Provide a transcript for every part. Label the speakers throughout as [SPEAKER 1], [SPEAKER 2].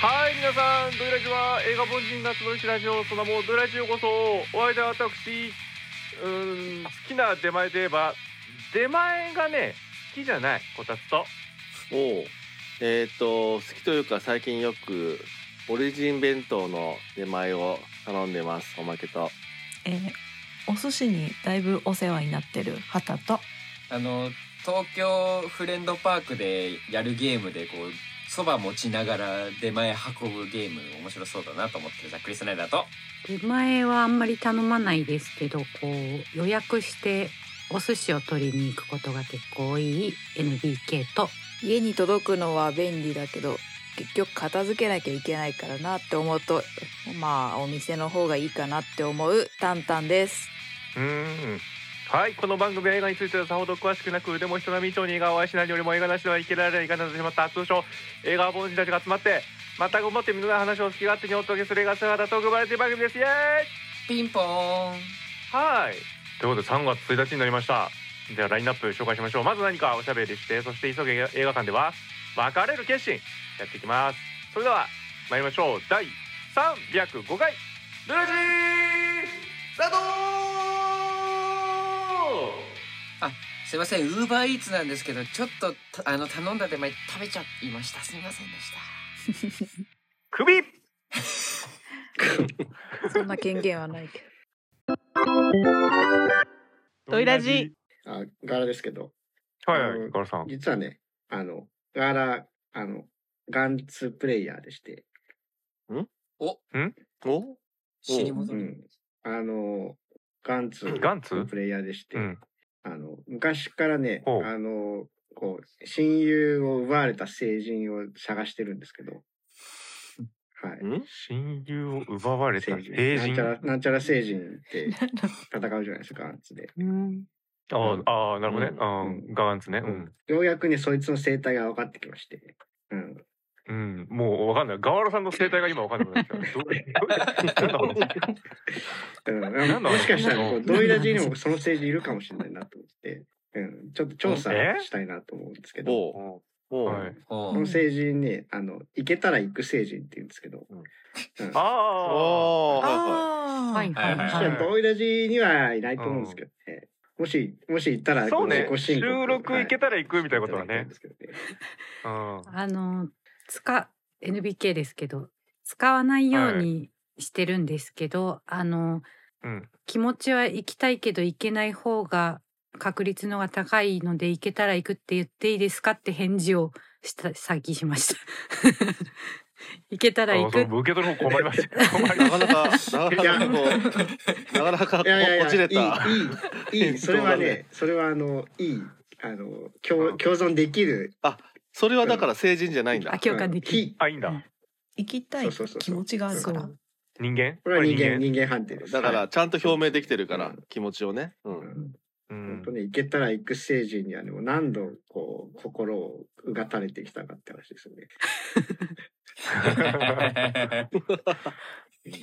[SPEAKER 1] はい、皆さん、ドイラジは映画凡人が集まるラジオ、その名もドイラジようこそ、お相手は私、うーん、好きな出前で言えば、出前がね、好きじゃない、こたつと。
[SPEAKER 2] おうえっ、と好きというか最近よくオリジン弁当の出前を頼んでますおまけと
[SPEAKER 3] えーお寿司にだいぶお世話になってる畑と
[SPEAKER 4] あの東京フレンドパークでやるゲームでこうそば持ちながら出前運ぶゲーム面白そうだなと思ってるざっくりスナイダーと
[SPEAKER 5] 出前はあんまり頼まないですけどこう予約してお寿司を取りに行くことが結構多い NBK と
[SPEAKER 6] 家に届くのは便利だけど結局片付けなきゃいけないからなって思うとまあお店の方がいいかなって思うタンタンです
[SPEAKER 1] うーん。はい、この番組は映画についてはさほど詳しくなく、でも人並み以上に映画を愛しないよりも映画なしではいけられない映画になってしまった、通称、映画凡人たちが集まって、全く思ってみのない話を好き勝手にお届けする映画世話だと呼ばれている番組です。イエーイ
[SPEAKER 4] ピンポーン
[SPEAKER 1] はい。ということで3月1日になりました。ではラインナップ紹介しましょう。まず何かおしゃべりして、そして急げ映画館では別れる決心やっていきます。それでは参りましょう。第305回ルラジースタート
[SPEAKER 4] すいませんウーバーイーツなんですけどちょっとたあの頼んだ出前食べちゃいましたすいませんでした
[SPEAKER 1] 首
[SPEAKER 6] そんな権限はないけど
[SPEAKER 3] ドイラジ
[SPEAKER 7] あ柄ですけど
[SPEAKER 1] はいはい、ガラさん。
[SPEAKER 7] 実はねあの柄あのガンツプレイヤーでして、
[SPEAKER 2] お
[SPEAKER 4] 知り
[SPEAKER 7] う
[SPEAKER 4] 戻り
[SPEAKER 7] ん、あのガンツ
[SPEAKER 1] ガンツ
[SPEAKER 7] のプレイヤーでして、
[SPEAKER 1] うん。
[SPEAKER 7] あの昔からね
[SPEAKER 1] ほう
[SPEAKER 7] あのこう親友を奪われた成人を探してるんですけど、はい、
[SPEAKER 2] ん
[SPEAKER 1] 親友を奪われた
[SPEAKER 7] 成人
[SPEAKER 1] 兵
[SPEAKER 7] なん
[SPEAKER 1] 人
[SPEAKER 7] ちゃ。らなんちゃら成人って戦うじゃないですかガンツで。
[SPEAKER 1] あーあー、なるほどね。
[SPEAKER 2] うん
[SPEAKER 1] うん、ガンツね。うん。
[SPEAKER 7] ようやくねそいつの生態が分かってきまして、うん、
[SPEAKER 1] うん、もうわかんない。ガワラさんの生態が今わかんなくなっちゃう。どうどうなんだこれ
[SPEAKER 7] うん、もしかしたらこうドイラジにもその政治いるかもしれないなと思って、うん、ちょっと調査したいなと思うんですけど、
[SPEAKER 2] おうおう
[SPEAKER 1] はい
[SPEAKER 4] お
[SPEAKER 7] こ
[SPEAKER 4] う
[SPEAKER 7] の政治にあの行けたら行く成人って言うんですけど、
[SPEAKER 2] うん
[SPEAKER 7] うん、
[SPEAKER 1] あ
[SPEAKER 2] おーは
[SPEAKER 3] あ
[SPEAKER 5] はいはい
[SPEAKER 4] はい
[SPEAKER 5] は
[SPEAKER 4] はいい
[SPEAKER 7] ドイラジにはいないと思うんですけどね、もしもし行った
[SPEAKER 1] あ、
[SPEAKER 7] ら
[SPEAKER 1] そうね。
[SPEAKER 7] ご
[SPEAKER 1] 収
[SPEAKER 7] 申告
[SPEAKER 1] 録行けたら行くみたいなことは
[SPEAKER 7] はいいただいた
[SPEAKER 1] ね
[SPEAKER 7] んで。すけどね
[SPEAKER 1] うん。
[SPEAKER 5] あの使 NBK ですけど使わないようにしてるんですけど、あの
[SPEAKER 1] うん。
[SPEAKER 5] 気持ちは行きたいけど行けない方が確率のが高いので行けたら行くって言っていいですかって返事をした先しました 行けたら行
[SPEAKER 1] あ、そ
[SPEAKER 5] く
[SPEAKER 1] の受け取る方困りました。困
[SPEAKER 2] い
[SPEAKER 1] り
[SPEAKER 2] な
[SPEAKER 1] ま
[SPEAKER 2] か
[SPEAKER 1] す。
[SPEAKER 2] なかなかなかこうなかなかこ
[SPEAKER 7] いやいやいや
[SPEAKER 2] う落ちれた
[SPEAKER 7] いいいいいいそれはねそれはあのいいあの共共存できる
[SPEAKER 2] それはだから成人じゃないん
[SPEAKER 5] あ
[SPEAKER 2] だ
[SPEAKER 5] 共感できる、
[SPEAKER 1] あ、いいんだ。
[SPEAKER 3] 行きたい
[SPEAKER 7] そうそうそうそう
[SPEAKER 3] 気持ちがあるから
[SPEAKER 5] そう
[SPEAKER 1] 人間。
[SPEAKER 7] これは人間人間判定です
[SPEAKER 2] だか
[SPEAKER 7] は
[SPEAKER 2] ら
[SPEAKER 7] い
[SPEAKER 2] ちゃんと表明できてるから
[SPEAKER 7] うん
[SPEAKER 2] 気持ちをねう
[SPEAKER 7] うん
[SPEAKER 2] ん
[SPEAKER 1] う
[SPEAKER 7] 本
[SPEAKER 1] ん
[SPEAKER 7] 当。ね、行けたら行く成人にはね、もう何度、こう、心をうがたれてきたかって話で すよね。
[SPEAKER 1] あ
[SPEAKER 4] そ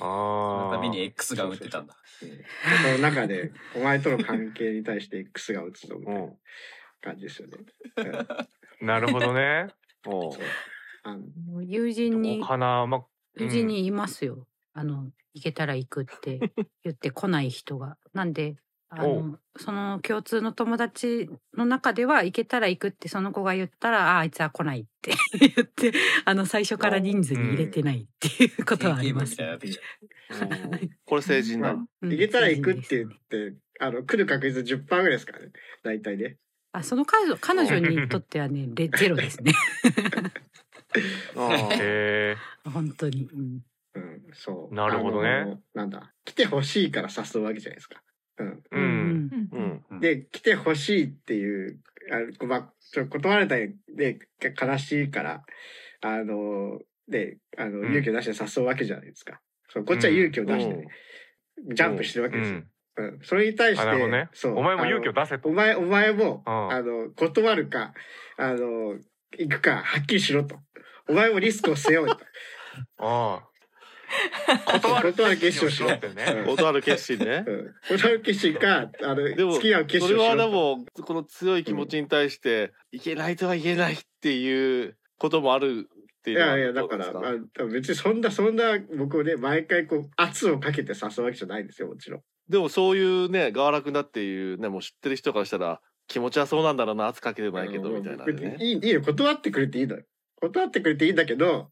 [SPEAKER 1] あ
[SPEAKER 4] のために X が打ってたんだ
[SPEAKER 7] その中で、お前との関係に対して X が打つぞ、みたいな感じですよね。うん
[SPEAKER 1] なるほどね。
[SPEAKER 2] おう
[SPEAKER 7] そうあの
[SPEAKER 5] もう友人
[SPEAKER 1] ど
[SPEAKER 5] に
[SPEAKER 1] うかな、 まあ。うん
[SPEAKER 5] 友人にいますよ、あの行けたら行くって言って来ない人がなんであ
[SPEAKER 1] お
[SPEAKER 5] のその共通の友達の中では行けたら行くってその子が言ったらああいつは来ないって 言ってあの最初から人数に入れてないっていうことはあります、
[SPEAKER 4] ゲームみたいになってきちゃ
[SPEAKER 2] これ成人なの
[SPEAKER 5] うん
[SPEAKER 7] 行けたら行くって
[SPEAKER 5] そう
[SPEAKER 7] 言
[SPEAKER 5] です
[SPEAKER 7] って、あの、来る確率10%ぐらいですからね。大体ね。
[SPEAKER 5] あその彼女彼女にとってはねレゼロですね
[SPEAKER 2] うん
[SPEAKER 1] へえ。
[SPEAKER 5] 本当に、うん
[SPEAKER 7] うん、そう。
[SPEAKER 1] なるほどね
[SPEAKER 7] あの。なんだ。来てほしいから誘うわけじゃないですか。うん。
[SPEAKER 1] う。
[SPEAKER 5] うんん
[SPEAKER 2] うん
[SPEAKER 7] で、来てほしいっていう、あのまあ、ちょ断られたりで、か悲しいから、あの、で、あの、
[SPEAKER 1] ん
[SPEAKER 7] 勇気を出して誘うわけじゃないですか。そうこっちは勇気を出してね、ジャンプしてるわけ
[SPEAKER 1] う
[SPEAKER 7] ですよ。
[SPEAKER 1] ん。
[SPEAKER 7] うんそれに対し
[SPEAKER 1] あ、なるほどね
[SPEAKER 7] て、。そう。
[SPEAKER 1] お前も勇気を
[SPEAKER 7] あ
[SPEAKER 1] 出せと
[SPEAKER 7] のお。前、お前も、
[SPEAKER 1] うん
[SPEAKER 7] あの、断るか、あの、行くか、はっきりしろと。お前もリスクを背負うと。
[SPEAKER 1] ああ。 断る。
[SPEAKER 7] 断る決心をしろ
[SPEAKER 1] ってね。
[SPEAKER 2] 断る決心ね
[SPEAKER 7] うん。断る決心か、あの、
[SPEAKER 2] でも
[SPEAKER 7] 付き合 う決
[SPEAKER 2] そ
[SPEAKER 7] 心
[SPEAKER 2] れ
[SPEAKER 7] をし
[SPEAKER 2] は
[SPEAKER 7] ろ
[SPEAKER 2] で
[SPEAKER 7] と。
[SPEAKER 2] もこの強い気持ちに対して、いけないとはいけないっていうこともあるって
[SPEAKER 7] い
[SPEAKER 2] いうの
[SPEAKER 7] や
[SPEAKER 2] はい
[SPEAKER 7] や
[SPEAKER 2] ど
[SPEAKER 7] だ
[SPEAKER 2] う
[SPEAKER 7] か
[SPEAKER 2] で
[SPEAKER 7] ら
[SPEAKER 2] すか
[SPEAKER 7] あ多分別にそんなそんな僕をね毎回こう圧をかけて誘うわけじゃないんですよもちろん。
[SPEAKER 2] でもそういうねガーラクだっていうねもう知ってる人からしたら気持ちはそうなんだろうな圧かけてもないけど
[SPEAKER 7] あの
[SPEAKER 2] みたいなんで
[SPEAKER 7] 別
[SPEAKER 2] ね
[SPEAKER 7] にいいいいよ断ってくれていいのよ。断ってくれていいんだけど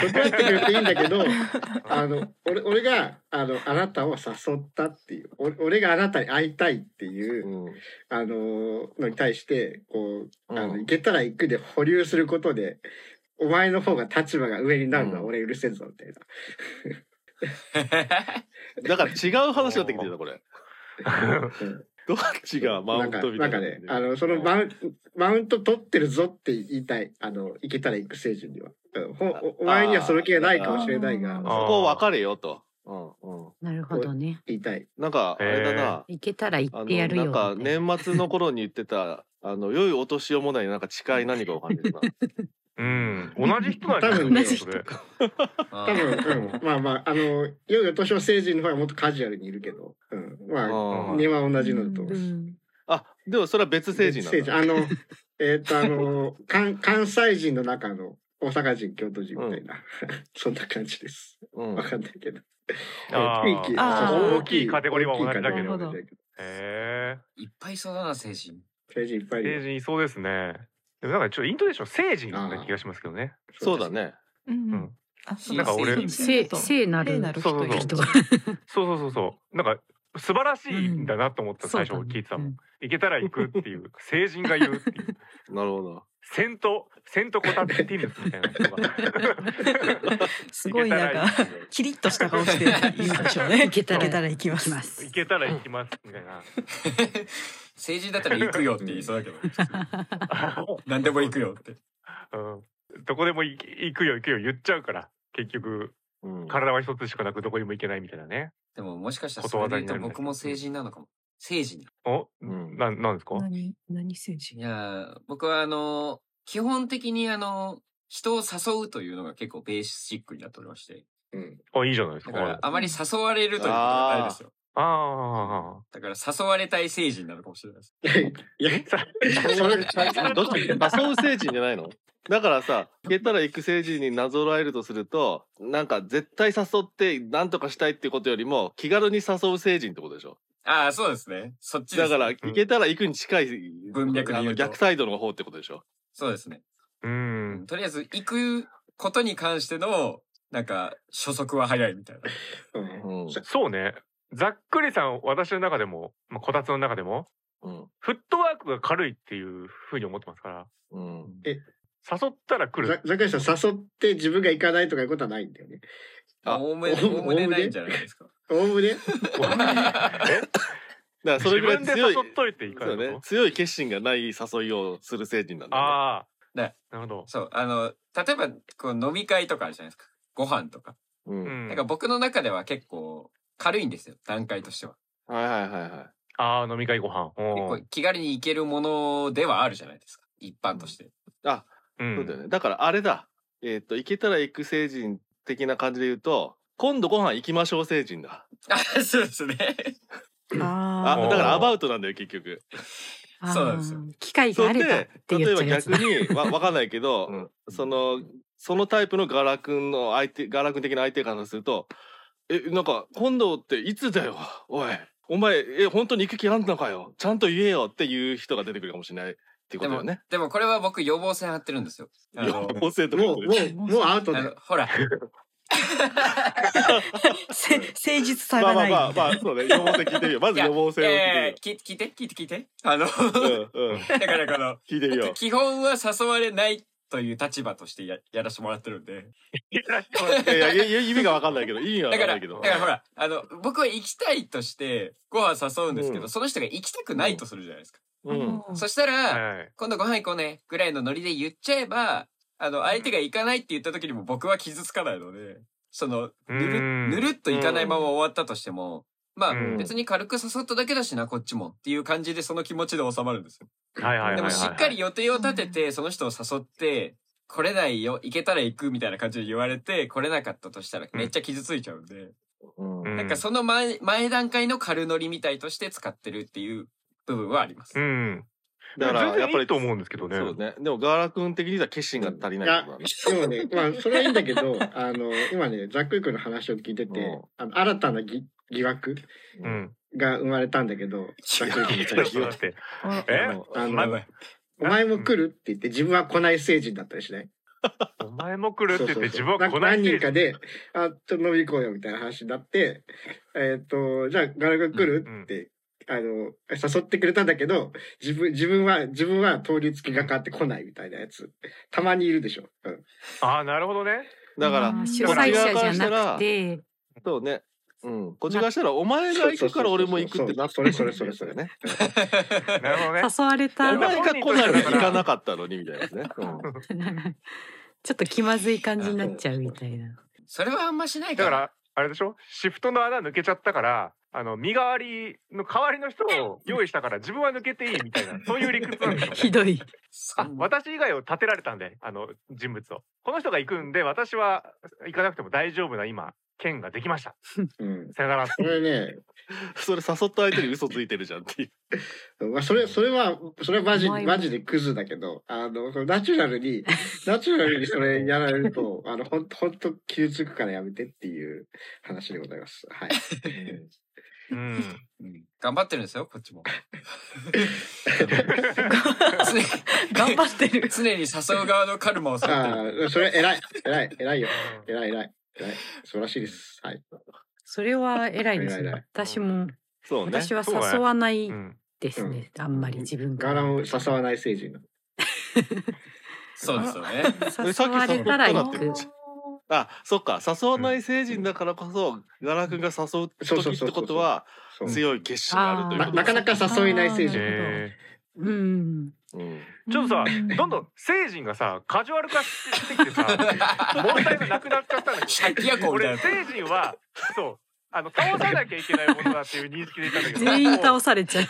[SPEAKER 7] 断ってくれていいんだけ どあの俺俺があのあなたを誘ったっていう俺俺があなたに会いたいっていううんあののに対してこう あの
[SPEAKER 2] うん
[SPEAKER 7] 行けたら行くで保留することでお前の方が立場が上になるのは
[SPEAKER 2] うん
[SPEAKER 7] 俺許せんぞみたい な。
[SPEAKER 2] だから違う話になってき てるなこれ
[SPEAKER 7] うん
[SPEAKER 2] どっちがマウントみ
[SPEAKER 7] ない
[SPEAKER 2] た
[SPEAKER 7] んか
[SPEAKER 2] な
[SPEAKER 7] なんかねあのそのマウンマウント取ってるぞって言いたいあのいけたら行く清純には、うんほ
[SPEAKER 2] あ
[SPEAKER 7] おお前にはその気がないかもしれないが
[SPEAKER 3] あー
[SPEAKER 2] そこ分かれよと、うんうん、
[SPEAKER 5] なるほどね。
[SPEAKER 7] 言いたい
[SPEAKER 2] なんかあれだな、
[SPEAKER 5] 行けたら行
[SPEAKER 2] あ
[SPEAKER 5] ってやるよ。
[SPEAKER 2] のなんか年末の頃に言ってたあの良いお年をもないになんか近い何かを感じるな
[SPEAKER 1] うん同じ人なんじゃない
[SPEAKER 7] 多分ね
[SPEAKER 1] それ
[SPEAKER 5] 同じ人
[SPEAKER 7] 多分、
[SPEAKER 4] うん
[SPEAKER 7] うん、まあまああの良いお年を成人の方はもっとカジュアルにいるけど、うん、
[SPEAKER 2] あ
[SPEAKER 7] まあ
[SPEAKER 2] ー
[SPEAKER 7] 根 は同じのだと思います。
[SPEAKER 5] うん
[SPEAKER 2] あでもそれは別成人なんだ
[SPEAKER 7] あの、えっ、と、あの、関 関西人の中の大阪人、京都人みたいな、 そんな感じです。
[SPEAKER 2] うん
[SPEAKER 7] わかんないけど。
[SPEAKER 1] あー
[SPEAKER 7] 地域
[SPEAKER 3] あー
[SPEAKER 7] そう
[SPEAKER 1] 大きいカテゴリーは同じだけ
[SPEAKER 3] ど
[SPEAKER 7] 大きいカテゴリーは同じだけど
[SPEAKER 1] へえ
[SPEAKER 4] いっぱいいそうだな精神
[SPEAKER 7] 成人いっぱいい
[SPEAKER 1] 成
[SPEAKER 7] る。
[SPEAKER 1] 人いそうですねでもなんかちょっとイントネーション成人な気がしますけどね
[SPEAKER 2] そうだ。ね
[SPEAKER 3] うんうん
[SPEAKER 1] ん
[SPEAKER 3] あそう
[SPEAKER 1] なんか俺
[SPEAKER 5] 聖聖なる
[SPEAKER 3] 聖なる人いる
[SPEAKER 5] 人
[SPEAKER 3] と。
[SPEAKER 1] そうそうそうそうなんか素晴らしいんだなと思った、
[SPEAKER 5] そう
[SPEAKER 1] 最
[SPEAKER 5] だ
[SPEAKER 1] 初
[SPEAKER 5] ね
[SPEAKER 1] 聞いてたもん、行けたら行くって いう成人が言うっていう
[SPEAKER 2] なるほど
[SPEAKER 1] セントセントコタティヌスみたいな人が
[SPEAKER 3] すごいなんかキリッとした顔して言うんでしょうね。
[SPEAKER 5] いけた ら
[SPEAKER 3] いけたら行きま
[SPEAKER 5] 行き
[SPEAKER 3] す。
[SPEAKER 5] ます
[SPEAKER 1] 行。けたら行きますみたいな
[SPEAKER 4] 成人だったら行くよって言いそうだけど普通に何でも行くよって
[SPEAKER 1] うんどこでも行き行くよ行くよ言っちゃうから結局
[SPEAKER 2] うん
[SPEAKER 1] 体は一つしかなくどこにも行けないみたいなね
[SPEAKER 4] でももしかしたらそれで言うと僕も成人なのかも成人
[SPEAKER 1] お、
[SPEAKER 2] うん
[SPEAKER 1] ななんですか
[SPEAKER 3] 何何聖
[SPEAKER 4] い
[SPEAKER 3] 人？
[SPEAKER 4] やー僕はあの基本的にあの人を誘うというのが結構ベーシックになっておりまして
[SPEAKER 7] うん。
[SPEAKER 1] あいいじゃないです
[SPEAKER 4] だ
[SPEAKER 1] か
[SPEAKER 4] からあまり誘われるということ
[SPEAKER 2] あ
[SPEAKER 4] は
[SPEAKER 2] ー
[SPEAKER 4] ないですよ
[SPEAKER 1] あ
[SPEAKER 4] だから誘われたい成人なのかもしれないです
[SPEAKER 7] いや、それ、
[SPEAKER 2] どっち誘う成人じゃないのだからさ行けたら行く成人になぞらえるとするとなんか絶対誘って何とかしたいってことよりも気軽に誘う成人ってことでしょ
[SPEAKER 4] ああそうですねそっちで
[SPEAKER 2] だ
[SPEAKER 4] す
[SPEAKER 2] から行けたら行くに近い
[SPEAKER 4] 文脈で
[SPEAKER 2] あ
[SPEAKER 4] 言
[SPEAKER 2] の
[SPEAKER 4] うと
[SPEAKER 2] 逆サイドの方ってことでしょ
[SPEAKER 4] そうですね、
[SPEAKER 1] あう
[SPEAKER 4] うんん、とりあえず行くことに関してのなんか初速は早いみたいな
[SPEAKER 2] うん
[SPEAKER 1] そうねざっくりさん私の中でも、まあ、こたつの中でも
[SPEAKER 2] うん
[SPEAKER 1] フットワークが軽いっていうふうに思ってますから
[SPEAKER 2] うん
[SPEAKER 1] 誘ったら来
[SPEAKER 7] ざ
[SPEAKER 1] る
[SPEAKER 7] ざっくりさん誘って自分が行かないとかいうことはないんだよね。
[SPEAKER 2] あ
[SPEAKER 4] おおむね
[SPEAKER 7] おおむね
[SPEAKER 4] おおむねないんじゃないですか
[SPEAKER 7] おおむね。
[SPEAKER 1] え
[SPEAKER 2] だから それぐらい
[SPEAKER 1] 自分で
[SPEAKER 2] 強い
[SPEAKER 1] 誘っといていいかな
[SPEAKER 2] そうね、強い決心がない誘いをする成人なんだ、ね、
[SPEAKER 1] ああ、
[SPEAKER 4] ね
[SPEAKER 1] なるほど、
[SPEAKER 4] そうあの例えばこう飲み会とかあるじゃないですかご飯とか
[SPEAKER 2] う、
[SPEAKER 1] うんん
[SPEAKER 4] なんか僕の中では結構軽いんですよ段階としては
[SPEAKER 2] はいはいはいはい
[SPEAKER 1] ああ飲み会ご飯
[SPEAKER 4] 結
[SPEAKER 1] お
[SPEAKER 4] 構
[SPEAKER 1] ー
[SPEAKER 4] 気軽に行けるものではあるじゃないですか一般として、
[SPEAKER 2] あ
[SPEAKER 1] う
[SPEAKER 2] そうんだよねだからあれだえっ、と行けたら行く成人的な感じで言うと今度ご飯行きましょう成人だ
[SPEAKER 4] あ そうですね
[SPEAKER 2] あ
[SPEAKER 3] あ
[SPEAKER 1] ー
[SPEAKER 2] だからアバウトなんだよ結局
[SPEAKER 5] あー
[SPEAKER 4] そうなんですよ
[SPEAKER 5] 機会
[SPEAKER 2] そ
[SPEAKER 5] があ
[SPEAKER 2] れ
[SPEAKER 5] ればっ
[SPEAKER 2] で
[SPEAKER 5] て
[SPEAKER 2] 例
[SPEAKER 5] 言っ
[SPEAKER 2] え
[SPEAKER 5] ち
[SPEAKER 2] ば
[SPEAKER 5] ゃうやつ
[SPEAKER 2] 逆
[SPEAKER 5] だ。
[SPEAKER 2] にわわかんないけど、そのそのタイプのガラ君の相手ガラ君的な相手からするとえなんか今度っていつだよおいお前え本当に行く気あんのかよちゃんと言えよっていう人が出てくるかもしれないっていうことよね
[SPEAKER 4] でもこれは僕予防線張ってるんですよあの
[SPEAKER 2] 要請とか
[SPEAKER 7] も う、もう、もうアウト
[SPEAKER 4] あ
[SPEAKER 7] だ
[SPEAKER 4] の
[SPEAKER 7] よ。
[SPEAKER 4] ほら
[SPEAKER 3] せ誠実さが
[SPEAKER 2] まあ
[SPEAKER 3] な
[SPEAKER 2] まあ
[SPEAKER 3] い。
[SPEAKER 2] まあまあそうね予防線聞いてみようまず予防線を聞い
[SPEAKER 4] え
[SPEAKER 2] て
[SPEAKER 4] ー、聞いて聞いて聞いて聞いてあの、
[SPEAKER 2] みよう、うんうん、
[SPEAKER 4] だからこの
[SPEAKER 2] 聞いて みよう
[SPEAKER 4] 基本は誘われないという立場としてややらせてもらってるんで
[SPEAKER 2] いやいやいや意味が分かんないけど意味が
[SPEAKER 4] だか
[SPEAKER 2] 分かんな
[SPEAKER 4] ら
[SPEAKER 2] いけ
[SPEAKER 4] だ
[SPEAKER 2] ど
[SPEAKER 4] からほらあの僕は行きたいとしてご飯誘うんですけど、
[SPEAKER 2] うん
[SPEAKER 4] その人が行きたくないとするじゃないですか、
[SPEAKER 2] うん
[SPEAKER 3] うん
[SPEAKER 4] そしたら、
[SPEAKER 1] はいはい
[SPEAKER 4] 今度ご飯行こうねぐらいのノリで言っちゃえばあの相手が行かないって言った時にも僕は傷つかないのでそのぬ
[SPEAKER 1] う
[SPEAKER 4] る
[SPEAKER 1] ん
[SPEAKER 4] ぬるっと行かないまま終わったとしてもまあ
[SPEAKER 1] うん
[SPEAKER 4] 別に軽く誘っただけだしなこっちもっていう感じでその気持ちで収まるんですよ
[SPEAKER 1] はいはいはいはい
[SPEAKER 4] でもしっかり予定を立ててその人を誘って来れないよ行けたら行くみたいな感じで言われて来れなかったとしたらめっちゃ傷ついちゃうんで
[SPEAKER 2] うん
[SPEAKER 1] うん
[SPEAKER 4] なんかその 前前段階の軽ノリみたいとして使ってるっていう部分はあります
[SPEAKER 1] うん
[SPEAKER 2] だからや
[SPEAKER 1] 全
[SPEAKER 2] っぱ
[SPEAKER 1] 然い
[SPEAKER 2] り
[SPEAKER 1] いと思うんですけどね。
[SPEAKER 2] そうねでもガーラ君的には決心が足りないところだね
[SPEAKER 7] でもね、まあ、それはいいんだけど、あの、今ね、ザックイ君の話を聞いて
[SPEAKER 2] うん
[SPEAKER 7] て、あの新たな疑疑惑
[SPEAKER 1] うん。
[SPEAKER 7] が生まれたんだけど、ザックイ君に
[SPEAKER 1] ち
[SPEAKER 7] 対
[SPEAKER 1] ょっ
[SPEAKER 7] して
[SPEAKER 1] と待って。
[SPEAKER 2] あ
[SPEAKER 1] え
[SPEAKER 2] の
[SPEAKER 7] あ
[SPEAKER 1] ま
[SPEAKER 7] の、お前も来るって言って、自分は来ない成人だったりしない
[SPEAKER 1] お前も来るって言って
[SPEAKER 7] そ
[SPEAKER 1] 自
[SPEAKER 7] う
[SPEAKER 1] 分
[SPEAKER 7] そうそう
[SPEAKER 1] は来ない
[SPEAKER 7] 何
[SPEAKER 1] って
[SPEAKER 7] 人かで、あ、ちょっと飲み行こうよみたいな話になって、えっ、と、じゃあ、ガラガラ来るって、あの、誘ってくれたんだけど、自分、自分は、自分は通り付きがかかって来ないみたいなやつ。たまにいるでしょ。うん
[SPEAKER 1] ああ、なるほどね。
[SPEAKER 2] だから
[SPEAKER 5] あー主催者じゃなくて
[SPEAKER 2] そうね。うん、こっちがしたらお前が行くから俺も行くってなって
[SPEAKER 7] そうそうそうそう
[SPEAKER 2] みたいなね
[SPEAKER 1] なるほどね。
[SPEAKER 5] 誘われた
[SPEAKER 2] お
[SPEAKER 1] そうそう
[SPEAKER 2] 前が来ないのに行かなかったのにみたいなね、う
[SPEAKER 5] ちょっと気まずい感じになっちゃうみたいな。
[SPEAKER 4] それはあんましない
[SPEAKER 1] だ
[SPEAKER 4] か
[SPEAKER 1] からら、あれでしょシフトの穴抜けちゃったから、あの、身代わりの代わりの人を用意したから自分は抜けていいみたいな、そういう理屈なんですよね。
[SPEAKER 5] ひどい。
[SPEAKER 4] そ
[SPEAKER 1] あ
[SPEAKER 4] んな
[SPEAKER 1] 私以外を立てられたんであの人物をこの人が行くんで私は行かなくても大丈夫な今剣ができました
[SPEAKER 7] うん。
[SPEAKER 1] さよなら
[SPEAKER 7] これね、
[SPEAKER 2] ん、それ誘った相手に嘘ついてるじゃんっていう
[SPEAKER 7] まあ、それ、それは、それはマジ、
[SPEAKER 5] お前も
[SPEAKER 7] マジでクズだけど、あの、そのナチュラル に、ナチュラルにそれやられると、あの、ほんと、ほんと傷つくからやめてっていう話でございます。 はい。
[SPEAKER 1] うん
[SPEAKER 4] うん頑張ってるんですよこっ ちも
[SPEAKER 3] 頑張って る。
[SPEAKER 4] 常に誘う側のカルマを背負ってる
[SPEAKER 7] ああ、それ偉い、偉い、偉いよ。偉い、偉い。偉い。素晴らしいです。はい。
[SPEAKER 5] それは偉いです
[SPEAKER 7] 偉い偉い
[SPEAKER 5] ね。私も、
[SPEAKER 2] そうね
[SPEAKER 5] 私は
[SPEAKER 1] そうだね
[SPEAKER 5] 誘わない
[SPEAKER 1] うん
[SPEAKER 5] ですね。あんまり自分か
[SPEAKER 7] 柄
[SPEAKER 5] ら。
[SPEAKER 7] を誘わない成人の。
[SPEAKER 4] そうですよね
[SPEAKER 2] えさっ
[SPEAKER 5] 誘
[SPEAKER 2] き
[SPEAKER 5] われたら行
[SPEAKER 2] 誘
[SPEAKER 5] く
[SPEAKER 2] っ。あそっか誘わない成人だからこそガラ君が誘う
[SPEAKER 7] そうそう
[SPEAKER 2] 時
[SPEAKER 7] そ
[SPEAKER 2] っ
[SPEAKER 7] う
[SPEAKER 2] てことは
[SPEAKER 7] そう。
[SPEAKER 2] 強い決心があるという
[SPEAKER 7] な
[SPEAKER 2] こ
[SPEAKER 7] なかなか誘えない成人。
[SPEAKER 1] え
[SPEAKER 5] うん。
[SPEAKER 2] と、うん、
[SPEAKER 1] ーちょっとさどんどん成人がさカジュアル化してきてさ問題がなくなっちゃったんだ
[SPEAKER 4] 借
[SPEAKER 1] け
[SPEAKER 4] 家
[SPEAKER 1] ど
[SPEAKER 4] 子み
[SPEAKER 1] 俺
[SPEAKER 4] たいな
[SPEAKER 1] 成人はそうあの倒さなきゃいけないものだっていう認識でいたんだけど
[SPEAKER 5] 全員
[SPEAKER 1] も
[SPEAKER 5] 倒
[SPEAKER 1] う
[SPEAKER 5] されちゃう。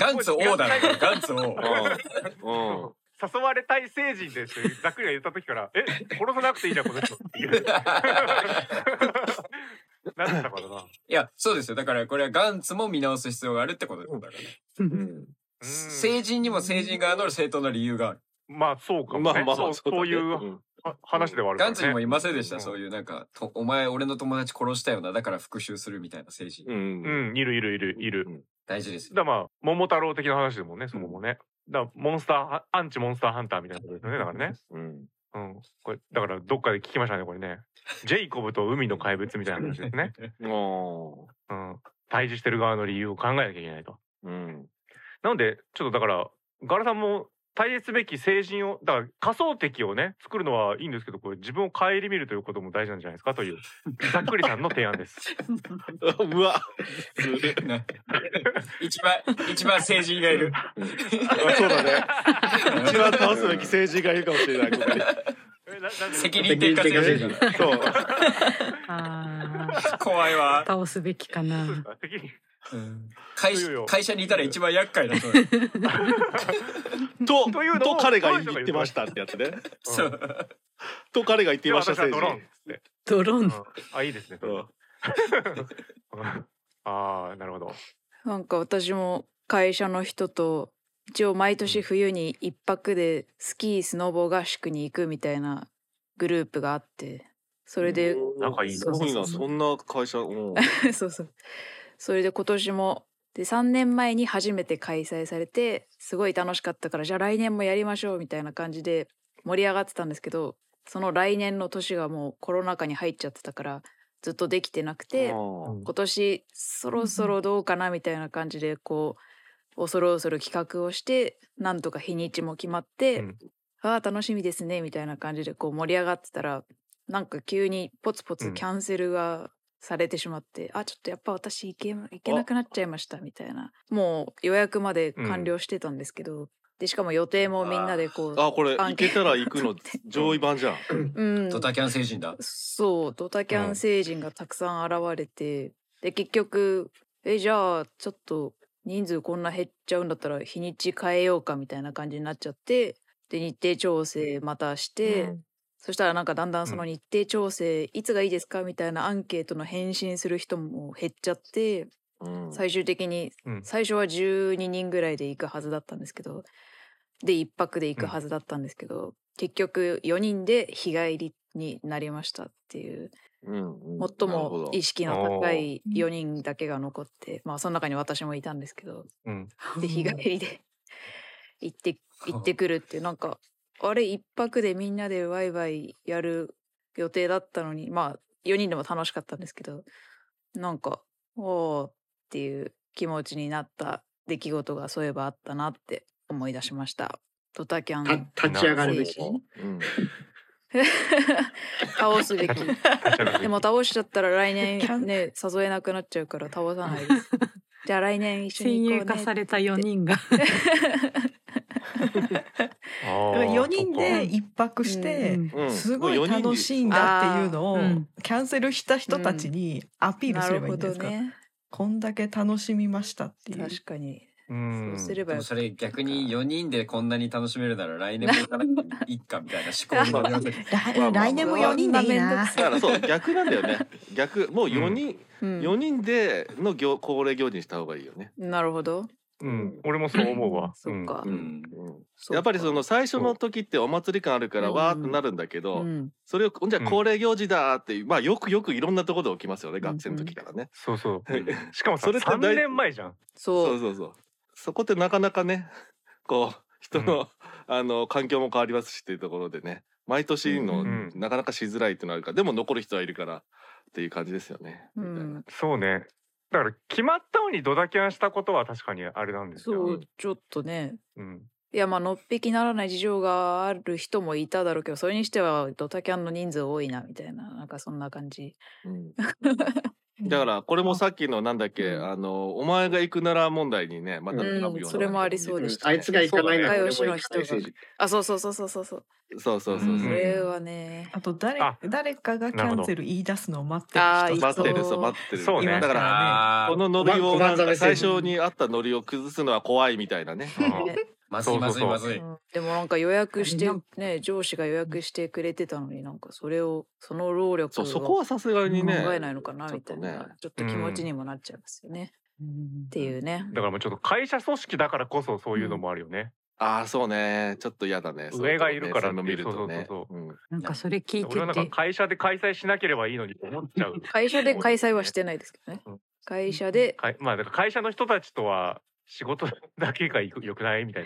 [SPEAKER 4] ガンツ王だなガンツ王
[SPEAKER 2] うんうん
[SPEAKER 1] 誘われたい成人ですってざっくりが言った時から「え殺さなくていいじゃんこの人」って いう なってたからない
[SPEAKER 4] やそうですよだからこれはガンツも見直す必要があるってことですよだからね
[SPEAKER 7] うん。
[SPEAKER 1] うん
[SPEAKER 4] 成人にも成人側の正当な理由がある
[SPEAKER 1] まあそうかも、ね、
[SPEAKER 2] まあまあ
[SPEAKER 1] そうそういうう
[SPEAKER 2] だね
[SPEAKER 1] は話ではあるか
[SPEAKER 4] ガ
[SPEAKER 1] ら、
[SPEAKER 4] ン
[SPEAKER 1] ね、
[SPEAKER 4] ツにもいませんでした、
[SPEAKER 1] うん
[SPEAKER 4] そういうなんかとお前俺の友達殺したよなだから復讐するみたいな精神、
[SPEAKER 2] うん、うん
[SPEAKER 1] うんいるいるいるいる、
[SPEAKER 2] うん
[SPEAKER 4] 大事ですよ
[SPEAKER 1] だからまあ桃太郎的な話でもんねそこもね、だからモンスターハアンチモンスターハンターみたいなことですよねだからね
[SPEAKER 2] うん
[SPEAKER 1] うんこれだからどっかで聞きましたねこれねジェイコブと海の怪物みたいな話ですね、
[SPEAKER 2] うん
[SPEAKER 1] うん、対峙してる側の理由を考えなきゃいけないと
[SPEAKER 2] うん
[SPEAKER 1] なのでちょっとだからガラさんも対立すべき成人をだから仮想敵をね作るのはいいんですけどこれ自分を顧みるということも大事なんじゃないですかというざっくりさんの提案です
[SPEAKER 2] うわずるい
[SPEAKER 4] な 一番一番成人がいる
[SPEAKER 2] あそうだね一番倒すべき政治がいるかもしれないここ
[SPEAKER 1] え
[SPEAKER 2] に
[SPEAKER 1] ななんで
[SPEAKER 4] 責任転嫁成人
[SPEAKER 2] そう
[SPEAKER 5] あ
[SPEAKER 4] 怖い
[SPEAKER 5] あ。
[SPEAKER 4] わ、
[SPEAKER 5] 倒すべきかな。
[SPEAKER 1] あ責任
[SPEAKER 4] うん会
[SPEAKER 1] いやいや
[SPEAKER 4] 会社にいたら一番厄介だと
[SPEAKER 2] と
[SPEAKER 1] というのを
[SPEAKER 2] と彼が言ってましたってやつね。
[SPEAKER 4] そうう
[SPEAKER 2] と彼が言って
[SPEAKER 1] で
[SPEAKER 2] いました
[SPEAKER 1] 私は
[SPEAKER 2] 政
[SPEAKER 1] ド
[SPEAKER 2] 治
[SPEAKER 1] ローンっつって
[SPEAKER 5] ドローン。
[SPEAKER 1] うんあいいですねそれ
[SPEAKER 2] うん
[SPEAKER 1] うんああなるほど
[SPEAKER 6] なんか私も会社の人と一応毎年冬に一泊でスキースノボ合宿に行くみたいなグループがあってそれで
[SPEAKER 1] 仲いいな
[SPEAKER 2] すごいなそんな会社。うん
[SPEAKER 6] そうそうそれで今年もで3年前に初めて開催されてすごい楽しかったからじゃあ来年もやりましょうみたいな感じで盛り上がってたんですけどその来年の年がもうコロナ禍に入っちゃってたからずっとできてなくて。
[SPEAKER 2] うん
[SPEAKER 6] 今年そろそろどうかなみたいな感じでこう恐る恐る企画をしてなんとか日にちも決まって、
[SPEAKER 1] うん
[SPEAKER 6] ああ楽しみですねみたいな感じでこう盛り上がってたらなんか急にポツポ
[SPEAKER 1] う
[SPEAKER 6] ツ
[SPEAKER 1] ん
[SPEAKER 6] キャンセルがされてしまって、あちょっとやっぱ私行け行けなくなっちゃいましたみたいなもう予約まで完了してたんですけど、でしかも予定もみんなでこう
[SPEAKER 2] あこれ
[SPEAKER 6] ア
[SPEAKER 2] 行
[SPEAKER 6] ンケ
[SPEAKER 2] け
[SPEAKER 6] ート
[SPEAKER 2] たら行くの
[SPEAKER 6] 取って
[SPEAKER 2] 上位版じゃん。
[SPEAKER 6] うん
[SPEAKER 4] ドタキャン成人だ
[SPEAKER 6] そうドタキャン星人がたくさん現れて、で結局えじゃあちょっと人数こんな減っちゃうんだったら日にち変えようかみたいな感じになっちゃってで日程調整またして、そしたらなんかだんだんその日程調整いつがいいですかみたいなアンケートの返信する人も減っちゃって
[SPEAKER 1] うん
[SPEAKER 6] 最終的に
[SPEAKER 1] うん
[SPEAKER 6] 最初は12人ぐらいで行くはずだったんですけどで1泊で行くはずだったんですけど、結局4人で日帰りになりましたっていう
[SPEAKER 2] うんうん
[SPEAKER 6] 最
[SPEAKER 2] なるほど
[SPEAKER 6] も意識の高い4人だけが残ってまあその中に私もいたんですけど
[SPEAKER 1] うん
[SPEAKER 6] で日帰りで行って行ってくるっていうなんかあれ1泊でみんなでワイワイやる予定だったのにまあ4人でも楽しかったんですけどなんかおーっていう気持ちになった出来事がそういえばあったなって思い出しました。ドタキャン
[SPEAKER 7] た立ち上がるべき
[SPEAKER 6] なるほど
[SPEAKER 2] うん
[SPEAKER 6] 倒すべき
[SPEAKER 1] 立ち上がるべき
[SPEAKER 6] でも倒しちゃったら来
[SPEAKER 3] キャ
[SPEAKER 6] 年
[SPEAKER 3] ン
[SPEAKER 6] ね誘えなくなっちゃうから倒さないです。じゃあ来年一緒
[SPEAKER 5] 先
[SPEAKER 6] に行こうね
[SPEAKER 5] 鋭化された4人が
[SPEAKER 1] あー
[SPEAKER 3] 4人で
[SPEAKER 1] そ
[SPEAKER 3] 一泊して、
[SPEAKER 5] うん
[SPEAKER 2] うん
[SPEAKER 3] すごい楽しいんだっていうのを
[SPEAKER 5] うんうん
[SPEAKER 3] キャンセルした人たちにアピール
[SPEAKER 6] な
[SPEAKER 3] すれ
[SPEAKER 6] る
[SPEAKER 3] ばいい
[SPEAKER 6] ほ
[SPEAKER 3] んじゃ
[SPEAKER 6] ど
[SPEAKER 3] ないですか、
[SPEAKER 6] ね。
[SPEAKER 3] こんだけ楽しみましたっていう
[SPEAKER 6] 確かに。
[SPEAKER 1] ううん
[SPEAKER 6] そうすれ
[SPEAKER 4] で
[SPEAKER 6] ば
[SPEAKER 4] も
[SPEAKER 6] よ
[SPEAKER 4] それ逆に4人でこんなに楽しめるなら来年も行かなくていいかみたいな思考になりますよね
[SPEAKER 2] まあまあ来年も四
[SPEAKER 6] 人でいいな
[SPEAKER 2] だからそう逆なんだよね逆もう4人、
[SPEAKER 6] うん
[SPEAKER 2] 四人での行恒例行事にした方がいいよね、
[SPEAKER 6] なるほど。
[SPEAKER 1] うん、俺もそう思うわ。
[SPEAKER 6] そっか。
[SPEAKER 4] うん
[SPEAKER 6] そうか
[SPEAKER 2] やっぱりその最初の時ってお祭り感あるから
[SPEAKER 6] うん
[SPEAKER 2] わーってなるんだけど、
[SPEAKER 6] うん
[SPEAKER 2] それをじゃあ
[SPEAKER 1] うん
[SPEAKER 2] 恒例行事だーって、まあよくよくいろんなところで起きますよね学生の時からね、
[SPEAKER 1] そうそう。
[SPEAKER 4] うん
[SPEAKER 1] しかもそ
[SPEAKER 2] そ
[SPEAKER 1] れ
[SPEAKER 2] れって大
[SPEAKER 1] 三年前じゃん。
[SPEAKER 6] そ
[SPEAKER 2] そう
[SPEAKER 6] う。
[SPEAKER 2] そうそうそこってなかなかねこう人の、あの環境も変わりますしっていうところでね毎年の、
[SPEAKER 1] うん
[SPEAKER 2] なかなかしづらいっていうのはあるからでも残る人はいるからっていう感じですよね、
[SPEAKER 6] う。
[SPEAKER 2] みたいなん
[SPEAKER 1] そうね。だから決まったのにドダキャンしたことは確かにあれなんですよ。
[SPEAKER 6] そう、ちょっとね。
[SPEAKER 1] うん。
[SPEAKER 6] いやまあのっぴきならない事情がある人もいただろうけどそれにしてはドタキャンの人数多いなみたいななんかそんな感じ
[SPEAKER 2] うんだからこれもさっきのなんだっけ、
[SPEAKER 6] うん
[SPEAKER 2] あのお前が行くなら問題にねまた
[SPEAKER 1] うん
[SPEAKER 2] 絡むような
[SPEAKER 6] それもありそう
[SPEAKER 7] うん
[SPEAKER 6] でした
[SPEAKER 7] あいつが行かないなら
[SPEAKER 6] そうだね
[SPEAKER 7] 俺も行かないし
[SPEAKER 6] 仲良しあそうそうそうそうそうそう
[SPEAKER 2] そうそうそうそう、
[SPEAKER 1] うん
[SPEAKER 6] それはね
[SPEAKER 3] あと誰
[SPEAKER 1] あ
[SPEAKER 3] 誰かがキャンセル言い出すのを待ってる
[SPEAKER 6] あー
[SPEAKER 3] 人
[SPEAKER 2] 待ってる
[SPEAKER 6] そ
[SPEAKER 2] そうう待ってる
[SPEAKER 1] そうね
[SPEAKER 2] だから
[SPEAKER 4] あ
[SPEAKER 2] こ
[SPEAKER 4] ー
[SPEAKER 2] のノリを
[SPEAKER 7] ごまんざめ
[SPEAKER 2] 最初にあったノリを崩すのは怖いみたいなね
[SPEAKER 1] あ
[SPEAKER 4] まずいまずいまずい
[SPEAKER 6] うんでもなんか予約して
[SPEAKER 5] なん
[SPEAKER 6] ね上司が予約してくれてたのになんかそれをその労力
[SPEAKER 2] そ
[SPEAKER 6] を
[SPEAKER 2] うそこ
[SPEAKER 6] 考
[SPEAKER 2] はさすがにね
[SPEAKER 6] えないのかな
[SPEAKER 2] ちょっ
[SPEAKER 6] みた
[SPEAKER 2] と
[SPEAKER 6] い
[SPEAKER 2] ね
[SPEAKER 6] なちょっと気持ちにもなっちゃいますよねっていうね
[SPEAKER 1] だからもうちょっと会社組織だからこそそういうのもあるよね。
[SPEAKER 2] ああそうねちょっと嫌だね
[SPEAKER 1] 上がいるから
[SPEAKER 2] そういうの見るとね
[SPEAKER 1] そうそう
[SPEAKER 2] うん
[SPEAKER 5] なんかそれ聞い
[SPEAKER 1] 俺はなん
[SPEAKER 5] て
[SPEAKER 1] か
[SPEAKER 5] て
[SPEAKER 1] 会社で開催しなければいいのにと 思っちゃう。
[SPEAKER 6] 会社で開催はしてないですけどね
[SPEAKER 1] うん
[SPEAKER 6] 会社で
[SPEAKER 1] かいまあだから会社の人たちとは仕事だけがよくないみたい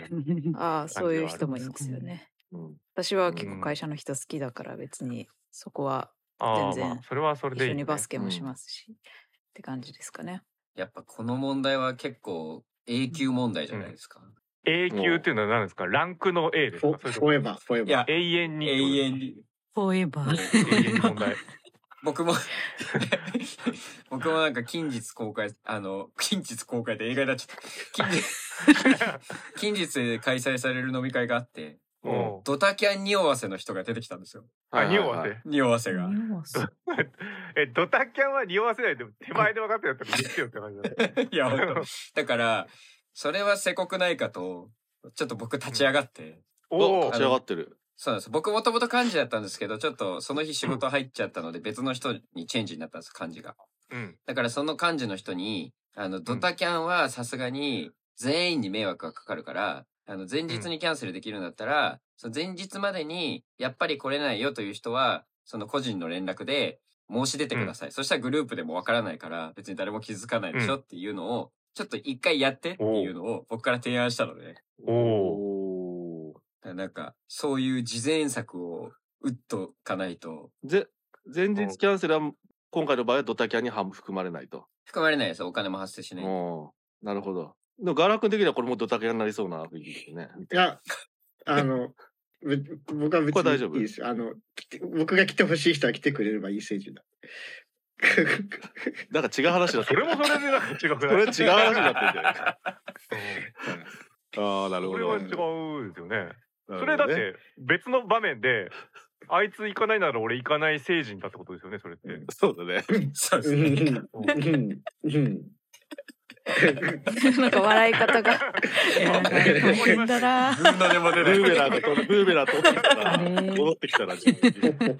[SPEAKER 1] な。
[SPEAKER 6] ああそういう人もいますよね
[SPEAKER 2] うん
[SPEAKER 6] 私は結構会社の人好きだから別にそこは
[SPEAKER 1] ああ
[SPEAKER 6] 全然
[SPEAKER 1] まあそれはそれ
[SPEAKER 6] 一
[SPEAKER 1] でいい
[SPEAKER 6] 緒
[SPEAKER 1] よね、
[SPEAKER 6] にバスケもしますしって感じですかね
[SPEAKER 4] やっぱこの問題は結構永久問題じゃないですか、
[SPEAKER 1] 永久っていうのは何ですか？ランクの A ですか
[SPEAKER 7] フォ？
[SPEAKER 1] それと
[SPEAKER 7] フ
[SPEAKER 1] も
[SPEAKER 7] ォーエバーフォーエ
[SPEAKER 4] いや
[SPEAKER 7] バー
[SPEAKER 1] 永遠に
[SPEAKER 4] 永遠に
[SPEAKER 5] フォーエバー
[SPEAKER 1] 永遠に問題。
[SPEAKER 4] 僕も 僕もなんか近日公開あの近日公開で映画になっちゃった近日近日開催される飲み会があって
[SPEAKER 1] うん
[SPEAKER 4] ドタキャン匂わせの人が出てきたんですよ
[SPEAKER 1] あ、
[SPEAKER 2] はいはい
[SPEAKER 1] 匂
[SPEAKER 2] はい
[SPEAKER 1] わせ。
[SPEAKER 4] 匂わせが
[SPEAKER 1] え、ドタキャンは匂わせないで、手前で分かってやったらいいですよって感じだ ね。
[SPEAKER 4] いや、本当だから、それはせこくないかと、ちょっと僕立ち上がって。
[SPEAKER 1] お
[SPEAKER 2] お
[SPEAKER 1] お
[SPEAKER 2] 立ち上がってる
[SPEAKER 4] そうなんです。僕もともと幹事だったんですけど、ちょっとその日仕事入っちゃったので、別の人にチェンジになったんです、幹事が。
[SPEAKER 1] うん。
[SPEAKER 4] だからその幹事の人に、あの、ドタキャンはさすがに全員に迷惑がかかるから、あの、前日にキャンセルできるんだったら、その前日までに、やっぱり来れないよという人は、その個人の連絡で申し出てください。そしたらグループでもわからないから、別に誰も気づかないでしょっていうのを、ちょっと一回やってっていうのを僕から提案したので、だか
[SPEAKER 1] お
[SPEAKER 2] おー
[SPEAKER 4] らなんか、そういう事前策を打っとかないと、
[SPEAKER 2] ぜ前日キャンセルは今回の場合はドタキャンには含まれないと
[SPEAKER 4] 含まれないです。お金も発生しない。
[SPEAKER 2] おーなるほどでもガラ君的にはこれもドタキャンになりそうな雰囲気です ね
[SPEAKER 7] いやあのぶ僕は別
[SPEAKER 2] これ大丈
[SPEAKER 7] に
[SPEAKER 2] 夫
[SPEAKER 7] いいですあの来て僕が来てほしい人は来てくれればいい政治だ
[SPEAKER 2] なんか違う話だった
[SPEAKER 1] それもそれでなんか違く
[SPEAKER 2] こ
[SPEAKER 1] ない
[SPEAKER 2] れ違う話になってんじゃないああ な
[SPEAKER 1] う
[SPEAKER 2] る
[SPEAKER 1] んそれ
[SPEAKER 2] ほど
[SPEAKER 1] は違うですよね。
[SPEAKER 2] なるほどね
[SPEAKER 1] それだって別の場面で、あいつ行かないなら俺行かない成人だってことですよね、それって。
[SPEAKER 2] そうだね
[SPEAKER 4] そうで
[SPEAKER 7] う
[SPEAKER 4] す
[SPEAKER 7] ん
[SPEAKER 4] ね。
[SPEAKER 7] うんうん
[SPEAKER 6] なんか笑い方が
[SPEAKER 3] 変だな
[SPEAKER 4] グーの音も
[SPEAKER 2] ブ
[SPEAKER 4] 出ない
[SPEAKER 2] ーメランが飛んブーメラン飛んできたら
[SPEAKER 3] あれー
[SPEAKER 2] 戻ってきたら自分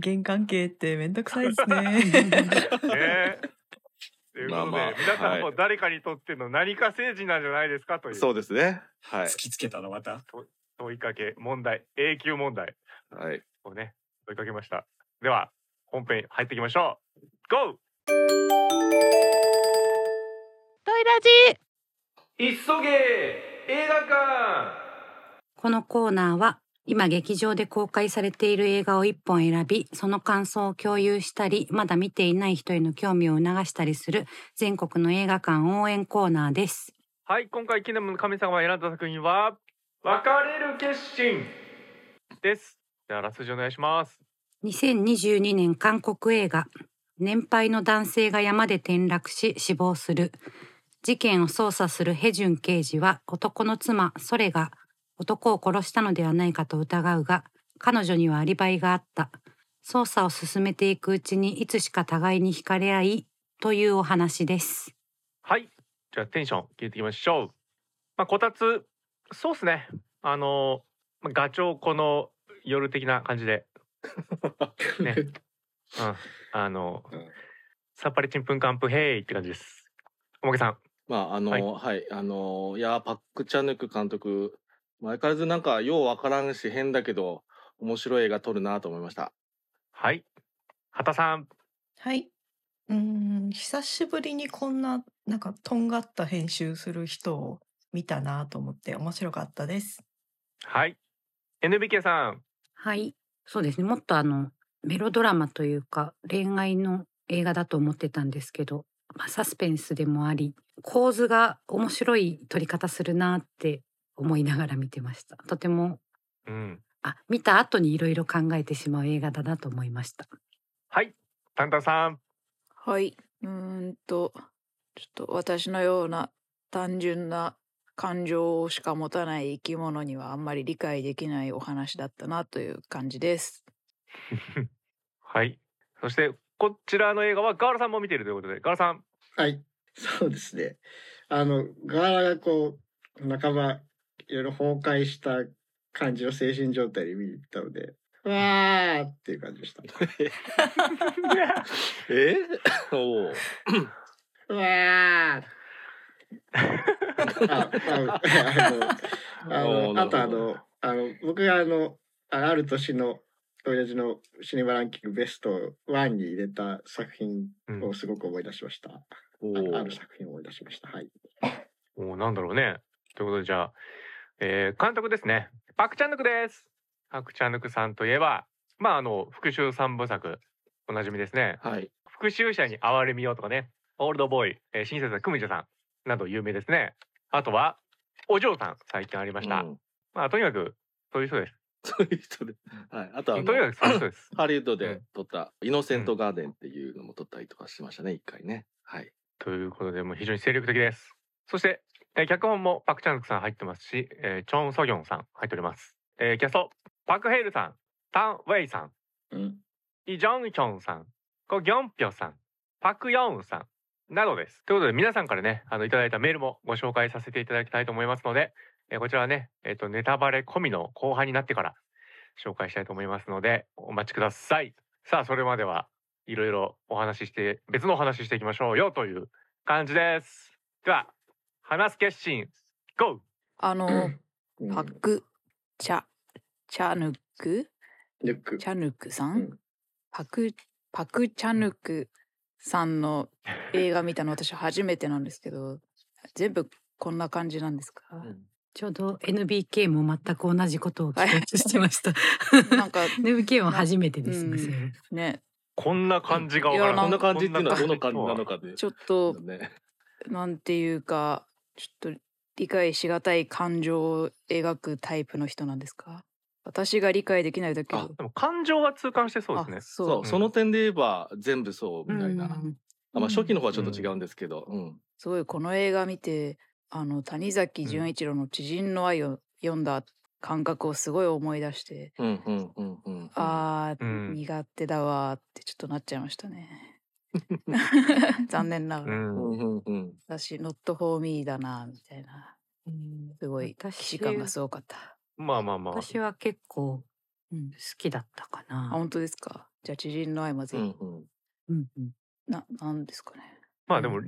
[SPEAKER 3] 人間関係ってめんどくさいですね
[SPEAKER 1] ねえ。ということで、
[SPEAKER 2] まあまあ
[SPEAKER 1] 皆さん
[SPEAKER 2] は
[SPEAKER 1] も
[SPEAKER 2] い
[SPEAKER 1] 誰かにとっての何か政治なんじゃないですかという
[SPEAKER 2] そうですね。はい
[SPEAKER 4] 突。きつけたのまた。
[SPEAKER 1] 問いかけ問題永久問題
[SPEAKER 2] はい。
[SPEAKER 1] をね問いかけましたでは本編入っていきましょう GO!
[SPEAKER 8] トイラジ
[SPEAKER 1] 急げ映画館
[SPEAKER 5] このコーナーは今劇場で公開されている映画を一本選びその感想を共有したりまだ見ていない人への興味を促したりする全国の映画館応援コーナーです
[SPEAKER 1] はい今回キネムの神様が選んだ作品は別れる決心ですではあらすじお願いします
[SPEAKER 5] 2022年韓国映画年配の男性が山で転落し死亡する事件を捜査するヘジュン刑事は男の妻ソレが男を殺したのではないかと疑うが彼女にはアリバイがあった捜査を進めていくうちにいつしか互いに惹かれ合いというお話です
[SPEAKER 1] はいじゃあテンション聞いていきましょうまあこたつそうっすねあのまあガチョウこの夜的な感じでねうんあの
[SPEAKER 7] うん
[SPEAKER 1] さっぱりちんぷんかんぷへいって感じですおまけさん
[SPEAKER 2] まああの
[SPEAKER 1] はい
[SPEAKER 2] はい、あのいやーパックチャヌク監督相変わらずなんかようわからんし変だけど面白い映画撮るなと思いました。
[SPEAKER 1] はい畑さん
[SPEAKER 3] はい。うーん、久しぶりにこんな、なんか、とんがった編集する人を見たなと思って面白かったです。
[SPEAKER 1] はい NBK さん
[SPEAKER 5] はいそうですねもっとあのメロドラマというか恋愛の映画だと思ってたんですけど、まあ、サスペンスでもあり構図が面白い撮り方するなって思いながら見てましたとても
[SPEAKER 1] うん
[SPEAKER 5] あ見た後にいろいろ考えてしまう映画だなと思いました
[SPEAKER 1] はいタンタンさん
[SPEAKER 6] はい。うーんと、ちょっと私のような単純な感情しか持たない生き物にはあんまり理解できないお話だったなという感じです。
[SPEAKER 1] はいそしてこちらの映画はガールさんも見ているということでガールさん
[SPEAKER 7] はい、 そうですね。あの、ガーラがこう、半ば、いろいろ崩壊した感じの精神状態で見に行ったので、わーっていう感じで した。
[SPEAKER 2] えおう
[SPEAKER 7] わ ーあ、あの、あ の、
[SPEAKER 2] おーな
[SPEAKER 7] あ
[SPEAKER 2] るほど
[SPEAKER 7] とあの、あの、僕があの、あある年の、親父のシネマランキングベスト1に入れた作品
[SPEAKER 1] うん
[SPEAKER 7] をすごく思い出しました。
[SPEAKER 2] お
[SPEAKER 7] ああ
[SPEAKER 2] う
[SPEAKER 7] る作品を思い出しました。はい。
[SPEAKER 1] おーなんだろうね。ということでじゃあ、えー監督ですね。パクチャンヌクです。パクチャンヌクさんといえば、まああの復讐三部作おなじみですね。
[SPEAKER 2] はい
[SPEAKER 1] 復讐者に哀れみようとかね、オールドボーイ、えー、親切なクミジャさんなど有名ですね。あとはお嬢さん最近ありました。
[SPEAKER 2] うん
[SPEAKER 1] まあとにかくそういう人です。
[SPEAKER 2] そういう人で、はい、あとは
[SPEAKER 1] と
[SPEAKER 2] あ
[SPEAKER 1] にか
[SPEAKER 2] の
[SPEAKER 1] くそういう人です。
[SPEAKER 2] ハリウッド
[SPEAKER 1] う
[SPEAKER 2] で
[SPEAKER 1] ん
[SPEAKER 2] 撮った「イノセント・ガーデン」っていうのも撮ったりとかしましたね一回ね。はい
[SPEAKER 1] ということでもう非常に精力的です。そして、えー脚本もパクチャンヌクさん入ってますし、えーチョンソギョンさん入っております。えーキャストパクヘイルさん、タンウェイさん。
[SPEAKER 7] うん。
[SPEAKER 1] イ・ジョンヒョンさん、コ・ギョンピョンさん、パク・ヨンさんなどです。ということで皆さんからね、あのいただいたメールもご紹介させていただきたいと思いますので、えーこちらはね、えっ、とネタバレ込みの後半になってから紹介したいと思いますので、お待ちください。さあそれまではいろいろお話しして別のお話ししていきましょうよという感じです。では話す決心 GO
[SPEAKER 6] あの、
[SPEAKER 7] うん
[SPEAKER 6] パク、チャ、チャヌク、
[SPEAKER 7] ルック
[SPEAKER 6] チ。ャヌクさん、
[SPEAKER 7] うん
[SPEAKER 6] パク、パクチャヌクさんの映画見たの私初めてなんですけど、全部こんな感じなんですか、
[SPEAKER 5] ちょうど NBK も全く同じことを期待してま した
[SPEAKER 6] なんか
[SPEAKER 5] NBK は初めてですね、
[SPEAKER 6] うん
[SPEAKER 5] それ
[SPEAKER 6] ね、
[SPEAKER 1] こんな感じがわから
[SPEAKER 6] いや
[SPEAKER 2] こん
[SPEAKER 1] ん
[SPEAKER 2] な感じっていうのはどの感じなの
[SPEAKER 1] か。
[SPEAKER 2] かで
[SPEAKER 6] ちょっと、
[SPEAKER 2] ね。
[SPEAKER 6] なんていうかちょっと理解しがたい感情を描くタイプの人なんですか私が理解できないだけど
[SPEAKER 1] でも感情は痛感してそう
[SPEAKER 6] あ
[SPEAKER 1] ですね。
[SPEAKER 6] そ
[SPEAKER 2] そううその点で言えば全部そうみたいな。
[SPEAKER 5] うん
[SPEAKER 2] あまあ初期の方はちょっと違うんですけど、うん
[SPEAKER 6] すごいこの映画見てあの谷崎潤一郎の「知人の愛」を読んだ感覚をすごい思い出して、
[SPEAKER 2] うんうんうんうん。
[SPEAKER 6] あー、
[SPEAKER 1] うん
[SPEAKER 6] 苦手だわーってちょっとなっちゃいましたね残念なが
[SPEAKER 1] う
[SPEAKER 6] ら、
[SPEAKER 1] ん
[SPEAKER 2] うんうんうん。
[SPEAKER 6] 私「ノット・フォー・ミー」だなーみたいなすごい既視感がすごかった
[SPEAKER 1] まあまあまあ。
[SPEAKER 5] 私は結構好
[SPEAKER 6] うん
[SPEAKER 5] きだったか
[SPEAKER 6] あ
[SPEAKER 5] な、
[SPEAKER 6] 本当ですかじゃあ知人の愛も
[SPEAKER 2] う
[SPEAKER 6] ぜひ、
[SPEAKER 2] んうん
[SPEAKER 5] うんうん
[SPEAKER 6] ななんですかね
[SPEAKER 1] まあでも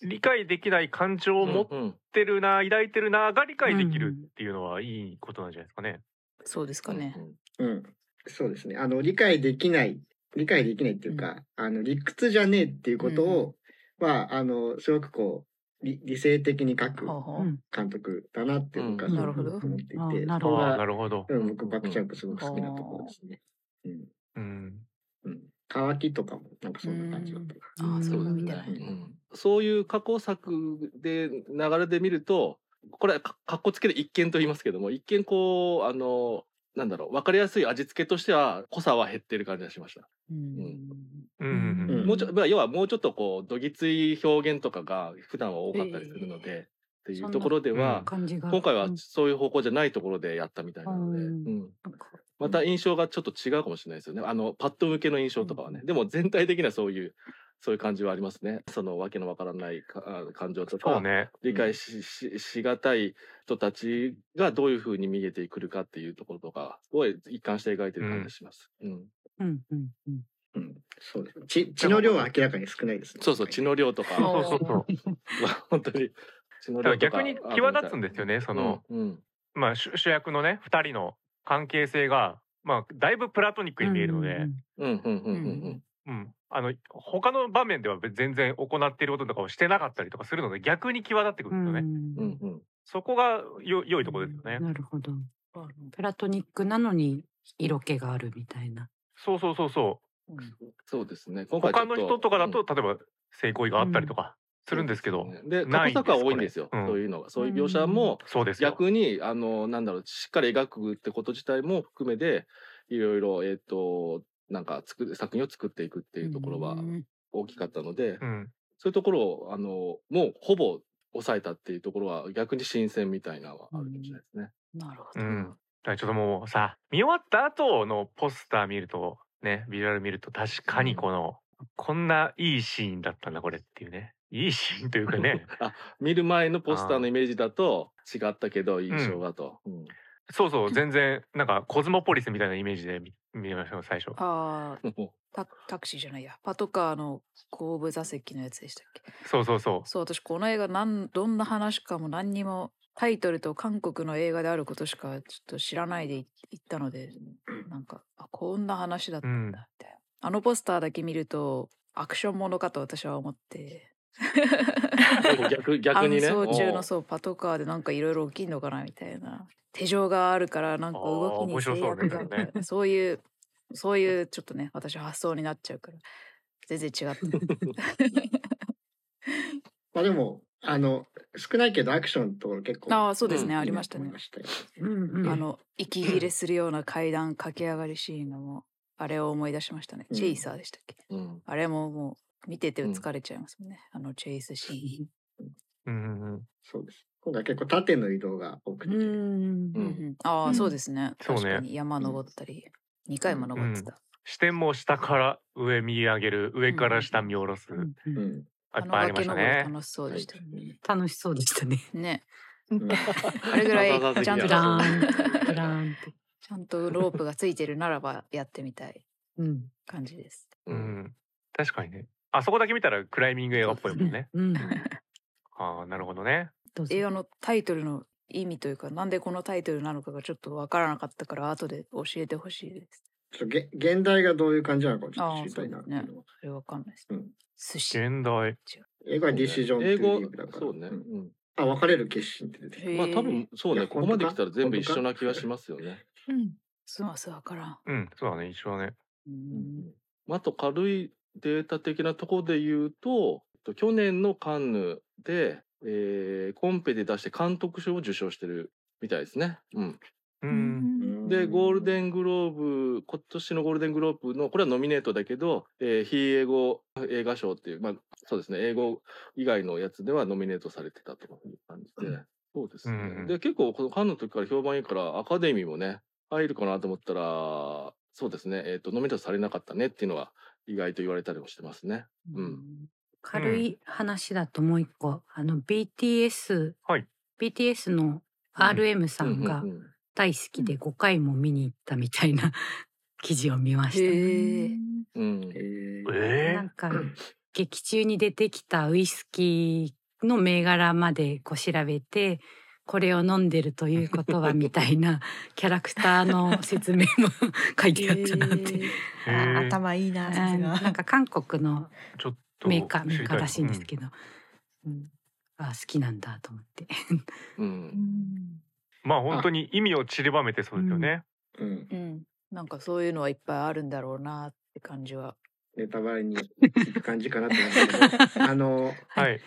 [SPEAKER 1] 理解できない感情を持っ
[SPEAKER 2] うん
[SPEAKER 1] てるな、抱いてるなが理解できるっていうのはいいことなんじゃないですかね。
[SPEAKER 6] そうですかね。
[SPEAKER 7] うん、そうですね。あの、理解できない、理解できないっていうか、あの、理屈じゃねえっていうことを、は、あの、すごくこう、理理性的に書く
[SPEAKER 6] ほうほう
[SPEAKER 5] うん
[SPEAKER 7] 監督だなっていうのが、
[SPEAKER 2] うん
[SPEAKER 7] すご
[SPEAKER 6] なるほど
[SPEAKER 7] く思っていて、
[SPEAKER 5] あーなる
[SPEAKER 1] あ
[SPEAKER 5] ほど
[SPEAKER 1] あーなるほど。
[SPEAKER 7] うん、僕、バックチャンプすごく好きなところですね。うん。
[SPEAKER 1] うん。
[SPEAKER 7] うん。乾きとかも、なんかそんな感じだったな。
[SPEAKER 6] ああ、そうだ見てな
[SPEAKER 7] う
[SPEAKER 6] い。
[SPEAKER 2] うんんそういう過去作で流れで見るとこれかかっこつけで一見と言いますけども一見こうあのなんだろう分かりやすい味付けとしては濃さは減ってる感じがしました。
[SPEAKER 6] うん
[SPEAKER 1] うんうんうん
[SPEAKER 7] うん
[SPEAKER 2] もうちょまあ要はもうちょっとこうどぎつい表現とかが普段は多かったりするので、っていうところで
[SPEAKER 1] う
[SPEAKER 2] は
[SPEAKER 1] ん、
[SPEAKER 5] 感じが
[SPEAKER 2] 今回は
[SPEAKER 5] うん
[SPEAKER 2] そういう方向じゃないところでやったみたいなので、
[SPEAKER 5] うん
[SPEAKER 2] うん
[SPEAKER 5] なんか
[SPEAKER 2] また印象がちょっと違うかもしれないですよね。あの、パッと向けの印象とかはね。でも全体的にはそういう、そういう感じはありますね。そのわけのわからないかあ感情と
[SPEAKER 1] そう
[SPEAKER 2] か、
[SPEAKER 1] ね。
[SPEAKER 2] 理解し、し、しがたい人たちがどういうふうに逃げてくるかっていうところとかを一貫して描いてる感じがします。うん。
[SPEAKER 5] うんうんうん
[SPEAKER 7] うん。そうです。血血の量は明らかに少ないですね。
[SPEAKER 2] そうそう、血の量とか、
[SPEAKER 1] そうそうそう。
[SPEAKER 2] 本当に血の
[SPEAKER 1] だから
[SPEAKER 2] 量と
[SPEAKER 1] 逆
[SPEAKER 2] か。
[SPEAKER 1] に際立つんですよね。そ
[SPEAKER 2] あ
[SPEAKER 1] の、、
[SPEAKER 2] うんうん
[SPEAKER 1] まあ主主役のね二人の関係性がまあだいぶプラトニックに見えるので、
[SPEAKER 2] うんうんうんうん
[SPEAKER 1] うん。あの他の場面では全然行っていることとかをしてなかったりとかするので逆に際立ってく
[SPEAKER 5] う
[SPEAKER 1] るんですよ
[SPEAKER 5] ん
[SPEAKER 1] ね。
[SPEAKER 2] うんうんうん。
[SPEAKER 1] そこがよ良いところですよね。
[SPEAKER 5] なるほど。プラトニックなのに色気があるみたいな。
[SPEAKER 1] そうそうそうそう。
[SPEAKER 2] そうですね。今回ちょ
[SPEAKER 1] 他の
[SPEAKER 2] っ
[SPEAKER 1] 人とかだ
[SPEAKER 2] う
[SPEAKER 1] と、
[SPEAKER 2] ん
[SPEAKER 1] 例えば性行為があったりとかするんですけど、
[SPEAKER 2] で、
[SPEAKER 1] な
[SPEAKER 2] 過
[SPEAKER 1] い
[SPEAKER 2] 去
[SPEAKER 1] んです
[SPEAKER 2] 作は多いんですよ。
[SPEAKER 1] これうん
[SPEAKER 2] そういうのが、そういう描写も
[SPEAKER 1] そうですよ。
[SPEAKER 2] 逆にあのなんだろうしっかり描くってこと自体も含めていろいろえっ、となんか作る作品を作っていくっていうところは
[SPEAKER 5] うん
[SPEAKER 2] 大きかったので、
[SPEAKER 1] うん、
[SPEAKER 2] そういうところをあのもうほぼ抑えたっていうところは逆に新鮮みたいなのはあるかもしれないですね。
[SPEAKER 5] なるほ
[SPEAKER 1] う
[SPEAKER 5] ど。
[SPEAKER 1] ん。だからちょっともうさ、見終わった後のポスター見ると、ね、ビジュアル見ると、確かにこの、こんないいシーンだったんだ、これっていうね。いいシーンというか ね、
[SPEAKER 2] あ見る前のポスターのイメージだと違ったけど印象がと。 うん
[SPEAKER 1] そうそう、全然、なんかコズモポリスみたいなイメージで見見ましたよ、最初。
[SPEAKER 6] ああ、
[SPEAKER 2] も
[SPEAKER 6] タタクシーじゃないや。パトカーの後部座席のやつでしたっけ。
[SPEAKER 1] そうそうそう。
[SPEAKER 6] そう、私この映画なんどんな話かも何にもタイトルと韓国の映画であることしかちょっと知らないでい行ったので、なんかあこんな話だったんだみたいな。あのポスターだけ見るとアクションものかと私は思って。
[SPEAKER 2] う逆逆にね。
[SPEAKER 6] 搬送中
[SPEAKER 2] お
[SPEAKER 6] の
[SPEAKER 2] う
[SPEAKER 6] そうパトカーでなんかいろいろ起きんのかなみたいな手錠があるからなんか
[SPEAKER 1] あー
[SPEAKER 6] 動き
[SPEAKER 1] 面白
[SPEAKER 6] に制
[SPEAKER 1] そうね
[SPEAKER 6] 約が
[SPEAKER 1] でも
[SPEAKER 6] そう,、いうそういうちょっとね私発想になっちゃうから全然違った。
[SPEAKER 7] まあでも、あの、少ないけどアクションのところ結構。
[SPEAKER 6] ああそうですね、
[SPEAKER 2] うん
[SPEAKER 6] ありましたね
[SPEAKER 7] いいなと思い。したよ
[SPEAKER 5] うんうん
[SPEAKER 6] あの息切れするような階段駆け上がりシーンがもうあれを思い出しましたね。
[SPEAKER 7] うん
[SPEAKER 6] チェイサーでしたっけ？
[SPEAKER 2] うん
[SPEAKER 6] あれももう見てて疲れちゃいますもんね。あのチェイスシー
[SPEAKER 1] う
[SPEAKER 6] ン。
[SPEAKER 1] んうんうん。
[SPEAKER 7] そうです。今回結構縦の移動が多く
[SPEAKER 5] う
[SPEAKER 7] て。
[SPEAKER 5] ん
[SPEAKER 2] うん
[SPEAKER 6] うんうんああ、
[SPEAKER 5] うん
[SPEAKER 6] そうですね。
[SPEAKER 1] そうね
[SPEAKER 6] 確かに山登ったり、二回も登ってた。
[SPEAKER 1] 視点も下から上見上げる、上から下見下ろす。
[SPEAKER 5] うんう
[SPEAKER 7] うんん。
[SPEAKER 1] あい
[SPEAKER 6] あ
[SPEAKER 1] っ
[SPEAKER 6] の
[SPEAKER 1] ぱいありま
[SPEAKER 6] 崖
[SPEAKER 1] した
[SPEAKER 6] 登り
[SPEAKER 1] ね。
[SPEAKER 6] 楽しそうでしたよね。
[SPEAKER 5] 楽しそうでしたね。
[SPEAKER 6] ね、
[SPEAKER 7] うん
[SPEAKER 6] あれぐらい
[SPEAKER 2] 謎々的
[SPEAKER 6] ちゃん
[SPEAKER 2] な
[SPEAKER 5] ブ
[SPEAKER 6] とち
[SPEAKER 5] ラ
[SPEAKER 6] ゃ
[SPEAKER 5] ーンブラーンって。
[SPEAKER 6] んとロープがついてるならばやってみたい
[SPEAKER 5] うん。
[SPEAKER 6] 感じです。
[SPEAKER 1] う
[SPEAKER 2] うん
[SPEAKER 1] ん。確かにね。あそこだけ見たらクライミング映画っぽいもんね。
[SPEAKER 5] うん。
[SPEAKER 1] ああ、なるほどね。
[SPEAKER 5] どうぞ
[SPEAKER 6] 映画のタイトルの意味というか、なんでこのタイトルなのかがちょっとわからなかったから後で教えてほしいです。
[SPEAKER 7] ちょっとげ現代がどういう感じなのかをちょっと知りたいなっていうのは
[SPEAKER 6] あーそれわかんないです。
[SPEAKER 7] うん
[SPEAKER 6] 寿司。
[SPEAKER 1] 現代。
[SPEAKER 7] 英語はディシジョンってい
[SPEAKER 2] 英
[SPEAKER 7] う
[SPEAKER 2] 語
[SPEAKER 7] リーグだから。
[SPEAKER 2] そうね。
[SPEAKER 7] う
[SPEAKER 2] うんん
[SPEAKER 7] あ、別れる決心って出てき
[SPEAKER 6] へ
[SPEAKER 2] まあ
[SPEAKER 6] え
[SPEAKER 2] 多分そう
[SPEAKER 7] い
[SPEAKER 2] ね
[SPEAKER 7] や
[SPEAKER 2] ここまで
[SPEAKER 7] 本
[SPEAKER 2] 来
[SPEAKER 7] 当
[SPEAKER 2] た
[SPEAKER 7] から
[SPEAKER 2] 全部一緒な
[SPEAKER 7] 本当か
[SPEAKER 2] 気がしますよね。
[SPEAKER 6] すますわからん。
[SPEAKER 1] うん、そうだね、一緒だね。
[SPEAKER 6] う
[SPEAKER 2] うん んあと軽いデータ的なところで言うとえっと去年のカンヌで、えーコンペで出して監督賞を受賞してるみたいですね。うん、
[SPEAKER 1] う。
[SPEAKER 6] うんん
[SPEAKER 7] た。
[SPEAKER 2] でゴールデ
[SPEAKER 7] ン。
[SPEAKER 2] ングローブ今年のゴールデングローブのこれはノミネートだけど、えー非英語映画賞っていう、まあ、そうですね英語以外のやつではノミネートされてたという感じで。そうですね、
[SPEAKER 1] うんうん
[SPEAKER 2] で結構このカンヌの時から評判いいからアカデミーもね入るかなと思ったらそうですね、えー、とノミネートされなかったねっていうのは意外と言われたりもしてますね。う
[SPEAKER 6] うんん
[SPEAKER 5] 軽い話だともう一個あの BTS、
[SPEAKER 1] はい、
[SPEAKER 5] BTS の RM さんが
[SPEAKER 2] うんうんうん
[SPEAKER 5] 大好きで5回も見に行ったみたい な記事を見ました。
[SPEAKER 6] へえ。
[SPEAKER 2] うん
[SPEAKER 7] えー
[SPEAKER 1] え
[SPEAKER 5] なんか劇中に出てきたウイスキーの銘柄までこう調べてこれを飲んでるということはみたいな キャラクターの説明も 書いてあったなって、
[SPEAKER 3] あー頭いいなさ
[SPEAKER 5] う
[SPEAKER 3] す
[SPEAKER 5] ん
[SPEAKER 3] が
[SPEAKER 5] なんか韓国の
[SPEAKER 1] ちょっと
[SPEAKER 5] メーカーメーカーらしいんです
[SPEAKER 1] ど、
[SPEAKER 5] けど、うんあ好きなんだと思って。
[SPEAKER 2] うん
[SPEAKER 1] うんまあ本当に意味を散りばめてそうですよね、
[SPEAKER 7] うん、
[SPEAKER 6] うん、 なんかそういうのはいっぱいあるんだろうなって感じは。
[SPEAKER 7] ネタバレに行く感じかなと思うんだ けどあの
[SPEAKER 1] はい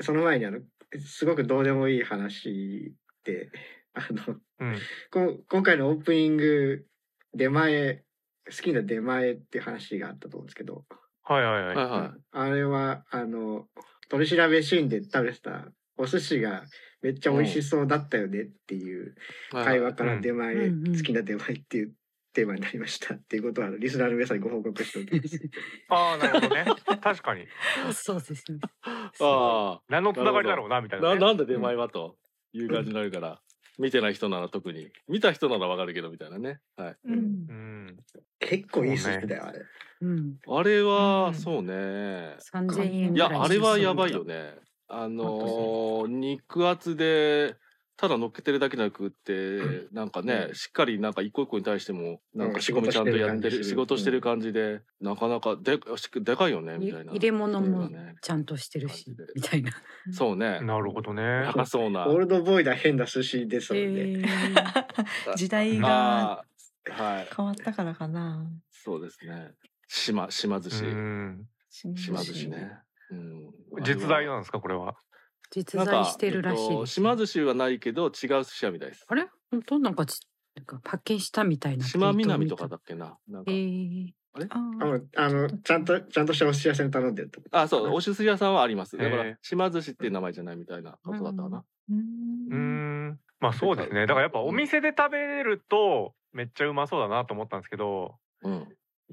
[SPEAKER 7] その前にあのすごくどうでもいい話であの
[SPEAKER 1] うん
[SPEAKER 7] こ今回のオープニング出前好きな出前って話があったと思うんですけど、
[SPEAKER 1] はいはいはい、
[SPEAKER 2] はいはい
[SPEAKER 7] あれはあの取り調べシーンで食べてたお寿司がめっちゃ美味しそうだったよねっていう
[SPEAKER 2] はい
[SPEAKER 7] 会話から出前、
[SPEAKER 5] うんうん
[SPEAKER 7] 好きな出前っていうテーマになりましたっていうことはあのリスナーの皆さんにご報告して おきます。
[SPEAKER 1] ああなるほどね確かに
[SPEAKER 5] そうですね。
[SPEAKER 2] あ
[SPEAKER 1] 何のつながりだろうなみた
[SPEAKER 2] あ
[SPEAKER 1] いな,、
[SPEAKER 2] な
[SPEAKER 1] ね、
[SPEAKER 2] なんで出前はという感じになるから、見てない人なら特に見た人ならわかるけどみたいなね、はい、
[SPEAKER 3] うん
[SPEAKER 1] うん
[SPEAKER 7] 結構いい寿司だよあれ。
[SPEAKER 5] うん、
[SPEAKER 2] あれは、
[SPEAKER 3] うん
[SPEAKER 2] そうね
[SPEAKER 5] 三千円
[SPEAKER 2] い
[SPEAKER 5] ぐらい。
[SPEAKER 2] やあれはやばいよ。ねあのー肉厚でただ乗っけてるだけじゃなくってなんかね、
[SPEAKER 7] うん
[SPEAKER 2] しっかりなんか一個一個に対してもなん
[SPEAKER 7] う
[SPEAKER 2] か
[SPEAKER 7] ん
[SPEAKER 2] 仕込みちゃんとやってる
[SPEAKER 7] 仕
[SPEAKER 2] 仕事
[SPEAKER 7] 事
[SPEAKER 2] し
[SPEAKER 7] してて
[SPEAKER 2] る
[SPEAKER 7] る
[SPEAKER 2] 感じでなかなかでしでかいよねみたいな
[SPEAKER 5] 入れ物も
[SPEAKER 2] ね
[SPEAKER 5] ちゃんとしてるしみたいな。
[SPEAKER 2] そうね
[SPEAKER 1] なるほどね
[SPEAKER 2] 高そうな
[SPEAKER 7] オールドボーイだ変な寿司でそれで、
[SPEAKER 3] 時代が
[SPEAKER 2] あーはい
[SPEAKER 3] 変わったからかな
[SPEAKER 2] そうですね島島寿司
[SPEAKER 1] うん
[SPEAKER 2] 島寿司ね、うん、
[SPEAKER 1] 実在
[SPEAKER 2] の
[SPEAKER 1] なんですかこれは
[SPEAKER 5] 実在してるらしいです。
[SPEAKER 2] 島寿司はないけど違う寿司屋みたいです
[SPEAKER 5] あれ本当なんかちなんか発見したみたいな。
[SPEAKER 2] 島南とかだ。っけななんか
[SPEAKER 5] えー、
[SPEAKER 3] あ
[SPEAKER 7] あ
[SPEAKER 3] ー
[SPEAKER 7] のあのちゃんとちゃんとしたお寿司屋さんに頼んで ると。
[SPEAKER 2] あ、そう、お寿司屋さんはあります。だか
[SPEAKER 1] へ
[SPEAKER 2] ら
[SPEAKER 1] え、
[SPEAKER 2] 島寿司っていう名前じゃないみたいなことだったかな。
[SPEAKER 3] う
[SPEAKER 1] うんんまあそうですねだからやっぱお店で食べれるとめっちゃうまそうだなと思ったんですけど
[SPEAKER 2] うん。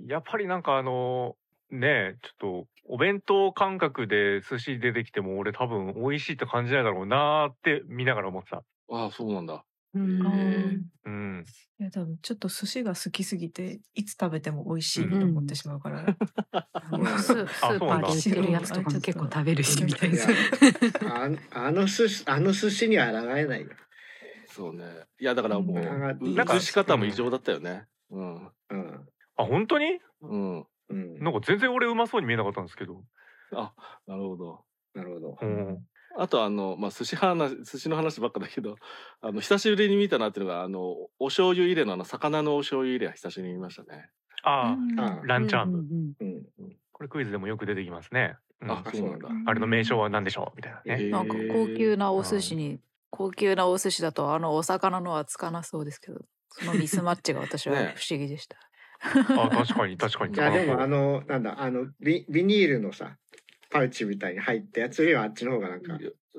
[SPEAKER 1] やっぱりなんかあのねえちょっとお弁当感覚で寿司出てきても俺多分美味しいって感じないだろうなーって見ながら思ってた。
[SPEAKER 2] ああ、そうなんだ。
[SPEAKER 5] うん
[SPEAKER 3] あー
[SPEAKER 1] うん、
[SPEAKER 3] いや多分ちょっと寿司が好きすぎていつ食べても美味しいと思ってしまうから、
[SPEAKER 5] スースーパーで売ってるやつとかも結構食べるしみたい
[SPEAKER 7] い
[SPEAKER 5] な
[SPEAKER 7] や。ああの寿司あの寿司には抗えないよ。
[SPEAKER 2] そうね。いや、だからもう、
[SPEAKER 7] うん
[SPEAKER 1] なんか
[SPEAKER 2] 映し方も異常だったよね。うん。
[SPEAKER 7] うん
[SPEAKER 1] あ本当に
[SPEAKER 2] うん。
[SPEAKER 7] うん。
[SPEAKER 1] なんか全然俺うまそうに見えなかったんですけど。
[SPEAKER 2] なるほど。
[SPEAKER 7] なるほど
[SPEAKER 1] う。ん、
[SPEAKER 2] あと、あの、まあ、寿司話、寿司の話ばっかだけど、あの、久しぶりに見たなっていうのが、あの、お醤油入れの、あの、魚のお醤油入れは久しぶりに見ましたね。
[SPEAKER 1] あ
[SPEAKER 7] あ
[SPEAKER 1] あ、ランチャーム、
[SPEAKER 5] ム。
[SPEAKER 7] うん。
[SPEAKER 1] これクイズでもよく出てきますね。うん
[SPEAKER 2] あ、そうなんだ。
[SPEAKER 1] あれの名称は何でしょうみたいなね。
[SPEAKER 2] へえ
[SPEAKER 6] なんか高級なお寿司に高級なお寿司だとあのお魚のはつかなそうですけどそのミスマッチが私は
[SPEAKER 2] ね
[SPEAKER 6] 不思議でした。
[SPEAKER 1] あ確かに確かに。
[SPEAKER 7] じゃあでもあのなんだあのビビニールのさパウチみたいに入ったやつよりはあっちの方がなんか。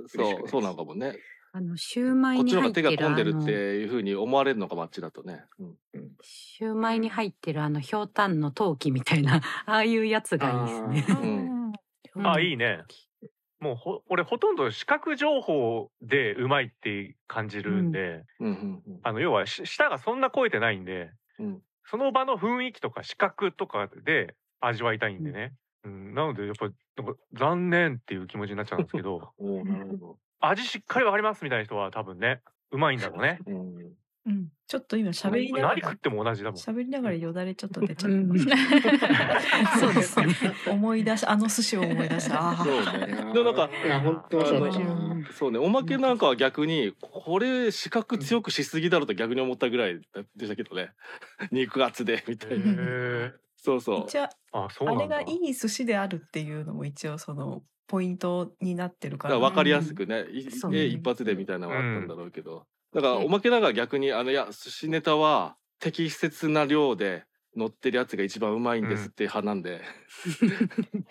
[SPEAKER 2] そう、そうなんかもね。
[SPEAKER 5] あのシューマイ
[SPEAKER 2] こっ
[SPEAKER 5] に
[SPEAKER 2] ちの方
[SPEAKER 5] 入
[SPEAKER 2] が
[SPEAKER 5] って
[SPEAKER 2] 手
[SPEAKER 5] る
[SPEAKER 2] が込んでる
[SPEAKER 5] あ
[SPEAKER 2] っ
[SPEAKER 5] の
[SPEAKER 2] ていうふうに思われるのがマッチだとね。うん。
[SPEAKER 5] シューマイに入ってるあのひょうたんの陶器みたいな ああいうやつがいいですね。
[SPEAKER 2] う
[SPEAKER 5] うん
[SPEAKER 1] あいいね。もうほ俺ほとんど視覚情報でうまいって感じるんで、
[SPEAKER 2] うん。うん。
[SPEAKER 1] あの要はし舌がそんな超えてないんで、
[SPEAKER 2] うん
[SPEAKER 1] その場の雰囲気とか視覚とかで味わいたいんでね、うん、なのでやっぱなんか残念っていう気持ちになっちゃうんですけど
[SPEAKER 2] おおーなるほど。
[SPEAKER 1] 味しっかりわかりますみたいな人は多分ねうまいんだろうね
[SPEAKER 2] うん。
[SPEAKER 3] うん、ちょっと今喋りなが
[SPEAKER 1] 何食
[SPEAKER 3] ら
[SPEAKER 1] っても同じだもん
[SPEAKER 3] 喋りながらよだれちょっと出ちゃ
[SPEAKER 5] う
[SPEAKER 3] っ
[SPEAKER 5] ん
[SPEAKER 3] た
[SPEAKER 5] そうですね。
[SPEAKER 3] 思い出しあの寿司を思い出したあ
[SPEAKER 2] そう
[SPEAKER 3] ー
[SPEAKER 2] ね。
[SPEAKER 7] い
[SPEAKER 2] で
[SPEAKER 7] やー
[SPEAKER 2] もなんか
[SPEAKER 7] いや本当そうだ
[SPEAKER 2] あ
[SPEAKER 7] な
[SPEAKER 5] の。
[SPEAKER 2] そうね、おまけなんかは逆に、これ視覚強くしすぎだろうと逆に思ったぐらいでしたけどね。 肉厚で、みたい
[SPEAKER 1] へ
[SPEAKER 2] な。
[SPEAKER 1] ー
[SPEAKER 2] そうそう。
[SPEAKER 3] 一応
[SPEAKER 1] あそう
[SPEAKER 3] あ
[SPEAKER 1] な
[SPEAKER 3] れ
[SPEAKER 1] んだ
[SPEAKER 3] がいい寿司であるっていうのも一応そのポイントになってるか
[SPEAKER 2] だから
[SPEAKER 3] ら
[SPEAKER 2] 分かりやすくね、い
[SPEAKER 5] そう
[SPEAKER 2] え一発でみたいなのがあったんだろうけど。だから
[SPEAKER 5] うん
[SPEAKER 2] おまけなんかは逆に、あの、いや、寿司ネタは適切な量で、乗ってるやつが一番うまいんですって派な んで、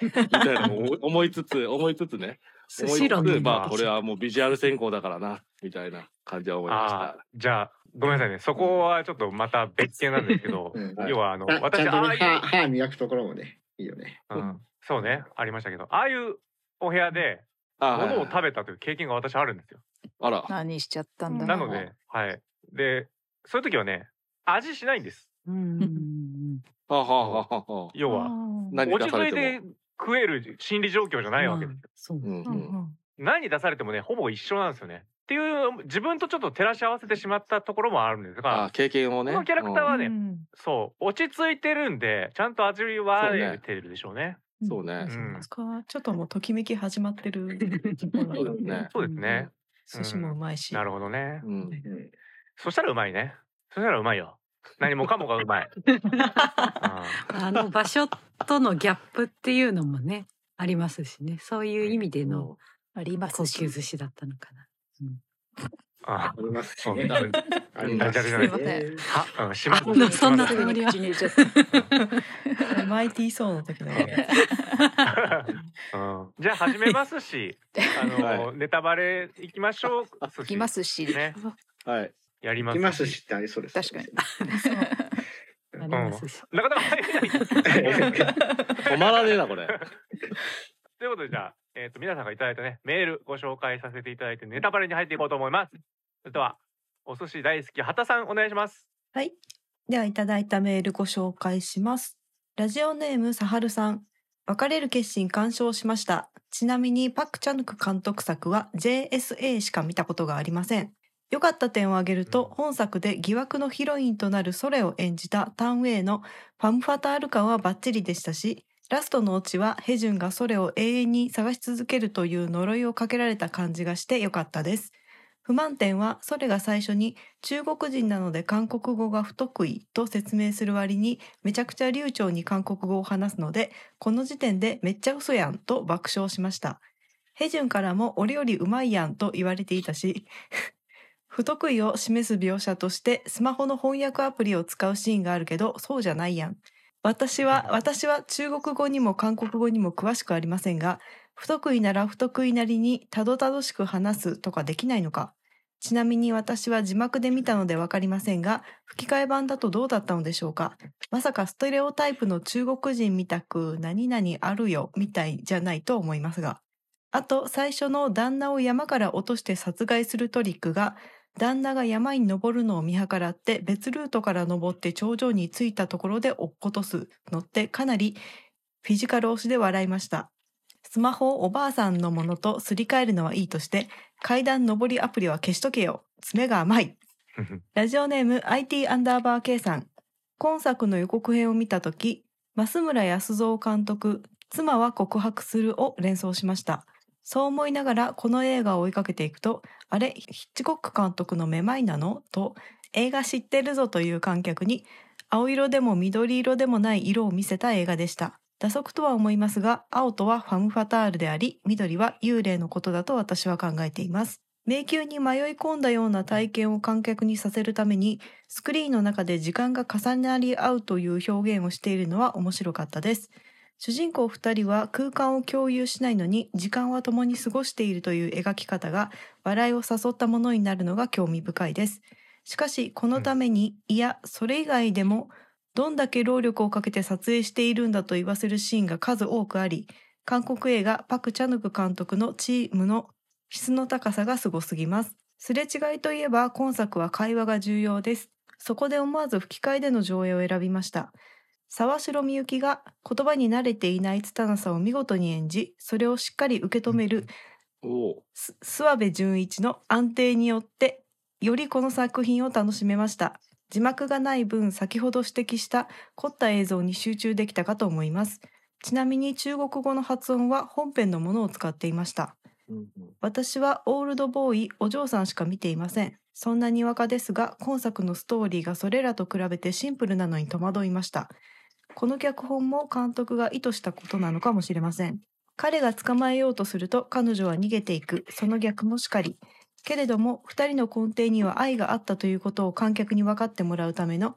[SPEAKER 2] みたいなのを思いつつ、思いつつね。
[SPEAKER 5] 寿
[SPEAKER 2] 思い
[SPEAKER 5] 司論
[SPEAKER 2] つつ、
[SPEAKER 5] に
[SPEAKER 2] ま
[SPEAKER 5] な
[SPEAKER 2] あ
[SPEAKER 5] っ
[SPEAKER 2] こ
[SPEAKER 5] てき
[SPEAKER 2] れ
[SPEAKER 5] た
[SPEAKER 2] はもうビジュアル先行だからな、みたいな感じは思いまし
[SPEAKER 1] あ
[SPEAKER 2] た。
[SPEAKER 1] ーじゃあごめんなさいねそこはちょっとまた別件なんですけど
[SPEAKER 7] うん
[SPEAKER 1] 要はあの
[SPEAKER 7] あ
[SPEAKER 1] 私
[SPEAKER 7] ちゃん
[SPEAKER 1] ああ
[SPEAKER 7] と
[SPEAKER 1] い
[SPEAKER 7] ね
[SPEAKER 1] う
[SPEAKER 7] 歯歯磨くところもねいいよね。
[SPEAKER 1] うん、そうねありましたけどああいうお部屋で
[SPEAKER 2] あはい
[SPEAKER 1] 物を食べたという経験が私あるんですよ。
[SPEAKER 2] あ ら。
[SPEAKER 6] 何しちゃったんだ
[SPEAKER 1] な
[SPEAKER 6] ろう
[SPEAKER 1] ので、はい。で、そういう時はね、味しないんです。
[SPEAKER 5] うん
[SPEAKER 2] はあはあはあはあ
[SPEAKER 1] 要は、
[SPEAKER 2] 何
[SPEAKER 1] 落
[SPEAKER 2] 出
[SPEAKER 1] ち
[SPEAKER 2] さ
[SPEAKER 1] 着
[SPEAKER 2] れ
[SPEAKER 1] い
[SPEAKER 2] て
[SPEAKER 1] て食える心理状況じゃないわけですよ。
[SPEAKER 5] そう
[SPEAKER 2] う
[SPEAKER 3] うん
[SPEAKER 2] ん
[SPEAKER 3] うん
[SPEAKER 1] 何出されてもねほぼ一緒なんですよね。っていう自分とちょっと照らし合わせてしまったところもあるんです
[SPEAKER 2] あ
[SPEAKER 1] が
[SPEAKER 2] ー経験をね
[SPEAKER 1] このキャラクターはね
[SPEAKER 3] うん
[SPEAKER 1] そう落ち着いてるんでちゃんと味わえてるでしょうね。
[SPEAKER 2] うんそうね
[SPEAKER 1] う、ん
[SPEAKER 3] そこはちょっともうときめき始まってるところなので
[SPEAKER 2] ね
[SPEAKER 1] そうですね。
[SPEAKER 3] 寿司もうまいし、
[SPEAKER 1] なるほどね。
[SPEAKER 2] うん
[SPEAKER 7] うん
[SPEAKER 1] そしたらうまいね。そしたらうまいよ。何もかもがうまい。う
[SPEAKER 5] あの場所とのギャップっていうのもね、ありますしね。そういう意味での
[SPEAKER 6] ありま
[SPEAKER 5] 高
[SPEAKER 6] すし
[SPEAKER 5] 級寿司だったのかな。
[SPEAKER 1] んあ
[SPEAKER 7] ありますし
[SPEAKER 1] そう
[SPEAKER 7] ね
[SPEAKER 1] ね。
[SPEAKER 7] ありますし
[SPEAKER 1] ダ
[SPEAKER 7] ね
[SPEAKER 1] ジ
[SPEAKER 6] ャレじゃないで
[SPEAKER 1] はうんします
[SPEAKER 5] あのそんな
[SPEAKER 1] し
[SPEAKER 5] つ
[SPEAKER 1] ます
[SPEAKER 5] もりは
[SPEAKER 6] 口に入れちゃった
[SPEAKER 3] マイティーソーの時の。
[SPEAKER 1] うんじゃあ始めますし、あの、
[SPEAKER 2] は
[SPEAKER 1] ネタバレいきましょう。
[SPEAKER 6] いきますし、
[SPEAKER 1] ね、
[SPEAKER 2] はい
[SPEAKER 1] やりま
[SPEAKER 7] 行
[SPEAKER 1] す。
[SPEAKER 7] きますし。ってありそうです。。
[SPEAKER 6] 確かに。
[SPEAKER 5] ありますし。
[SPEAKER 1] なかなか入れない。
[SPEAKER 2] 止まらねえなこれ
[SPEAKER 1] ということでじゃあ、えっ、と皆さんがいただいたねメールご紹介させていただいてネタバレに入っていこうと思います。それではお寿司大好き畑さんお願いします。
[SPEAKER 3] はい。では、いただいたメールご紹介します。ラジオネーム、さはるさん。別れる決心鑑賞しました。ちなみに、パク・チャヌク監督作は JSA しか見たことがありません。良かった点を挙げると、本作で疑惑のヒロインとなるソレを演じたタンウェイのファム・ファタール感はバッチリでしたし、ラストのオチはヘジュンがソレを永遠に探し続けるという呪いをかけられた感じがして良かったです。不満点は、ソレが最初に中国人なので韓国語が不得意と説明する割にめちゃくちゃ流暢に韓国語を話すのでこの時点でめっちゃ嘘やんと爆笑しましたヘジュンからも俺よりうまいやんと言われていたし 不得意を示す描写としてスマホの翻訳アプリを使うシーンがあるけどそうじゃないやん私は私は中国語にも韓国語にも詳しくありませんが不得意なら不得意なりにたどたどしく話すとかできないのかちなみに私は字幕で見たのでわかりませんが、吹き替え版だとどうだったのでしょうかまさかステレオタイプの中国人みたく何々あるよみたいじゃないと思いますが。あと、最初の旦那を山から落として殺害するトリックが、旦那が山に登るのを見計らって別ルートから登って頂上に着いたところで落っことすのってかなりフィジカル推しで笑いました。スマホをおばあさんのものとすり替えるのはいいとして、階段上りアプリは消しとけよ。爪が甘い。ラジオネーム IT アンダーバー K さん。今作の予告編を見たとき、増村康造監督、妻は告白するを連想しました。そう思いながらこの映画を追いかけていくと、あれ、ヒッチコック監督のめまいなのと、映画知ってるぞという観客に、青色でも緑色でもない色を見せた映画でした。打足とは思いますが、青とはファム・ファタールであり、緑は幽霊のことだと私は考えています。迷宮に迷い込んだような体験を観客にさせるために、スクリーンの中で時間が重なり合うという表現をしているのは面白かったです。主人公二人は空間を共有しないのに、時間は共に過ごしているという描き方が、笑いを誘ったものになるのが興味深いです。しかし、このために、いや、それ以外でも、どんだけ労力をかけて撮影しているんだと言わせるシーンが数多くあり、韓国映画パク・チャヌク監督のチームの質の高さがすごすぎます。すれ違いといえば今作は会話が重要です。そこで思わず吹き替えでの上映を選びました。沢城みゆきが言葉に慣れていない拙さを見事に演じ、それをしっかり受け止める
[SPEAKER 2] おお
[SPEAKER 3] す諏訪部純一の安定によってよりこの作品を楽しめました字幕がない分先ほど指摘した凝った映像に集中できたかと思いますちなみに中国語の発音は本編のものを使っていました私はオールドボーイお嬢さんしか見ていませんそんなにわかですが今作のストーリーがそれらと比べてシンプルなのに戸惑いましたこの脚本も監督が意図したことなのかもしれません彼が捕まえようとすると彼女は逃げていくその逆もしかりけれども二人の根底には愛があったということを観客に分かってもらうための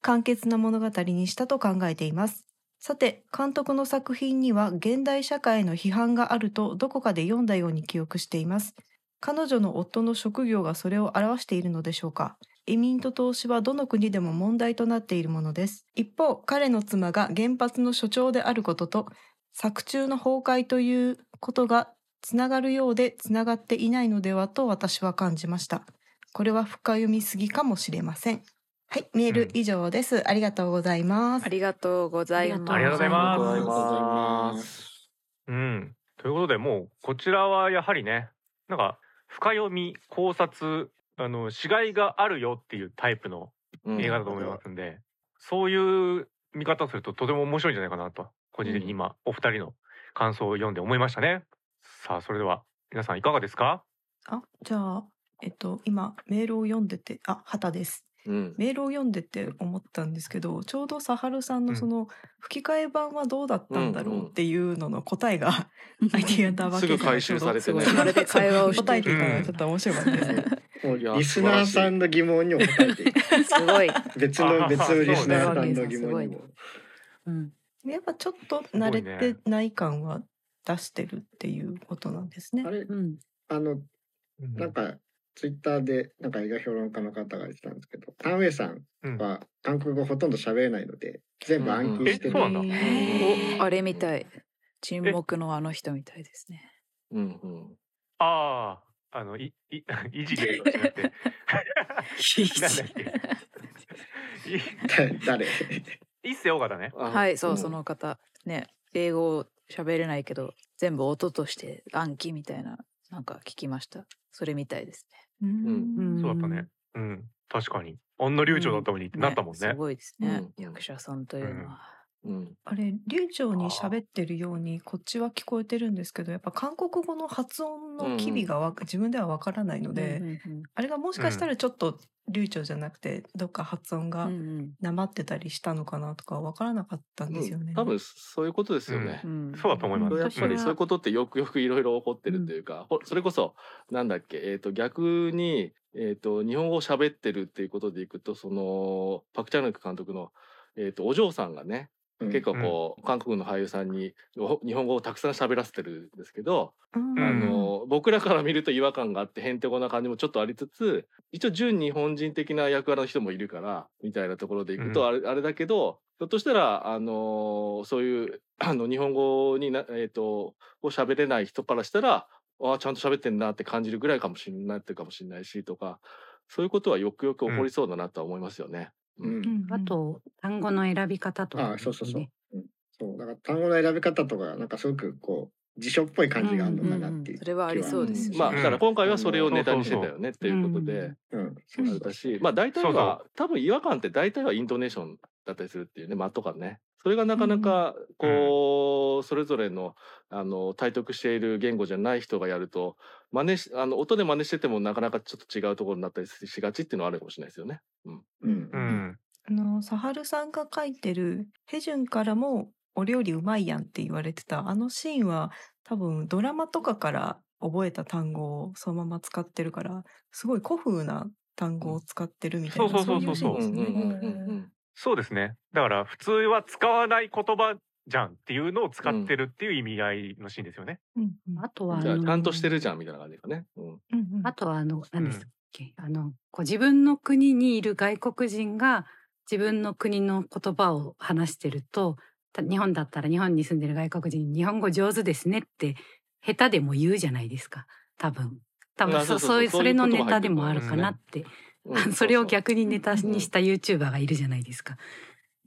[SPEAKER 3] 簡潔な物語にしたと考えていますさて監督の作品には現代社会の批判があるとどこかで読んだように記憶しています彼女の夫の職業がそれを表しているのでしょうか移民と投資はどの国でも問題となっているものです一方彼の妻が原発の所長であることと作中の崩壊ということがつながるようでつながっていないのではと私は感じましたこれは深読みすぎかもしれませんはいメー
[SPEAKER 1] うん
[SPEAKER 3] ル以上です、ありがとうございます
[SPEAKER 6] ありがとうございます
[SPEAKER 1] ありがとうございます
[SPEAKER 2] ありがとうございます
[SPEAKER 1] うん、ということでもうこちらはやはりねなんか深読み考察あの死骸があるよっていうタイプの
[SPEAKER 2] うん
[SPEAKER 1] 映画だと思いますんで、そういう見方をするととても面白いんじゃないかなと個人的に今お二人の感想を読んで思いましたね。さあそれでは皆さんいかがですか
[SPEAKER 3] あ、じゃあ、えっと、今、メールを読んでて、あ、畑です。
[SPEAKER 2] うん
[SPEAKER 3] メールを読んでて思ったんですけど、ちょうどサハルさん
[SPEAKER 1] う
[SPEAKER 3] の
[SPEAKER 1] ん
[SPEAKER 3] その、吹き替え版はどうだったんだろ
[SPEAKER 2] うんう
[SPEAKER 3] うんっていうのの答えが、ア イディアターバ
[SPEAKER 2] すぐ回収されて ね
[SPEAKER 6] すごいまるで会話をして
[SPEAKER 3] 答え
[SPEAKER 6] い
[SPEAKER 3] て
[SPEAKER 6] る
[SPEAKER 3] いたらちょっと面白かったですね。
[SPEAKER 7] もう
[SPEAKER 2] いや
[SPEAKER 7] リスナーさんの疑問にも答 えていく
[SPEAKER 6] すご い
[SPEAKER 7] 別
[SPEAKER 1] あ
[SPEAKER 7] の別
[SPEAKER 1] そう
[SPEAKER 7] の
[SPEAKER 1] ね
[SPEAKER 7] リスナーさんの疑問にも
[SPEAKER 5] うん
[SPEAKER 3] やっぱちょっと慣れてない感は出してるっていうことなんですね
[SPEAKER 7] あ。れ
[SPEAKER 5] うん
[SPEAKER 7] あのなんかツイッターでなんか映画評論家の方が言ってたんですけどタンウェイさん
[SPEAKER 1] うん
[SPEAKER 7] は韓国語ほとんど喋れないので全部暗記して
[SPEAKER 1] え
[SPEAKER 7] る
[SPEAKER 1] そうなんだ
[SPEAKER 6] おあれみたい沈黙のあの人みたいですね
[SPEAKER 2] うんうん
[SPEAKER 1] あああのいい いじりとかじゃなくてなんだっけい
[SPEAKER 7] 誰
[SPEAKER 1] 一世尾形ね。
[SPEAKER 2] あ
[SPEAKER 6] はいそううんその方ね英語を喋れないけど全部音として暗記みたいななんか聞きましたそれみたいです
[SPEAKER 3] う
[SPEAKER 5] うんん
[SPEAKER 1] そうだったね。うん確かにあんな流暢だったのにって
[SPEAKER 6] ね
[SPEAKER 1] なったもんね。
[SPEAKER 6] すごいですね、
[SPEAKER 2] うん
[SPEAKER 6] 役者さんというのは、
[SPEAKER 2] うん
[SPEAKER 3] あれ流暢に喋ってるようにこっちは聞こえてるんですけどやっぱ韓国語の発音の機微がわ自分ではわからないので、
[SPEAKER 6] うんうん
[SPEAKER 3] あれがもしかしたらちょっと流暢じゃなくてどっか発音
[SPEAKER 6] う
[SPEAKER 3] が
[SPEAKER 6] ん
[SPEAKER 3] なまってたりしたのかなとかわからなかったんですよね。
[SPEAKER 2] 多分そういうことですよね
[SPEAKER 6] う。ん
[SPEAKER 1] そうだと思います
[SPEAKER 2] これやっぱりそういうことってよくよくいろいろ起こってるというか、ほそれこそなんだっけ、えー、と逆に、えー、と日本語を喋ってるっていうことでいくとそのパク・チャヌク監督の、えー、とお嬢さんがね結構こう、韓国の俳優さんにお日本語をたくさん喋らせてるんですけど、
[SPEAKER 3] うん
[SPEAKER 1] あ
[SPEAKER 2] あの僕らから見ると違和感があってへんてこな感じもちょっとありつつ一応純日本人的な役割の人もいるからみたいなところでいく
[SPEAKER 1] うん
[SPEAKER 2] とあれ,、あれだけどひょっとしたら、あのーそういう あの日本語にな、えー、とを喋れない人からしたらああちゃんと喋ってんなって感じるぐらいかもしれないってかもしれないしとかそういうことはよくよく起こりそうだなとは思いますよね。
[SPEAKER 7] う
[SPEAKER 3] うんん
[SPEAKER 5] あと単語の選び方とかね、
[SPEAKER 7] あそうそうそうそうだから単語の選び方とかなんかすごくこう辞書っぽい感じがあるのかなってい
[SPEAKER 6] う
[SPEAKER 7] う、
[SPEAKER 6] んうんうんそれはありそうですよね
[SPEAKER 2] まあ、
[SPEAKER 1] うん
[SPEAKER 2] だから今回はそれをネタにしてたよねっていうこ
[SPEAKER 5] う
[SPEAKER 2] とで
[SPEAKER 5] ん。
[SPEAKER 7] うん
[SPEAKER 2] あるだし、まあ大体
[SPEAKER 1] そう
[SPEAKER 2] は多分違和感って大体はイントネーションだったりするっていうね間とかねそれがなかなかこう、それぞれのあの体得している言語じゃない人がやると真似しあの音で真似しててもなかなかちょっと違うところになったりしがちっていうのはあるかもしれないですよね。
[SPEAKER 7] うん
[SPEAKER 1] う、ん
[SPEAKER 3] あのサハルさんが書いてる「ヘジュンからもお料理うまいやん」って言われてたあのシーンは多分ドラマとかから覚えた単語をそのまま使ってるからすごい古風な単語を使ってるみたいな
[SPEAKER 1] そうそうそう
[SPEAKER 3] い
[SPEAKER 1] そう
[SPEAKER 3] シーン
[SPEAKER 1] そう
[SPEAKER 3] ですね。
[SPEAKER 1] そうですね。だから普通は使わない言葉じゃんっていうのを使ってるっていう意味合いのシーンですよね。
[SPEAKER 3] うんうん
[SPEAKER 5] あとはあ
[SPEAKER 2] じゃあ
[SPEAKER 5] の
[SPEAKER 2] ちゃんとしてるじゃんみたいな感じかね。うん
[SPEAKER 3] うんうん
[SPEAKER 5] あとはあの何ですっけ、あのこう自分の国にいる外国人が自分の国の言葉を話してるとた日本だったら日本に住んでる外国人に日本語上手ですねって下手でも言うじゃないですか多分多
[SPEAKER 2] あ
[SPEAKER 5] 分
[SPEAKER 2] そう
[SPEAKER 5] そ
[SPEAKER 2] そう
[SPEAKER 5] そういう
[SPEAKER 2] そう
[SPEAKER 5] それの
[SPEAKER 2] そういう
[SPEAKER 5] ネ
[SPEAKER 2] ことも
[SPEAKER 5] タ
[SPEAKER 2] 入っ
[SPEAKER 5] で
[SPEAKER 2] てくる
[SPEAKER 5] もあるかなって、
[SPEAKER 2] うん
[SPEAKER 5] それを
[SPEAKER 2] うう
[SPEAKER 5] 逆にネタにした YouTuber がいるじゃないですか。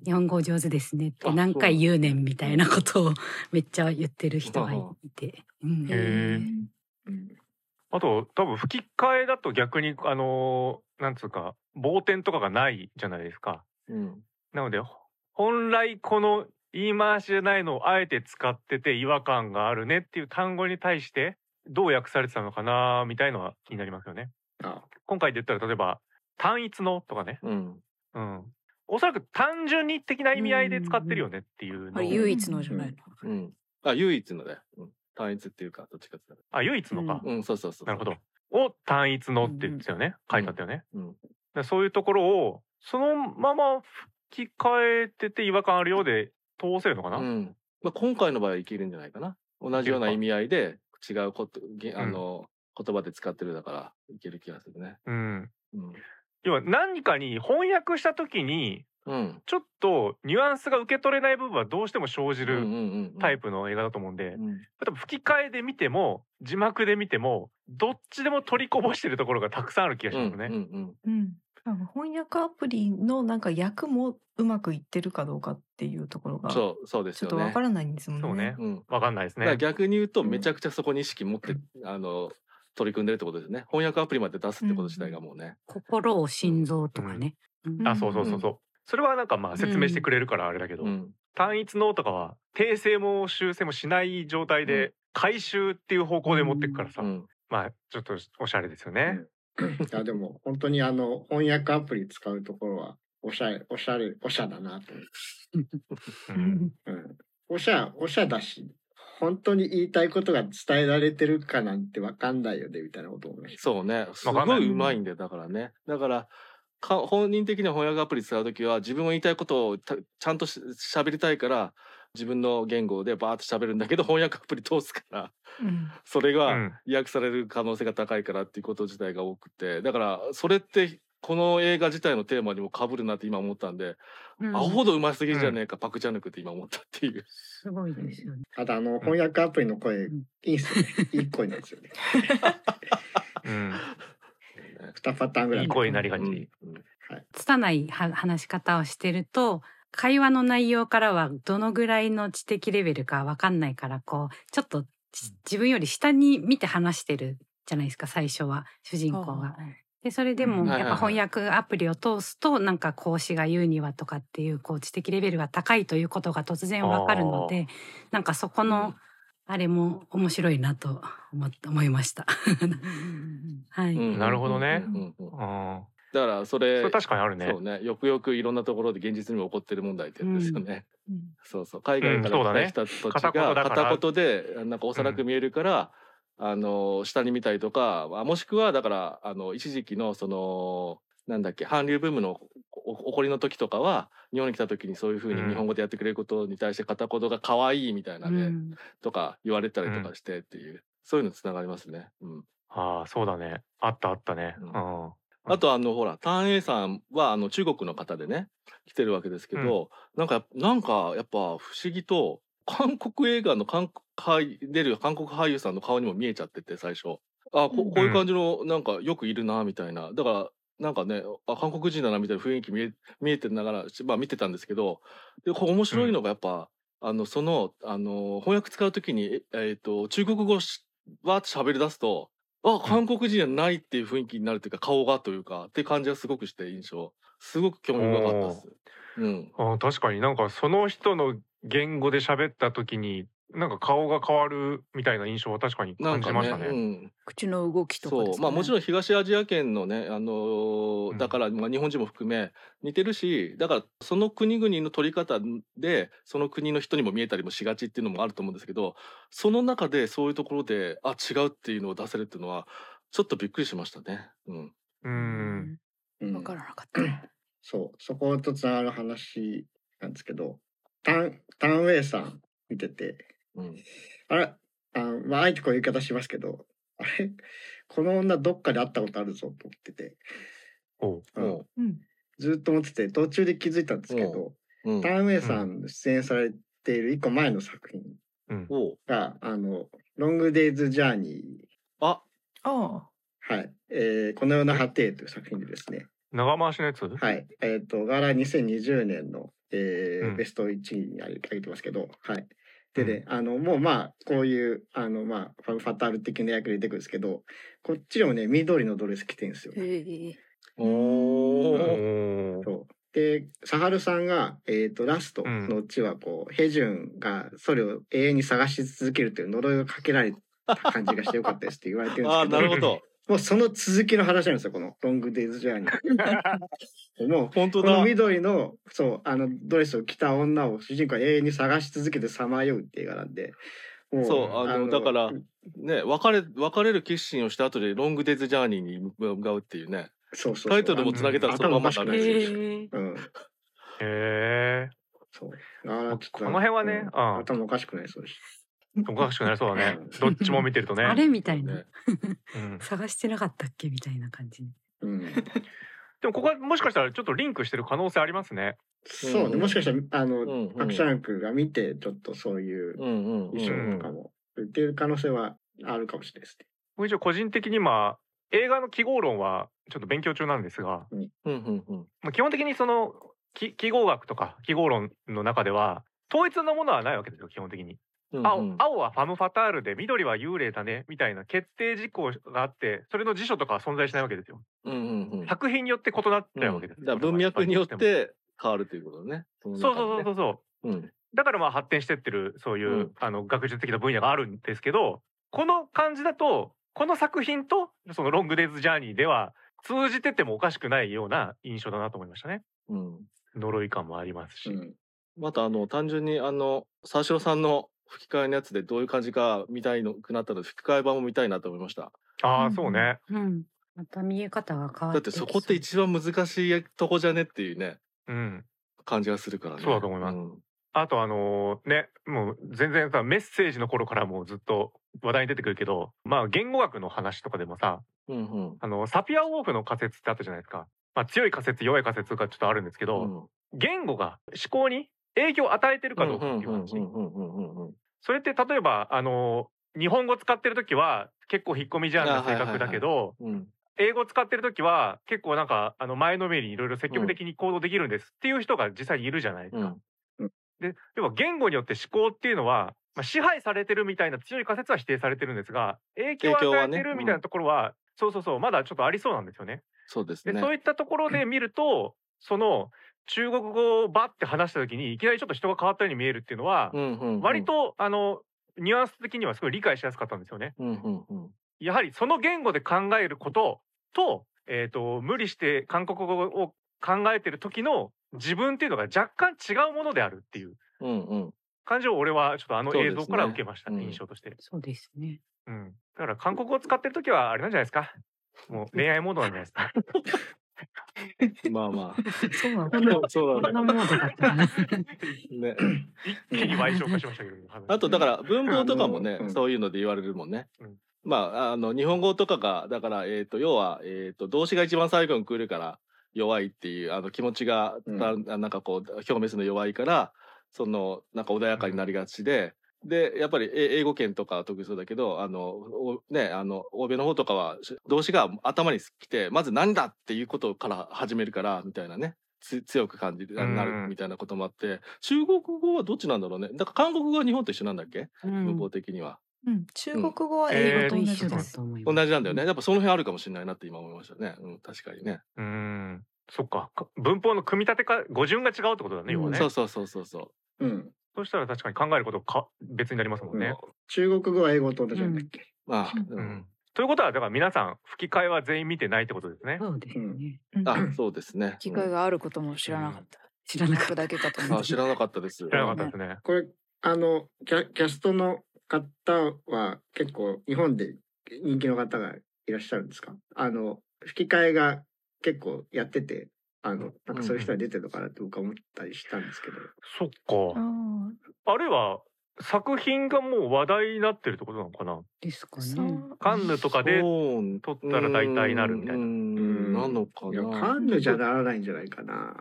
[SPEAKER 5] 日本語上手ですねって
[SPEAKER 2] あ
[SPEAKER 5] 何回言うねんみたいな
[SPEAKER 2] そう
[SPEAKER 5] ことをめっちゃ言ってる人がいて。うん
[SPEAKER 1] へえあと多分吹き替えだと逆にあのーなんつうか傍点とかがないじゃないですか。
[SPEAKER 2] うん
[SPEAKER 1] なのでほ本来この言い回しじゃないのをあえて使ってて違和感があるねっていう単語に対してどう訳されてたのかなみたいのは気になりますよね。
[SPEAKER 7] あ
[SPEAKER 1] 今回で言ったら例えば単一のとかね。
[SPEAKER 2] うん
[SPEAKER 1] うん。おそらく単純に的な意味合いで使ってるよねっていうの
[SPEAKER 6] あ
[SPEAKER 1] を
[SPEAKER 6] れ唯一のじゃないの、
[SPEAKER 2] うんあ唯一のね、うん、単一っていうかどっちかっていうと
[SPEAKER 1] あ唯一のか。
[SPEAKER 2] うんそうそうそう
[SPEAKER 1] なるほど。を単一のって言ってたよね。
[SPEAKER 2] うん
[SPEAKER 1] 書
[SPEAKER 2] う
[SPEAKER 1] い
[SPEAKER 2] ん
[SPEAKER 1] てあったよね。
[SPEAKER 2] うん
[SPEAKER 1] でそういうところをそのまま吹き替えてて違和感あるようで通せるのかな。
[SPEAKER 2] うんまあ、今回の場合はいけるんじゃないかな同じような意味合いで違うことげあの、言葉で使ってるだからいける気がするね。
[SPEAKER 1] うん。
[SPEAKER 2] うん
[SPEAKER 1] 要は何かに翻訳した時に
[SPEAKER 2] うん
[SPEAKER 1] ちょっとニュアンスが受け取れない部分はどうしても生じ
[SPEAKER 2] うんうん
[SPEAKER 1] る
[SPEAKER 2] うん
[SPEAKER 1] タイプの映画だと思うんで、
[SPEAKER 2] うん
[SPEAKER 1] 多分吹き替えで見ても字幕で見てもどっちでも取りこぼしてるところがたくさんある気がし
[SPEAKER 2] う
[SPEAKER 1] ま
[SPEAKER 2] ん
[SPEAKER 1] すね。
[SPEAKER 2] うんうん
[SPEAKER 3] うんなんか翻訳アプリのなんか訳もうまくいってるかどうかっていうところがちょ
[SPEAKER 2] そうそうです
[SPEAKER 3] っ
[SPEAKER 2] よ
[SPEAKER 3] とわ
[SPEAKER 2] ね
[SPEAKER 3] か。らないんですもんね。
[SPEAKER 1] そうね
[SPEAKER 2] うん。
[SPEAKER 1] わかんないです
[SPEAKER 2] だから
[SPEAKER 1] ね。
[SPEAKER 2] 逆に言うと
[SPEAKER 3] うん
[SPEAKER 2] めちゃくちゃそこに意識持って、あの取り組んでるってことですね。翻訳アプリまで出すってこと自体がもうね。
[SPEAKER 5] 心を心臓とかね。うん
[SPEAKER 1] あ、そうそうそうそう。それはなんかまあ説明してくれるからあれだけど、
[SPEAKER 2] うん。
[SPEAKER 1] 単一のとかは訂正も修正もしない状態
[SPEAKER 2] う
[SPEAKER 1] で回収っていう方向で持ってくからさ、
[SPEAKER 2] うん。
[SPEAKER 1] まあちょっとおしゃれですよね。
[SPEAKER 7] いやでも本当にあの翻訳アプリ使うところはおしゃれおしゃれおしゃだなと思
[SPEAKER 1] う
[SPEAKER 5] うんん。
[SPEAKER 7] う、うん、おしゃおしゃだし本当に言いたいことが伝えられてるかなんてわかんないよねみたいなこと思いました。
[SPEAKER 2] そうね。す
[SPEAKER 1] わかんな
[SPEAKER 2] ご
[SPEAKER 1] い
[SPEAKER 2] いうまいんだよだからね。だから。か本人的には翻訳アプリ使うときは自分の言いたいことをたちゃんとし喋りたいから自分の言語でバーッと喋るんだけど翻訳アプリ通すから
[SPEAKER 3] うん
[SPEAKER 2] それ
[SPEAKER 1] う
[SPEAKER 2] が
[SPEAKER 1] ん。
[SPEAKER 2] 訳される可能性が高いからっていうこと自体が多くてだからそれってこの映画自体のテーマにも被るなって今思ったんで、
[SPEAKER 5] うん
[SPEAKER 2] アホどうますぎるじゃねえか、パクチャヌクって今思ったっていう
[SPEAKER 5] すごいですよね。
[SPEAKER 7] あとあの翻訳アプリの声いいっすね。 いい声なんですよね。
[SPEAKER 1] うん。
[SPEAKER 7] 二パターンぐらい。
[SPEAKER 1] いい声になりがち。
[SPEAKER 2] うん
[SPEAKER 5] 拙いは話し方をしてると会話の内容からはどのぐらいの知的レベルかわかんないからこうちょっとじ自分より下に見て話してるじゃないですか最初は主人公が。でそれで
[SPEAKER 1] うん
[SPEAKER 5] も
[SPEAKER 2] はい
[SPEAKER 5] やっ
[SPEAKER 2] はいは
[SPEAKER 5] ぱ
[SPEAKER 2] い
[SPEAKER 5] 翻訳アプリを通すとなんか講師が言うにはとかっていうこう知的レベルが高いということが突然わかるのでなんかそこのあれも面白いなと思っ思いました。はい、
[SPEAKER 2] うん
[SPEAKER 1] なるほどね
[SPEAKER 2] うんうんうん
[SPEAKER 1] あ
[SPEAKER 2] だからそ
[SPEAKER 1] ー
[SPEAKER 2] れ
[SPEAKER 1] それ確かにあるね。
[SPEAKER 2] そうねよくよくいろんなところで現実にも起こってる問題点ですよね、
[SPEAKER 3] うん
[SPEAKER 2] そうそう海外から
[SPEAKER 1] うんそうだね
[SPEAKER 2] 来た人たち
[SPEAKER 1] 片言だ
[SPEAKER 2] が
[SPEAKER 1] から
[SPEAKER 2] 片言でなんか幼く見えるから、あの下に見たりとかあもしくはだからあの一時期のそのなんだっけ韓流ブームのお起こりの時とかは日本に来た時にそういうふうに
[SPEAKER 1] うん
[SPEAKER 2] 日本語でやってくれることに対して片言が可愛いみたいなね、
[SPEAKER 5] うん
[SPEAKER 2] とか言われたりとかしてっていう、そういうのつながりますね。うん
[SPEAKER 1] ああそうだね。あったあったね。
[SPEAKER 2] う
[SPEAKER 1] うんん。
[SPEAKER 2] あとあのほらターン A さんはあの中国の方でね来てるわけですけど、なんかなんかやっぱ不思議と韓国映画の韓国俳出る韓国俳優さんの顔にも見えちゃってて最初あこ
[SPEAKER 3] うん
[SPEAKER 2] こういう感じのなんかよくいるなみたいなだからなんかねあ韓国人だなみたいな雰囲気見え見えてながら、しまあ、見てたんですけどでこう面白いのがやっぱ、あのそのあの翻訳使う時に、ええーと中国語しわーって喋り出すとあ韓国人じゃないっていう雰囲気になるというか顔がというかって感じがすごくして印象すごく興味深かったです。うん
[SPEAKER 1] あー確かになんかその人の言語で喋った時になんか顔が変わるみたいな印象は確かに
[SPEAKER 2] な
[SPEAKER 1] 感
[SPEAKER 2] ん
[SPEAKER 1] じ
[SPEAKER 2] か
[SPEAKER 1] ましたね。
[SPEAKER 2] うん、
[SPEAKER 6] 口の動きとか
[SPEAKER 2] そう、
[SPEAKER 6] ですかね
[SPEAKER 2] まあもちろん東アジア圏のね、あのー
[SPEAKER 1] うん
[SPEAKER 2] だから、まあ、日本人も含め似てるしだからその国々の取り方でその国の人にも見えたりもしがちっていうのもあると思うんですけどその中でそういうところであ違うっていうのを出せるっていうのはちょっとびっくりしましたね。うん、
[SPEAKER 1] うん。
[SPEAKER 7] うん
[SPEAKER 6] 分からな かった
[SPEAKER 7] そう、そことつながる話なんですけど、タン、タンウェイさん見てて、
[SPEAKER 2] うん、
[SPEAKER 7] あれ、あまあ、あえてこういう言い方しますけど、あれ、この女どっかで会ったことあるぞと思ってて、
[SPEAKER 1] おう
[SPEAKER 7] うん
[SPEAKER 2] も
[SPEAKER 3] うん
[SPEAKER 7] ずっと思ってて、途中で気づいたんですけど、
[SPEAKER 2] う、うん、
[SPEAKER 7] タンウェイさん出演されている一個前の作品
[SPEAKER 1] うん。
[SPEAKER 2] おう
[SPEAKER 7] が、あの、ロングデイズジャーニー、
[SPEAKER 2] あ
[SPEAKER 3] あ
[SPEAKER 7] はい、えーこの世の果てという作品でですね、
[SPEAKER 1] 長回しのやつ。
[SPEAKER 7] はい、えっ、と、ガーラ2020年の、えー
[SPEAKER 1] うん
[SPEAKER 7] ベスト1位に挙げてますけど、はい。でね、あの、もうまあ、こういう、あの、まあ、ファファタール的な役で出てくるんですけど、こっちでもね、緑のドレス着てるんですよ。
[SPEAKER 6] え
[SPEAKER 1] お
[SPEAKER 2] おー
[SPEAKER 1] ー
[SPEAKER 7] そうで、サハルさんが、えっ、と、ラストのうちは、こう、ヘジュンがそれを永遠に探し続けるという呪いをかけられた感じがしてよかったですって言われてるんです け
[SPEAKER 2] あー
[SPEAKER 7] ど、
[SPEAKER 2] なるほど
[SPEAKER 7] もうその続きの話なんですよ、このロングデイズジャーニー。もう、
[SPEAKER 2] 本当
[SPEAKER 7] この
[SPEAKER 2] だ。
[SPEAKER 7] 緑のそうあのドレスを着た女を主人公は永遠に探し続けてさまようっていう映画なんでも
[SPEAKER 2] そうあのだからね、別れ別れる決心をした後でロングデイズジャーニーに向かうっていうね
[SPEAKER 7] そうそう
[SPEAKER 2] タイトルもつなげたらそのままだ
[SPEAKER 7] 頭おかしくな
[SPEAKER 2] ね
[SPEAKER 7] る。うん
[SPEAKER 1] へえ。
[SPEAKER 7] そうあーちょっと
[SPEAKER 1] この辺はね
[SPEAKER 7] うん
[SPEAKER 1] うん
[SPEAKER 7] 頭おかしくなりそうです
[SPEAKER 1] おかしくなりそうだ ね。どっちも見てるとね。
[SPEAKER 5] あれみたいな、
[SPEAKER 1] うん
[SPEAKER 5] 探してなかったっけみたいな感じ。
[SPEAKER 7] うん
[SPEAKER 1] でもここはもしかしたらちょっとリンクしてる可能性ありますね。
[SPEAKER 7] そうねもしかしたらあ
[SPEAKER 2] うん
[SPEAKER 7] の
[SPEAKER 2] うん
[SPEAKER 7] アクションクが見てちょっとそういう
[SPEAKER 2] うんうんうん
[SPEAKER 7] 衣装とかも売ってる可能性はあるかもしれないですね
[SPEAKER 1] もう一応個人的にま映画の記号論はちょっと勉強中なんですが、
[SPEAKER 2] うんうんうん
[SPEAKER 1] まあ、基本的にそのき記号学とか記号論の中では統一のものはないわけですよ基本的に。
[SPEAKER 2] うん
[SPEAKER 1] 青
[SPEAKER 2] うん
[SPEAKER 1] 青はファム・ファタールで緑は幽霊だねみたいな決定事項があってそれの辞書とかは存在しないわけですよ。
[SPEAKER 2] うんうんうん
[SPEAKER 1] 作品によって異なっちゃうわけです、
[SPEAKER 2] だから文脈によって変わるということだね。そう
[SPEAKER 1] そうそうそうそう
[SPEAKER 2] うん。
[SPEAKER 1] だからまあ発展してってるそういう、
[SPEAKER 2] うん
[SPEAKER 1] あの学術的な分野があるんですけどこの感じだとこの作品とその「ロング・デイズ・ジャーニー」では通じててもおかしくないような印象だなと思いましたね。
[SPEAKER 2] うん。
[SPEAKER 1] 呪い感もありますし、
[SPEAKER 7] うん
[SPEAKER 2] またあの単純にあの三四郎さんの吹き替えのやつでどういう感じか見たいのくなったので吹き替え版も見たいなと思いました。
[SPEAKER 1] ああそうね、
[SPEAKER 5] うん。また見え方が変わ
[SPEAKER 2] だ
[SPEAKER 5] っ
[SPEAKER 2] ってて
[SPEAKER 5] き
[SPEAKER 2] そこって一番難しいとこじゃねっていうね
[SPEAKER 1] うん、
[SPEAKER 2] 感じがするからね。
[SPEAKER 1] そうだと思います
[SPEAKER 2] ん
[SPEAKER 1] あとあのねもう全然さメッセージの頃からもうずっと話題に出てくるけどまあ言語学の話とかでもさ
[SPEAKER 2] うんうん。
[SPEAKER 1] あのサピア・ウォーフの仮説ってあったじゃないですか、まあ、強い仮説弱い仮説がちょっとあるんですけど、
[SPEAKER 2] うん
[SPEAKER 1] 言語が思考に影響を与えてるかどうかっていう話、
[SPEAKER 2] うんうんうんうんうんうん
[SPEAKER 1] それって例えばあの日本語使ってる時は結構引っ込みじゃんな
[SPEAKER 2] あはい
[SPEAKER 1] 性
[SPEAKER 2] はいはい
[SPEAKER 1] 格だけど、
[SPEAKER 2] うん
[SPEAKER 1] 英語使ってる時は結構なんかあの前のめりにいろいろ積極的に行動できるんですっていう人が実際にいるじゃないです
[SPEAKER 2] う
[SPEAKER 1] か。
[SPEAKER 2] ん
[SPEAKER 1] で要は言語によって思考っていうのは、まあ、支配されてるみたいな強い仮説は否定されてるんですが影響を
[SPEAKER 2] 影響
[SPEAKER 1] 与
[SPEAKER 2] は
[SPEAKER 1] え
[SPEAKER 2] ね
[SPEAKER 1] てるみたいなところはそうそうそうまだちょっとありそうなんですよね。
[SPEAKER 2] そうです
[SPEAKER 1] で
[SPEAKER 2] ね。
[SPEAKER 1] そういったところで見るとその中国語をバッて話した時にいきなりちょっと人が変わったように見えるっていうのは、
[SPEAKER 2] うんうんうん
[SPEAKER 1] 割とあのニュアンス的にはすごい理解しやすかったんですよね。
[SPEAKER 2] うんうんうん
[SPEAKER 1] やはりその言語で考えることと,、えー、と無理して韓国語を考えてる時の自分っていうのが若干違うものであるっていう
[SPEAKER 2] うんうん
[SPEAKER 1] 感じを俺はちょっとあの映
[SPEAKER 2] そうで
[SPEAKER 1] 像
[SPEAKER 2] すね
[SPEAKER 1] から受けました、ね
[SPEAKER 2] うん
[SPEAKER 1] 印象として、
[SPEAKER 5] そうですね。
[SPEAKER 1] うん。だから韓国語を使ってる時はあれなんじゃないですかもう恋愛モードなんじゃないです か。
[SPEAKER 2] まあま
[SPEAKER 5] そうなの
[SPEAKER 2] あ。でも そう
[SPEAKER 5] こ
[SPEAKER 2] なんんだ
[SPEAKER 5] なモードだったな。
[SPEAKER 2] ね。
[SPEAKER 1] 一気に倍消化しましたけど、
[SPEAKER 2] あとだから文法とかもね
[SPEAKER 7] あ、のうん
[SPEAKER 2] そういうので言われるもんね。
[SPEAKER 1] うん
[SPEAKER 2] まああの日本語とかがだから、えー、と要は、えー、と動詞が一番最後に来るから弱いっていうあの気持ちが、
[SPEAKER 7] うん
[SPEAKER 2] たなんかこう表明するの弱いからそのなんか穏やかになりがちで。でやっぱりえ英語圏とかは特にそうだけどあのおねあの欧米の方とかはし動詞が頭に来てまず何だっていうことから始めるからみたいなねつ強く感じるな
[SPEAKER 1] うん
[SPEAKER 2] るみたいなこともあって、中国語はどっちなんだろうねだから韓国語は日本と一緒なんだっけ
[SPEAKER 5] う
[SPEAKER 2] 文
[SPEAKER 5] ん
[SPEAKER 2] 法。的には。
[SPEAKER 3] うん、中国語は英
[SPEAKER 5] 英
[SPEAKER 3] 語
[SPEAKER 5] 語
[SPEAKER 3] と
[SPEAKER 5] と
[SPEAKER 3] 同
[SPEAKER 5] 一緒
[SPEAKER 3] じで
[SPEAKER 5] だ
[SPEAKER 3] す。
[SPEAKER 5] と思い
[SPEAKER 2] 同
[SPEAKER 5] ます。
[SPEAKER 2] じなんだよね。やっぱその辺あるかもしれないなって今思いましたね。うん、確かにね。
[SPEAKER 1] うーんそっかか文法の組み立てか語順が違うってことだね要はね、
[SPEAKER 2] そうそうそうそうそ
[SPEAKER 7] うん
[SPEAKER 1] そうしたら確かに考えることか別になりますもんね。
[SPEAKER 7] 中国語は英語と同じなんだっけ、
[SPEAKER 2] う。まあ、
[SPEAKER 1] う
[SPEAKER 2] うんん、
[SPEAKER 1] ということはだから皆さん吹き替えは全員見てないってことですね。
[SPEAKER 5] そうですね。
[SPEAKER 2] あ、そうですね。
[SPEAKER 6] 機会があることも知らなかった。
[SPEAKER 5] 知らなかっ
[SPEAKER 6] 僕だけかと
[SPEAKER 2] うん
[SPEAKER 6] 思っ
[SPEAKER 2] あ、
[SPEAKER 6] て
[SPEAKER 2] 知らなかったです。
[SPEAKER 1] 知らなかったですね。
[SPEAKER 7] これあのキャキャストの方は結構日本で人気の方がいらっしゃるんですかあの吹き替えが結構やっててあのなんかそういう人が出てるのかなって僕は思ったりしたんですけど、
[SPEAKER 1] そっか。あるいは作品がもう話題になってるってことなのかな。
[SPEAKER 5] たですか
[SPEAKER 3] あ
[SPEAKER 5] ね。
[SPEAKER 1] カンヌとかで
[SPEAKER 2] そう
[SPEAKER 1] 撮ったら大体なるみたいな
[SPEAKER 2] う。ん
[SPEAKER 7] うん
[SPEAKER 2] なのか
[SPEAKER 7] いやカ
[SPEAKER 2] な。
[SPEAKER 7] ンヌじゃならないんじゃないかな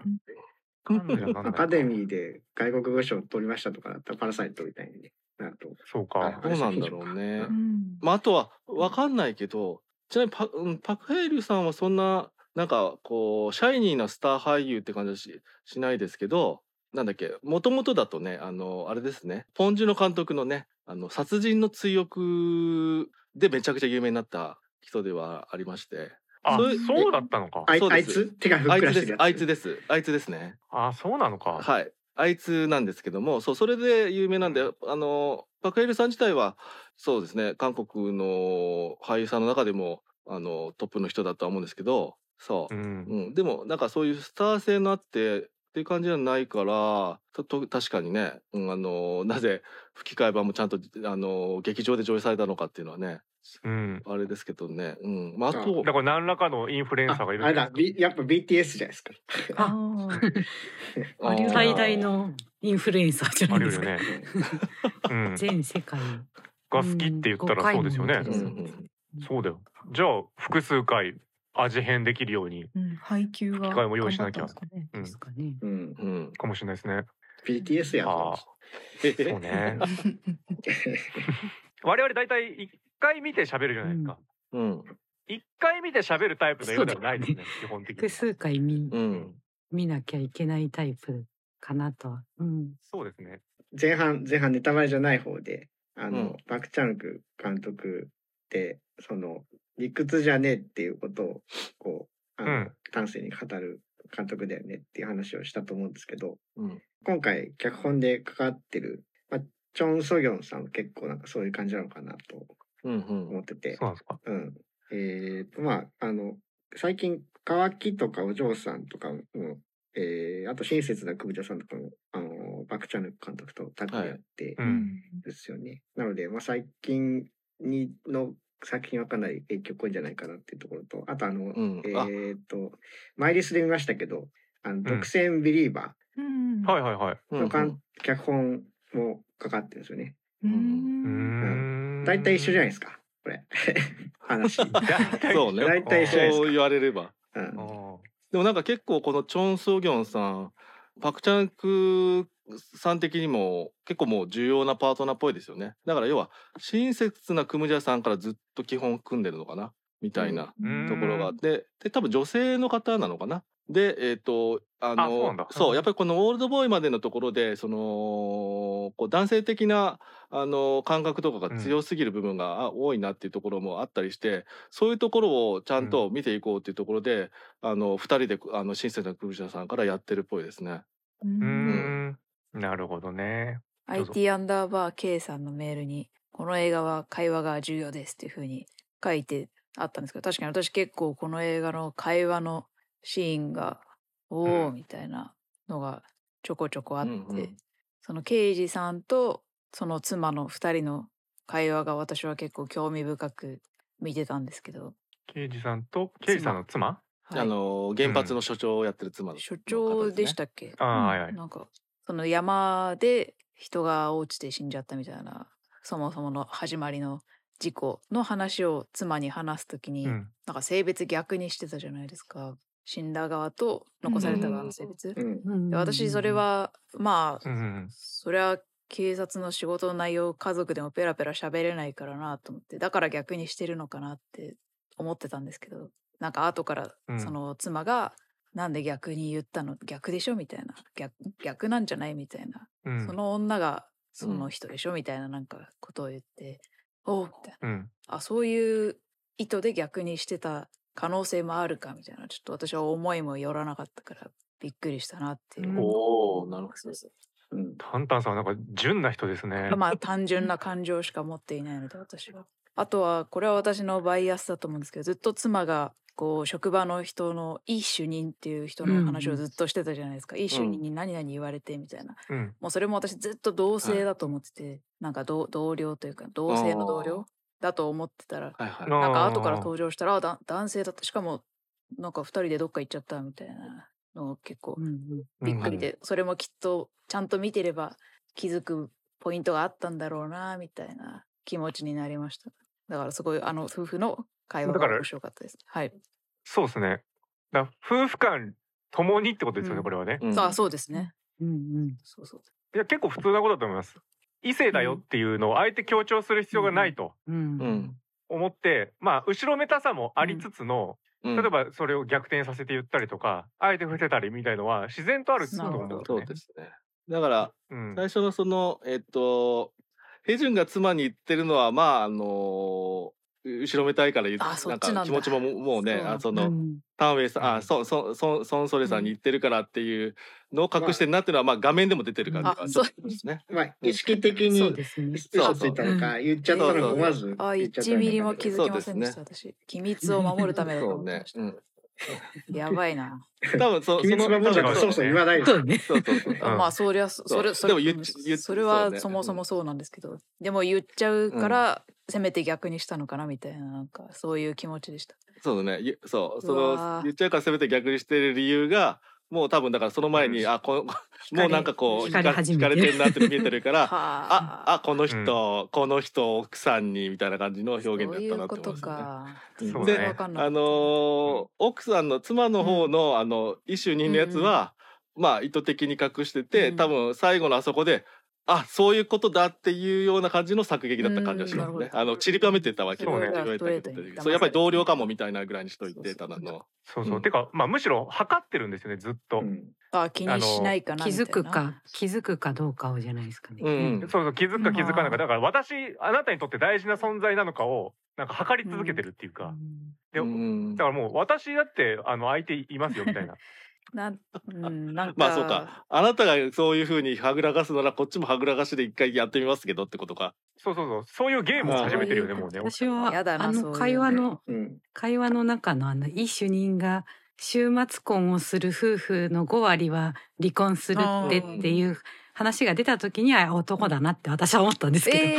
[SPEAKER 1] カンヌじゃなんだ
[SPEAKER 7] アカデミーで外国語賞取りましたとかだったらパラサイトみたいになると
[SPEAKER 1] そう
[SPEAKER 7] あ
[SPEAKER 1] か。
[SPEAKER 2] どうなんだろうね
[SPEAKER 7] う
[SPEAKER 3] う。ん
[SPEAKER 2] まあ、あとは、わかんないけど、ちなみにパ、うんパクヘイリュさんはそんな、なんか、こう、シャイニーなスター俳優って感じはししないですけど、なんだっけ、もともとだとね、あの、あれですね、ポンジュの監督のね、あの、殺人の追憶でめちゃくちゃ有名になった人ではありまして、
[SPEAKER 1] あ
[SPEAKER 2] そうい、う
[SPEAKER 1] そうだったのか。
[SPEAKER 7] あい
[SPEAKER 2] そう
[SPEAKER 7] あ
[SPEAKER 2] で
[SPEAKER 7] いつ
[SPEAKER 2] す
[SPEAKER 7] 手がふ
[SPEAKER 2] あ
[SPEAKER 7] っ
[SPEAKER 2] い
[SPEAKER 7] くら
[SPEAKER 2] つ
[SPEAKER 7] し
[SPEAKER 2] で
[SPEAKER 7] てる
[SPEAKER 2] す
[SPEAKER 7] や、つ
[SPEAKER 2] あいつです、あいつですね。
[SPEAKER 1] あ、そうなのか。
[SPEAKER 2] はい。あいつなんですけども、そう、それで有名なんで、あの、パクヘルさん自体は、そうですね、韓国の俳優さんの中でも、あの、トップの人だとは思うんですけど、そうう。
[SPEAKER 1] ん。
[SPEAKER 2] うん。でも、なんかそういうスター性のあって、っていう感じじゃないから、とと確かにね、うん、あの、なぜ吹き替え版もちゃんと、あの、劇場で上映されたのかっていうのはね、
[SPEAKER 1] うん。
[SPEAKER 2] あれですけどね、うん。まあ、あと
[SPEAKER 1] だ、から何らかのインフルエンサーがいる
[SPEAKER 7] あ
[SPEAKER 1] ん
[SPEAKER 7] れ
[SPEAKER 1] じゃな
[SPEAKER 7] だ、
[SPEAKER 1] いですか。
[SPEAKER 7] B、やっぱ BTS じゃないですか。
[SPEAKER 3] あ
[SPEAKER 5] あ、
[SPEAKER 3] ー
[SPEAKER 2] あー
[SPEAKER 5] 最大のインフルエンサーじゃな
[SPEAKER 1] あ
[SPEAKER 5] い
[SPEAKER 1] るよ
[SPEAKER 5] ですか。
[SPEAKER 1] ね。うん。
[SPEAKER 5] 全世界
[SPEAKER 1] が好きって言ったらそうですよね
[SPEAKER 5] う。
[SPEAKER 2] うん
[SPEAKER 5] ん
[SPEAKER 2] うん
[SPEAKER 1] そうだよ。じゃあ複数回味変できるように
[SPEAKER 3] うん、配給が
[SPEAKER 1] 吹き替えも用意しなきゃ
[SPEAKER 3] 頑張ったんですかね
[SPEAKER 1] うん
[SPEAKER 5] ですかね。
[SPEAKER 7] うん、
[SPEAKER 2] うん。
[SPEAKER 1] かもしれないですね。
[SPEAKER 7] BTS や
[SPEAKER 1] あ
[SPEAKER 7] と
[SPEAKER 1] あ。そうね。我々大体一回見て喋るじゃないですか。
[SPEAKER 7] う
[SPEAKER 2] うん。
[SPEAKER 1] 一回見て喋るタイプのようではないですね、基本的に
[SPEAKER 5] 複
[SPEAKER 1] は。
[SPEAKER 5] 数回見
[SPEAKER 2] うん。
[SPEAKER 5] 見なきゃいけないタイプかなとは。うん。
[SPEAKER 1] そうですね。
[SPEAKER 7] 前半前半ネタバレじゃない方であの、
[SPEAKER 2] うん
[SPEAKER 7] パクチャンク監督ってその理屈じゃねえっていうことをこうあの、
[SPEAKER 1] うん
[SPEAKER 7] 端正に語る監督だよねっていう話をしたと思うんですけど
[SPEAKER 2] うん。
[SPEAKER 7] 今回脚本で関わってる、まあ、チョン・ソギョンさんは結構なんかそういう感じなのかなと
[SPEAKER 2] うん。うん
[SPEAKER 7] 思ってて
[SPEAKER 1] そうなんですか。
[SPEAKER 7] うん。えーと、まあ、あの、最近、乾きとかお嬢さんとかの、えー、あと親切な久保田さんとかも、あの、バクチャヌク監督とタッグやって
[SPEAKER 1] う
[SPEAKER 7] る
[SPEAKER 1] ん。
[SPEAKER 7] んですよね。なので、まあ、最近に、の作品はかなり影響っぽいんじゃないかなっていうところと、あとあの、
[SPEAKER 2] ん
[SPEAKER 7] え
[SPEAKER 2] あ
[SPEAKER 7] ーと、マイリスで見ましたけど、あの、独占ビリーバ
[SPEAKER 3] うん
[SPEAKER 1] はいはいはい。
[SPEAKER 2] う
[SPEAKER 7] ー
[SPEAKER 2] んう
[SPEAKER 7] のかん、
[SPEAKER 2] ん。
[SPEAKER 7] 脚本もかかってるんですよね。
[SPEAKER 3] う
[SPEAKER 1] うー
[SPEAKER 3] ん。
[SPEAKER 1] ん
[SPEAKER 7] 大体一緒じゃないですか、これ。話。
[SPEAKER 1] 大体一緒
[SPEAKER 2] そうね
[SPEAKER 7] 大体一緒じゃないです
[SPEAKER 2] そ
[SPEAKER 7] か
[SPEAKER 2] う言われれば。
[SPEAKER 7] うん
[SPEAKER 1] あー
[SPEAKER 2] でもなんか結構このチョン・ソギョンさんパク・チャンクさん的にも結構もう重要なパートナーっぽいですよねだから要は親切なクムジャさんからずっと基本組んでるのかなみたいな
[SPEAKER 1] うん
[SPEAKER 2] ところがあってで多分女性の方なのかなでえっ、とあの
[SPEAKER 1] あそうなんだ
[SPEAKER 2] やっぱりこの「オールドボーイ」までのところでそのこう男性的なあの感覚とかが強すぎる部分があ多いなっていうところもあったりして、そういうところをちゃんと見ていこうっていうところで、あの二人であの新鮮なクルシャさんからやってるっぽいですね。
[SPEAKER 3] う
[SPEAKER 1] うー
[SPEAKER 3] ん。
[SPEAKER 1] ん。なるほどね。どうぞ
[SPEAKER 6] IT アンダーバー K さんのメールに、この映画は会話が重要ですっていう風に書いてあったんですけど、確かに私結構この映画の会話のシーンが、お
[SPEAKER 1] う
[SPEAKER 6] ー
[SPEAKER 1] ん
[SPEAKER 6] みたいなのがちょこちょこあって、
[SPEAKER 2] うんうん
[SPEAKER 6] その刑事さんとその妻の二人の会話が私は結構興味深く見てたんですけど、
[SPEAKER 1] 刑事さんと刑事さんの妻
[SPEAKER 6] はい
[SPEAKER 2] あの原発の所長をやってる妻の、。
[SPEAKER 6] 所長でしたたっけ
[SPEAKER 1] あーはいはい
[SPEAKER 6] なんかその山で人が落ちて死んじゃったみたいなそもそもの始まりの事故の話を妻に話すときに、
[SPEAKER 1] うん。
[SPEAKER 6] なんか性別逆にしてたじゃないですか死んだ側と残された側の性別、
[SPEAKER 7] うん
[SPEAKER 5] うん
[SPEAKER 6] で私それ、はま
[SPEAKER 1] う
[SPEAKER 6] あ、
[SPEAKER 1] んうん
[SPEAKER 6] それは警察の仕事の内容家族でもペラペラ喋れないからなと思ってだから逆にしてるのかなって思ってたんですけどなんか後から
[SPEAKER 1] うん
[SPEAKER 6] その妻が、なんで逆に言ったの逆でしょみたいな逆逆なんじゃないみたいな、
[SPEAKER 1] うん。うん
[SPEAKER 6] その女がそ
[SPEAKER 2] うん
[SPEAKER 6] の人でしょみたいななんかことを言って、おうみたい
[SPEAKER 1] うん。
[SPEAKER 6] なあそういう意図で逆にしてた可能性もあるかみたいなちょっと私は思いもよらなかったからびっくりしたなっていう、
[SPEAKER 1] うん
[SPEAKER 2] おお、なるほ
[SPEAKER 6] そうそう
[SPEAKER 7] うん
[SPEAKER 1] タンタンさんはなんか純な人ですね。
[SPEAKER 6] まあ単純な感情しか持っていないので私は。あとはこれは私のバイアスだと思うんですけどずっと妻がこう職場の人のいい主任っていう人の話をずっとしてたじゃないですか、いい主任に何々言われてみたいな、
[SPEAKER 1] うん。
[SPEAKER 6] もうそれも私ずっと同性だと思ってて、なんか同同僚というか同性の同僚だと思ってたら
[SPEAKER 2] ど。はいはい。
[SPEAKER 6] なんか後から
[SPEAKER 1] あー
[SPEAKER 6] 登場したらあだ男性だったしかもなんか2人でどっか行っちゃったみたいなのを結構
[SPEAKER 5] うんうん
[SPEAKER 6] びっく
[SPEAKER 1] う
[SPEAKER 6] り
[SPEAKER 1] ん
[SPEAKER 6] で、それもきっとちゃんと見てれば気づくポイントがあったんだろうなみたいな気持ちになりましただからすごいあの夫婦の会話
[SPEAKER 1] だか
[SPEAKER 6] が
[SPEAKER 1] ら
[SPEAKER 6] 面白かったですはい、
[SPEAKER 1] そうですね。だ夫婦間共にってことですよね、
[SPEAKER 6] うん
[SPEAKER 1] これはね。
[SPEAKER 2] うん
[SPEAKER 6] あそうですね
[SPEAKER 5] うんうん
[SPEAKER 6] そうそう
[SPEAKER 1] いや、結構普通なことだと思います。異性だよっていうのをあえて強調する必要がないと
[SPEAKER 5] うん
[SPEAKER 2] う
[SPEAKER 5] うん
[SPEAKER 2] ん。
[SPEAKER 1] 思って、まあ、後ろめたさもありつつの、
[SPEAKER 2] 例
[SPEAKER 1] 例え、ばそれを逆転させて言ったりとか、あえて伏せたりみたいのは自然とあると
[SPEAKER 6] なる
[SPEAKER 1] 思うん
[SPEAKER 6] ほど
[SPEAKER 1] です
[SPEAKER 2] そ
[SPEAKER 1] よ
[SPEAKER 2] う
[SPEAKER 1] ね
[SPEAKER 2] で。すね。だから
[SPEAKER 1] うん
[SPEAKER 2] 最初のそのえっとヘジュンが妻に言ってるのはまああの後ろめたいから言っ
[SPEAKER 6] あそ
[SPEAKER 2] な
[SPEAKER 6] っ
[SPEAKER 2] ん
[SPEAKER 6] ちなんだ
[SPEAKER 2] か気持ちもももうね
[SPEAKER 6] そうなんだ
[SPEAKER 2] あその、
[SPEAKER 5] うん
[SPEAKER 2] タンウェイさん、
[SPEAKER 1] う
[SPEAKER 2] あ
[SPEAKER 1] ん
[SPEAKER 2] ソンソンソンソンソレさんに言ってるからっていうのを隠してるなっていうのはまあ画面でも出てるか
[SPEAKER 6] あ
[SPEAKER 2] らちょっと
[SPEAKER 6] そう
[SPEAKER 2] ですね。
[SPEAKER 7] まあ、意識的
[SPEAKER 5] そ
[SPEAKER 7] に
[SPEAKER 5] うですね。
[SPEAKER 7] 嘘ついたのか、言っちゃったのか、思わず言っちゃ
[SPEAKER 6] あ
[SPEAKER 7] ったの
[SPEAKER 6] 1
[SPEAKER 7] か
[SPEAKER 6] ミリも気づきませんでした、
[SPEAKER 2] そ
[SPEAKER 6] 私機密を守るためだと
[SPEAKER 2] そ
[SPEAKER 6] 思
[SPEAKER 2] う
[SPEAKER 6] って
[SPEAKER 2] ね
[SPEAKER 6] まし。た、
[SPEAKER 2] うん。
[SPEAKER 6] やばいな、
[SPEAKER 2] 多分そ
[SPEAKER 7] 秘密の文
[SPEAKER 2] そ
[SPEAKER 7] 章
[SPEAKER 2] の
[SPEAKER 7] がそもそも言わないです
[SPEAKER 5] そうね。
[SPEAKER 2] そうそうそう。
[SPEAKER 1] うん
[SPEAKER 6] まあそりゃそそれそ
[SPEAKER 2] そ
[SPEAKER 6] うれ
[SPEAKER 2] でも言っ
[SPEAKER 6] うん
[SPEAKER 2] 言っ
[SPEAKER 6] それ
[SPEAKER 2] そう
[SPEAKER 6] は
[SPEAKER 2] ね
[SPEAKER 6] そもそもそうなんですけど、でも言っちゃうから、せめて逆にしたのかなみたいななんかそういう気持ちでした
[SPEAKER 2] そうだね。ゆそう、そう
[SPEAKER 6] わ
[SPEAKER 2] の
[SPEAKER 6] ー
[SPEAKER 2] 言っちゃうからせめて逆にしてる理由が、もう多分だからその前に、
[SPEAKER 1] うん
[SPEAKER 2] あこのもうなんかこう
[SPEAKER 5] 惹かれ
[SPEAKER 2] 惹か
[SPEAKER 5] 始
[SPEAKER 2] 惹
[SPEAKER 5] め
[SPEAKER 2] か
[SPEAKER 5] て
[SPEAKER 2] れてるなって見えてるから、あ
[SPEAKER 6] は
[SPEAKER 2] あこの人、この人奥さんにみたいな感じの表現だったなと思いますね。
[SPEAKER 6] そういう
[SPEAKER 1] そうね
[SPEAKER 6] ことか。全然わかんなか
[SPEAKER 2] あ
[SPEAKER 6] った
[SPEAKER 2] のー奥さんの妻の方の、あの一種人のやつは、まあ意図的に隠してて、
[SPEAKER 6] うん
[SPEAKER 2] 多分最後のあそこであそういうことだっていうような感じの作劇だった感じがしま
[SPEAKER 6] う
[SPEAKER 2] す
[SPEAKER 6] んなる
[SPEAKER 2] ね。
[SPEAKER 6] ほど
[SPEAKER 2] あの散りばめてったわけ
[SPEAKER 1] そうね
[SPEAKER 2] 散りばめて
[SPEAKER 6] スト
[SPEAKER 2] ったわけ
[SPEAKER 6] レートに
[SPEAKER 2] そうやっぱり同僚かもみたいなぐらいにしといてただの。
[SPEAKER 1] そうそう、
[SPEAKER 2] うん
[SPEAKER 1] てかまあむしろ測ってるんですよねずっと、
[SPEAKER 7] うん
[SPEAKER 6] あ気にしないかな
[SPEAKER 5] 気
[SPEAKER 6] みたいな
[SPEAKER 5] づくか気づくかどうかをじゃないですかね。
[SPEAKER 2] うん
[SPEAKER 1] そうそう気づくか気づかないかだから私あなたにとって大事な存在なのかをなんか測り続けてるっていうか、で
[SPEAKER 2] うん
[SPEAKER 1] だからもう私だってあの相手いますよみたいな
[SPEAKER 6] なん、うん、なんか
[SPEAKER 2] まあそうかあなたがそういうふうにはぐらかすならこっちもはぐらかしで一回やってみますけどってことか。
[SPEAKER 1] そうそうそうそういうゲームを始めてるよね
[SPEAKER 6] あー
[SPEAKER 1] もうね
[SPEAKER 5] 私は
[SPEAKER 6] やだな
[SPEAKER 5] あ
[SPEAKER 6] そうい
[SPEAKER 5] の
[SPEAKER 6] うの
[SPEAKER 5] 会話の
[SPEAKER 7] うん
[SPEAKER 5] 会話の中のあのいい主任が週末婚をする夫婦の5割は離婚するってっていう話が出た時には男だなって私は思ったんですけど、
[SPEAKER 6] え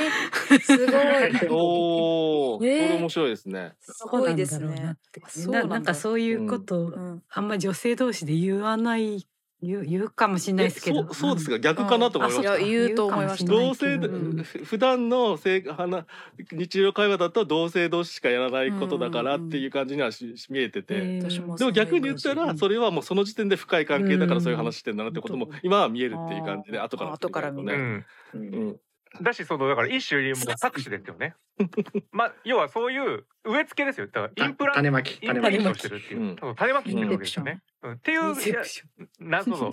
[SPEAKER 6] ー、すごい
[SPEAKER 2] おお、こ
[SPEAKER 6] えー
[SPEAKER 2] れ面白いですね。
[SPEAKER 6] すごいです
[SPEAKER 5] そうなんだろうなっ
[SPEAKER 6] ね
[SPEAKER 5] て
[SPEAKER 6] そう
[SPEAKER 5] な
[SPEAKER 6] なんだ
[SPEAKER 5] なんかそういうことを
[SPEAKER 6] うん
[SPEAKER 5] あんま女性同士で言わない言う言うかもしれない
[SPEAKER 2] え
[SPEAKER 5] ですけど
[SPEAKER 2] そうそうですか逆かなと思いま
[SPEAKER 5] あそ
[SPEAKER 2] した
[SPEAKER 5] か。
[SPEAKER 6] いや言うと思いました
[SPEAKER 5] 言
[SPEAKER 2] 同
[SPEAKER 5] うかもしれな
[SPEAKER 2] 性
[SPEAKER 5] いけ
[SPEAKER 2] で、
[SPEAKER 5] どうん
[SPEAKER 2] ふ普段のせいはな日常会話だと同性同士しかやらないことだからっていう感じにはしし見えてて、
[SPEAKER 5] えー
[SPEAKER 6] 私も
[SPEAKER 2] でも逆に言った
[SPEAKER 5] う
[SPEAKER 2] ら
[SPEAKER 5] ん
[SPEAKER 2] それはもうその時点で深い関係だか
[SPEAKER 5] う
[SPEAKER 2] ら
[SPEAKER 5] ん
[SPEAKER 2] そういう話してんだなってことも
[SPEAKER 5] うん
[SPEAKER 2] 今は見えるっていう感じで
[SPEAKER 6] あー
[SPEAKER 2] 後から
[SPEAKER 6] 後から見
[SPEAKER 1] う
[SPEAKER 6] る
[SPEAKER 1] ん
[SPEAKER 2] ね。
[SPEAKER 7] う
[SPEAKER 2] うんん
[SPEAKER 1] だしそのだから一種類も作詞ですよねまあ要はそういう植え付けですよだからインプラ
[SPEAKER 7] た
[SPEAKER 1] ン
[SPEAKER 7] 種まき
[SPEAKER 1] イン
[SPEAKER 7] 種
[SPEAKER 1] プ
[SPEAKER 7] ま
[SPEAKER 1] ラ
[SPEAKER 7] き
[SPEAKER 1] ントしてるっていう、
[SPEAKER 2] うん
[SPEAKER 1] そう種まきしてるわけですよね、うん、ってい
[SPEAKER 5] イ
[SPEAKER 1] う
[SPEAKER 5] ンセプション
[SPEAKER 1] いやなそうそう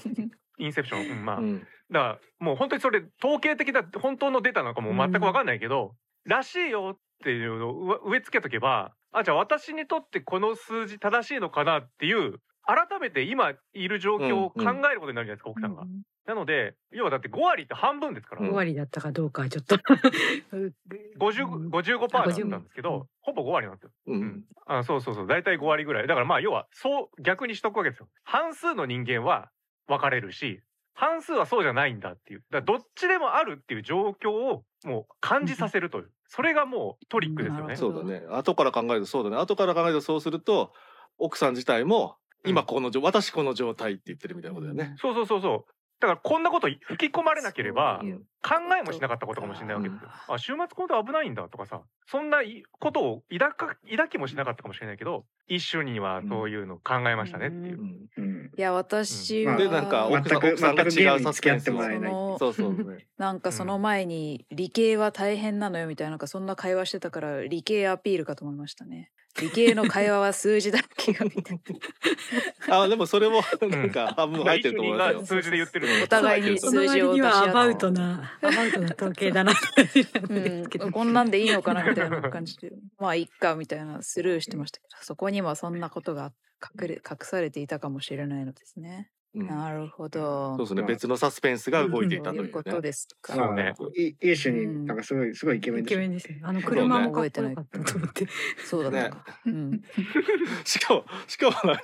[SPEAKER 1] インセプション、うんまあ、
[SPEAKER 2] うん
[SPEAKER 1] だからもう本当にそれ統計的だ本当のデータなんかもう全く分かんないけど、らしいよっていうのをうわ植え付けとけばあじゃあ私にとってこの数字正しいのかなっていう改めて今いる状況を考えることになるじゃないですか、奥さんが。なので要はだって5割って半分ですから、
[SPEAKER 2] うん
[SPEAKER 5] 5割だったかどうかはちょっと
[SPEAKER 1] 50 55%だったんですけど、
[SPEAKER 5] うん
[SPEAKER 1] ほぼ5割なんですよ。
[SPEAKER 2] うん
[SPEAKER 1] あそうそうそう大体5割ぐらいだからまあ要はそう逆にしとくわけですよ半数の人間は分かれるし半数はそうじゃないんだっていうだからどっちでもあるっていう状況をもう感じさせるというそれがもうトリックですよね。
[SPEAKER 2] そうだね後から考えるとそうだね後から考えるとそうすると奥さん自体も今この状、私この状態って言ってるみたいなことだよね。
[SPEAKER 1] そうそうそうそうだからこんなこと吹き込まれなければ
[SPEAKER 6] そういう
[SPEAKER 1] 考えもしなかったことかもしれないわけですよ。あ週末今度は危ないんだとかさそんないことを抱か抱きもしなかったかもしれないけど一緒にはそういうの考えましたねっていうう。
[SPEAKER 2] ん
[SPEAKER 7] うん
[SPEAKER 6] いや私は、
[SPEAKER 7] うん
[SPEAKER 2] でなんか
[SPEAKER 7] 全
[SPEAKER 2] 奥さん
[SPEAKER 7] く
[SPEAKER 2] 奥さんが
[SPEAKER 7] 全くゲ
[SPEAKER 2] 違
[SPEAKER 7] ー
[SPEAKER 2] う
[SPEAKER 7] ムに
[SPEAKER 2] サス
[SPEAKER 7] 付き
[SPEAKER 2] ペ
[SPEAKER 7] 合
[SPEAKER 2] ン
[SPEAKER 7] っ
[SPEAKER 2] ス
[SPEAKER 7] て
[SPEAKER 2] を
[SPEAKER 7] もらえ
[SPEAKER 6] そ
[SPEAKER 7] ない
[SPEAKER 6] の
[SPEAKER 2] そうそうね。
[SPEAKER 6] なんかその前に理系は大変なのよみたいななんかそんな会話してたから理系アピールかと思いましたね理系の会話は数字だけがみたい
[SPEAKER 2] あでもそれもなんか半分
[SPEAKER 1] まあ
[SPEAKER 2] 入って
[SPEAKER 1] 一緒
[SPEAKER 2] ると思
[SPEAKER 1] に
[SPEAKER 2] いま
[SPEAKER 1] が
[SPEAKER 2] すよ。
[SPEAKER 1] 数字で言ってるの
[SPEAKER 6] お互いに
[SPEAKER 5] その
[SPEAKER 6] 数字
[SPEAKER 5] 割
[SPEAKER 6] を出
[SPEAKER 5] に
[SPEAKER 6] し合
[SPEAKER 5] は
[SPEAKER 6] っ
[SPEAKER 5] ア
[SPEAKER 6] て
[SPEAKER 5] バウトなアバウトな統計だなって感じなん
[SPEAKER 6] う
[SPEAKER 5] ですけど、
[SPEAKER 6] ん、こんなんでいいのかなみたいな感じ でまあいっかみたいなスルーしてましたけど そこにもそんなことが隠れ隠されていたかもしれないのですね。
[SPEAKER 2] うん
[SPEAKER 6] なるほ
[SPEAKER 2] そう
[SPEAKER 6] ど。
[SPEAKER 2] ですね、別のサスペンスが動いていたというう
[SPEAKER 6] いうこと
[SPEAKER 2] ね。
[SPEAKER 6] ですか。
[SPEAKER 1] そうね
[SPEAKER 7] まあいいいい主任なんかすごいすごいイケメン
[SPEAKER 5] イ
[SPEAKER 7] で
[SPEAKER 5] ケ
[SPEAKER 7] しょ
[SPEAKER 5] メンですよあの車もかっ
[SPEAKER 6] 覚
[SPEAKER 5] こ
[SPEAKER 6] えてな
[SPEAKER 5] よ
[SPEAKER 6] い
[SPEAKER 5] かったと思って、
[SPEAKER 6] そうだったのか。うん、
[SPEAKER 2] しかも、しかもなんか、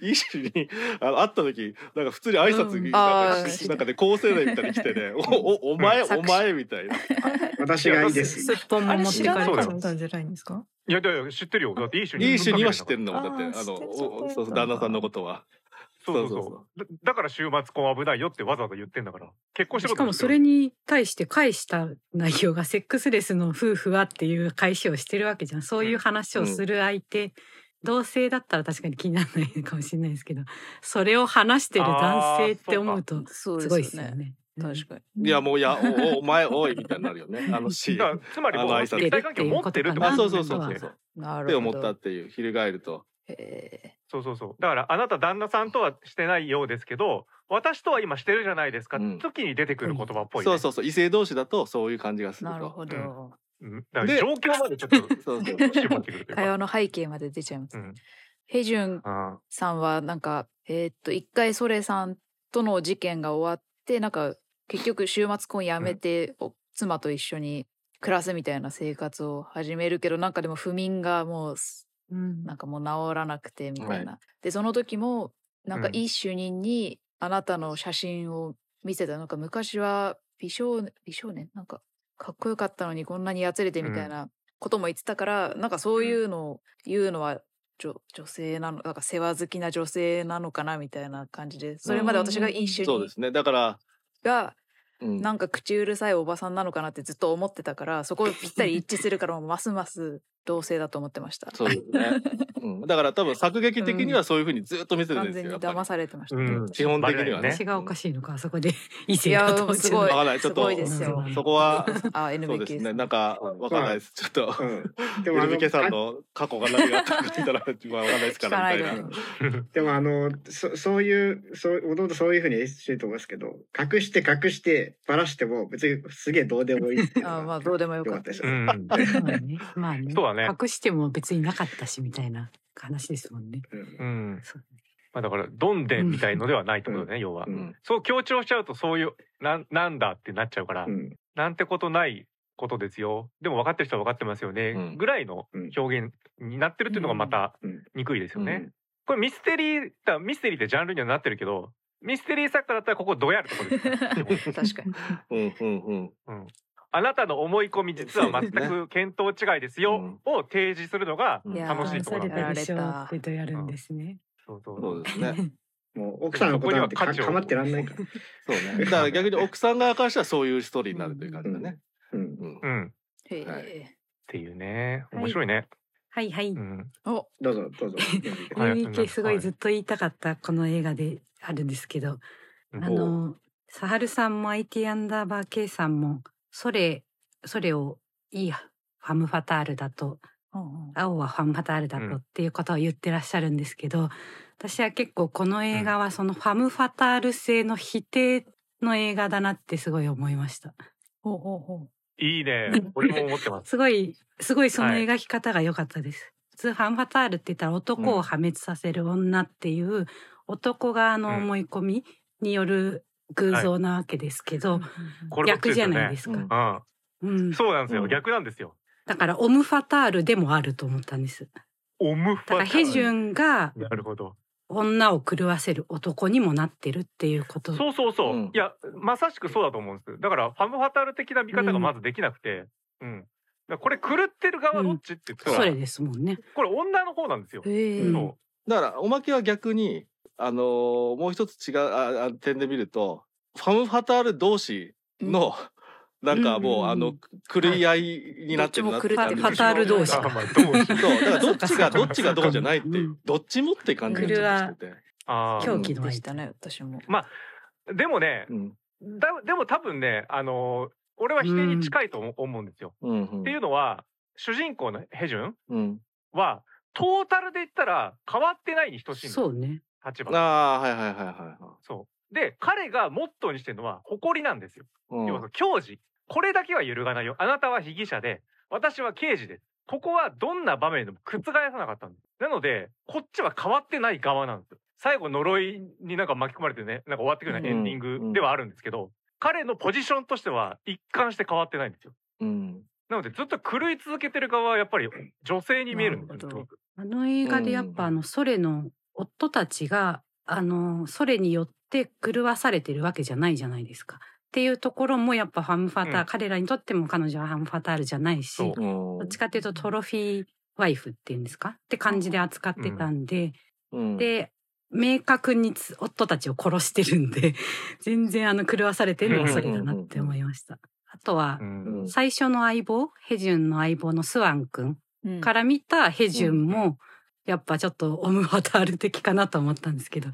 [SPEAKER 2] いい人に、あの、会った時、なんか普通に挨拶
[SPEAKER 5] う
[SPEAKER 2] に、
[SPEAKER 5] ん
[SPEAKER 2] なん
[SPEAKER 6] あ
[SPEAKER 2] か
[SPEAKER 6] ー
[SPEAKER 2] なんかね、高青年みたいに来て ね、お、お、お前、
[SPEAKER 6] うん
[SPEAKER 2] お前みたいな。
[SPEAKER 7] 私がいいです
[SPEAKER 5] すっぽんも持ってかれ
[SPEAKER 1] そう
[SPEAKER 5] た
[SPEAKER 1] だ
[SPEAKER 5] り
[SPEAKER 1] よ
[SPEAKER 5] と
[SPEAKER 3] たんじゃないんですか
[SPEAKER 1] いやいやいや知ってるよだっていい主任
[SPEAKER 2] いい人には知ってるんだもん、だ
[SPEAKER 3] あ
[SPEAKER 2] っ
[SPEAKER 3] ー
[SPEAKER 2] て、あ
[SPEAKER 3] 知っ
[SPEAKER 2] の、
[SPEAKER 3] てる
[SPEAKER 2] おそう
[SPEAKER 3] 知って
[SPEAKER 2] そう、
[SPEAKER 3] る
[SPEAKER 2] 旦那さんのことは。
[SPEAKER 1] そうそうそう。だだから週末婚危ないよってわざわざ言ってんだから。結婚して
[SPEAKER 5] しかもそれに対して返した内容がセックスレスの夫婦はっていう返しをしてるわけじゃんそういう話をする相手、同性だったら確かに気にならないかもしれないですけどそれを話してる男性って思うと
[SPEAKER 6] そう
[SPEAKER 5] すごい
[SPEAKER 6] で
[SPEAKER 5] ですす
[SPEAKER 6] よ
[SPEAKER 5] よ
[SPEAKER 6] ね。
[SPEAKER 5] ね。
[SPEAKER 6] 確かに。
[SPEAKER 2] いや、もう、いや、お、おお前、おい、みたいになるよね。あのシ
[SPEAKER 1] だから
[SPEAKER 2] ーン。
[SPEAKER 1] つまり
[SPEAKER 2] あ
[SPEAKER 1] こ
[SPEAKER 2] の
[SPEAKER 1] う
[SPEAKER 2] 挨拶
[SPEAKER 1] 信頼関係を持ってるってこと
[SPEAKER 2] あ、そうそう
[SPEAKER 1] です
[SPEAKER 2] そ
[SPEAKER 1] よ
[SPEAKER 2] う
[SPEAKER 1] ね
[SPEAKER 2] そう。
[SPEAKER 6] な
[SPEAKER 2] って
[SPEAKER 6] る
[SPEAKER 2] 思
[SPEAKER 6] ほ
[SPEAKER 2] ったっ
[SPEAKER 6] ど。
[SPEAKER 2] ていう、翻ると。
[SPEAKER 6] え
[SPEAKER 1] そうそうそう。だからあなた旦那さんとはしてないようですけど、私とは今してるじゃないですか。
[SPEAKER 2] うん
[SPEAKER 1] 時に出てくる言葉っぽい、ね。
[SPEAKER 2] そうそうそう、異性同士だと、そういう感じがす
[SPEAKER 6] ー
[SPEAKER 2] る
[SPEAKER 6] なる
[SPEAKER 2] と。
[SPEAKER 6] ほど。
[SPEAKER 1] うん。だから
[SPEAKER 2] で
[SPEAKER 1] 状況までちょっと
[SPEAKER 2] そうそう。
[SPEAKER 1] 絞ってくるという
[SPEAKER 6] 会
[SPEAKER 1] か。
[SPEAKER 6] 話の背景まで出ちゃいます。
[SPEAKER 1] うん。
[SPEAKER 6] ヘジュン
[SPEAKER 1] あ
[SPEAKER 6] さんはなんかえーっと一回ソレさんとの事件が終わってなんか結局週末婚やめて、お妻と一緒に暮らすみたいな生活を始めるけどなんかでも不眠がもうす
[SPEAKER 5] うん
[SPEAKER 6] なんかもう治らなくてみたいな。
[SPEAKER 2] は
[SPEAKER 6] でその時もなんか
[SPEAKER 1] うん
[SPEAKER 6] いい主任にあなたの写真を見せた、なんか昔は美少年美少年なんかかっこよかったのにこんなにやつれてみたいなことも言ってたから、なんかそういうのを言うのは女女性なのなんか世話好きな女性なのかなみたいな感じでそれまで私がいい主
[SPEAKER 2] そう
[SPEAKER 6] 任
[SPEAKER 2] ですね。だから、
[SPEAKER 6] が
[SPEAKER 2] うん。
[SPEAKER 6] なんか口うるさいおばさんなのかなってずっと思ってたからそこぴったり一致するからますます同性だと思ってました。
[SPEAKER 2] そうです ね、うん、だから多分作劇的にはそういうふうにずっと見せてるん
[SPEAKER 6] 完
[SPEAKER 2] です
[SPEAKER 6] 全
[SPEAKER 2] よ
[SPEAKER 6] に
[SPEAKER 2] やっぱり
[SPEAKER 6] 騙されてました。
[SPEAKER 1] うん
[SPEAKER 2] 基本的にはね
[SPEAKER 5] 私がおかしいのか、あそこで異
[SPEAKER 6] い
[SPEAKER 5] 性
[SPEAKER 6] や
[SPEAKER 5] だと思って
[SPEAKER 6] す
[SPEAKER 5] るの
[SPEAKER 6] ごい
[SPEAKER 2] わかんないちょっと
[SPEAKER 6] すごいですよ。
[SPEAKER 2] そ こは
[SPEAKER 6] あ N
[SPEAKER 2] そう
[SPEAKER 6] べ
[SPEAKER 2] で
[SPEAKER 6] き
[SPEAKER 2] す
[SPEAKER 6] です
[SPEAKER 2] ねなんかわかんないですちょっと
[SPEAKER 7] うんで
[SPEAKER 2] エ
[SPEAKER 7] もあ
[SPEAKER 2] ル
[SPEAKER 7] の
[SPEAKER 2] ビケさんの過去が何があったか聞いたらまあわかんないですか
[SPEAKER 6] 聞
[SPEAKER 2] ら
[SPEAKER 6] かない
[SPEAKER 2] み
[SPEAKER 6] で
[SPEAKER 2] た
[SPEAKER 6] ほ
[SPEAKER 2] い
[SPEAKER 6] しい
[SPEAKER 2] な。
[SPEAKER 7] でもあのそそういうそうもともとそういうふうに演出してると思いますけど隠して隠してバラしても別にすげえどうでもいいっていうのが
[SPEAKER 6] あまあどうでもよ
[SPEAKER 7] 良
[SPEAKER 6] か
[SPEAKER 7] か
[SPEAKER 6] っ
[SPEAKER 7] ったた
[SPEAKER 6] で
[SPEAKER 7] ですす
[SPEAKER 1] う
[SPEAKER 7] よね。
[SPEAKER 1] ん
[SPEAKER 5] ま あね、まあね。
[SPEAKER 1] そうだね
[SPEAKER 5] 隠しても別になかったしみたいな話ですもんね。
[SPEAKER 7] うん
[SPEAKER 1] うん
[SPEAKER 5] そうね
[SPEAKER 1] まあ、だからどんでんみたいのではないってことだね、要は、
[SPEAKER 7] うん
[SPEAKER 1] そう強調しちゃうとそういうなんなんだってなっちゃうから、
[SPEAKER 7] うん
[SPEAKER 1] なんてことないことですよでも分かってる人は分かってますよね、
[SPEAKER 2] うん
[SPEAKER 1] ぐらいの表現になってるっていうのがまた
[SPEAKER 7] うん
[SPEAKER 1] 憎いですよ
[SPEAKER 2] うん
[SPEAKER 1] ね、これミステリーだミステリーってジャンルにはなってるけどミステリー作家だったらここどうやるとこですから基本
[SPEAKER 6] 確かに。
[SPEAKER 2] うんうんうん
[SPEAKER 1] あなたの思い込み実は全く見当違いですよ、を提示するのが
[SPEAKER 2] うん
[SPEAKER 6] いやー
[SPEAKER 1] 楽しいところ
[SPEAKER 5] 騙
[SPEAKER 1] なんだよ
[SPEAKER 5] されたでしょ
[SPEAKER 6] や
[SPEAKER 5] う
[SPEAKER 6] られた
[SPEAKER 5] ってとやるんですね。
[SPEAKER 1] そうそう
[SPEAKER 2] そうですね。
[SPEAKER 7] もう奥さんのことなんてかかまってらんな いから。
[SPEAKER 2] そうね。だから逆に奥さん側からしたらそういうストーリーになるという感じだね。
[SPEAKER 7] うん
[SPEAKER 2] うん
[SPEAKER 1] うんっ
[SPEAKER 6] へ
[SPEAKER 2] は
[SPEAKER 6] え
[SPEAKER 1] ていうね
[SPEAKER 5] はい
[SPEAKER 1] 面白いね、
[SPEAKER 5] はいはい。
[SPEAKER 1] うん
[SPEAKER 6] お
[SPEAKER 7] どうぞ どうぞ。
[SPEAKER 1] はい
[SPEAKER 5] UEK すご
[SPEAKER 1] はいい
[SPEAKER 5] ずっと言いたかったこの映画であるんですけど、
[SPEAKER 1] うん
[SPEAKER 5] あのサハルさんも IT アンダーバー K さんもそれそれをいいファムファタールだと
[SPEAKER 6] うんうん
[SPEAKER 5] 青はファムファタールだ
[SPEAKER 1] うん
[SPEAKER 5] とっていうことを言ってらっしゃるんですけど、私は結構この映画はそのファムファタール性の否定の映画だなってすごい思いました。
[SPEAKER 6] ほうほうほ
[SPEAKER 1] いいね俺も思ってます
[SPEAKER 5] すごい、すごいその
[SPEAKER 1] はい
[SPEAKER 5] 描き方が良かったです。普通ファンファタールって言ったら男を破滅させる女っていう、男側の思い込みによる偶像なわけですけど、
[SPEAKER 1] これどっち
[SPEAKER 5] 逆
[SPEAKER 1] です
[SPEAKER 5] じゃ
[SPEAKER 1] よね
[SPEAKER 5] ないですか。
[SPEAKER 1] うん
[SPEAKER 5] うん、
[SPEAKER 1] そうなんですよ、
[SPEAKER 2] うん
[SPEAKER 1] 逆なんですよ
[SPEAKER 5] だからオムファタールでもあると思ったんです。
[SPEAKER 1] オムファ
[SPEAKER 5] だからヘジュンが
[SPEAKER 1] なるほど
[SPEAKER 5] 女を狂わせる男にもなってるっていうこと。
[SPEAKER 1] そうそうそう、
[SPEAKER 2] うん
[SPEAKER 1] いやまさしくそうだと思うんですだからファムファタル的な見方がまずできなくてうん、だからこれ狂ってる側どっちって言った
[SPEAKER 5] そ
[SPEAKER 1] ら、
[SPEAKER 5] れですもんね。
[SPEAKER 1] これ女の方なんですよ、
[SPEAKER 6] う。へえ。
[SPEAKER 5] うん
[SPEAKER 1] そ
[SPEAKER 2] だからおまけは逆にあのーもう一つ違うああ点で見るとファムファタール同士の、なんかもう、
[SPEAKER 5] うん
[SPEAKER 2] あの狂い合いになってるなって
[SPEAKER 6] どっちも狂って
[SPEAKER 5] るファタール同
[SPEAKER 1] う
[SPEAKER 5] 士
[SPEAKER 1] あまあどうし
[SPEAKER 2] そ
[SPEAKER 1] よう
[SPEAKER 2] うだからどっちが
[SPEAKER 5] そうか
[SPEAKER 2] ど
[SPEAKER 5] そうか
[SPEAKER 2] っちがどうじゃないっていう、
[SPEAKER 5] うん
[SPEAKER 2] どっちもって感じがちょっとしてて、
[SPEAKER 1] あ
[SPEAKER 5] 狂
[SPEAKER 1] ー
[SPEAKER 5] 気の
[SPEAKER 6] で
[SPEAKER 5] 相
[SPEAKER 6] した
[SPEAKER 5] 手。
[SPEAKER 6] ね私も。
[SPEAKER 1] でもね
[SPEAKER 2] うん
[SPEAKER 1] だでも多分ねあのー俺は否定に近いと思思うんですよ、
[SPEAKER 2] うんうん
[SPEAKER 1] っていうのは主人公のヘジュン
[SPEAKER 2] うん、
[SPEAKER 1] はトータルで言ったら変わってないに等しいんです
[SPEAKER 5] そうね。
[SPEAKER 1] 立
[SPEAKER 2] あ
[SPEAKER 1] 場
[SPEAKER 2] あはいはいはいはいは
[SPEAKER 1] そうで彼がモットーにしてるのは誇りなんですよ
[SPEAKER 2] い、うん
[SPEAKER 1] 要は教示これだけは揺るがないよあなたは被疑者で私は刑事ですここはどんな場面でも覆さなかったんですなのでこっちは変わってない側なんですよ最後呪いになんか巻き込まれてねなんか終わってくるようなエンディングではあるんですけど、彼のポジションとしては一貫して変わってないんですよ
[SPEAKER 2] うん
[SPEAKER 1] なのでずっと狂い続けてる側はやっぱり女性に見えるんですよ
[SPEAKER 5] なるほ
[SPEAKER 1] すご
[SPEAKER 5] ど
[SPEAKER 1] く
[SPEAKER 5] あの映画でやっぱ、
[SPEAKER 2] うん
[SPEAKER 5] あのソレの夫たちがあのソレによって狂わされてるわけじゃないじゃないですか。っていうところもやっぱファムファター、
[SPEAKER 1] うん
[SPEAKER 5] 彼らにとっても彼女はファムファタールじゃないし
[SPEAKER 1] そう
[SPEAKER 5] ど
[SPEAKER 2] うん
[SPEAKER 5] っちかっていうとトロフィーワイフっていうんですかって感じで扱ってたんで、
[SPEAKER 2] うん
[SPEAKER 5] で明確につ夫たちを殺してるんで 全然あの狂わされてるのはソレだなって思いました。あとは
[SPEAKER 1] うん
[SPEAKER 5] 最初の相棒ヘジュンの相棒のスワン君
[SPEAKER 6] うん
[SPEAKER 5] から見たヘジュンも、やっぱちょっとオムファタール的かなと思ったんですけど、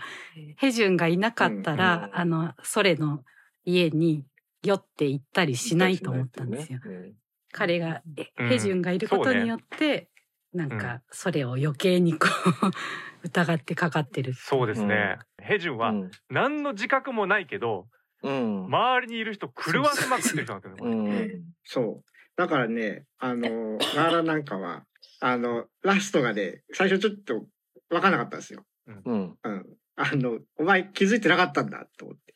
[SPEAKER 5] ヘジュンがいなかったら、
[SPEAKER 2] うん
[SPEAKER 5] あの、ソレの家に酔って行ったりしないと思ったんですよ。
[SPEAKER 2] うん
[SPEAKER 5] 彼が、え
[SPEAKER 1] うん
[SPEAKER 5] ヘジュンがいることによって、なんか、ソレを余計にこう、 疑ってかかってる。
[SPEAKER 1] そうですね、ヘジュンは何の自覚もないけど
[SPEAKER 2] うん、
[SPEAKER 1] 周りにいる人狂わせまくってる人なんですよねこ
[SPEAKER 2] う
[SPEAKER 1] れ
[SPEAKER 2] ん
[SPEAKER 7] そう。だからね、あの、ガーラなんかは、あの、ラストがね、最初ちょっと分かんなかったんですよ。
[SPEAKER 2] うん
[SPEAKER 7] うん。あの、お前気づいてなかったんだと思って。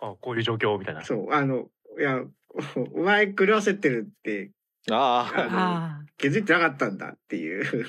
[SPEAKER 1] あこういう状況みたいな
[SPEAKER 7] そう、あの、いや、 おお前狂わせてるって
[SPEAKER 2] ああ
[SPEAKER 5] あ
[SPEAKER 7] 気づいてなかったんだっていう。
[SPEAKER 1] うん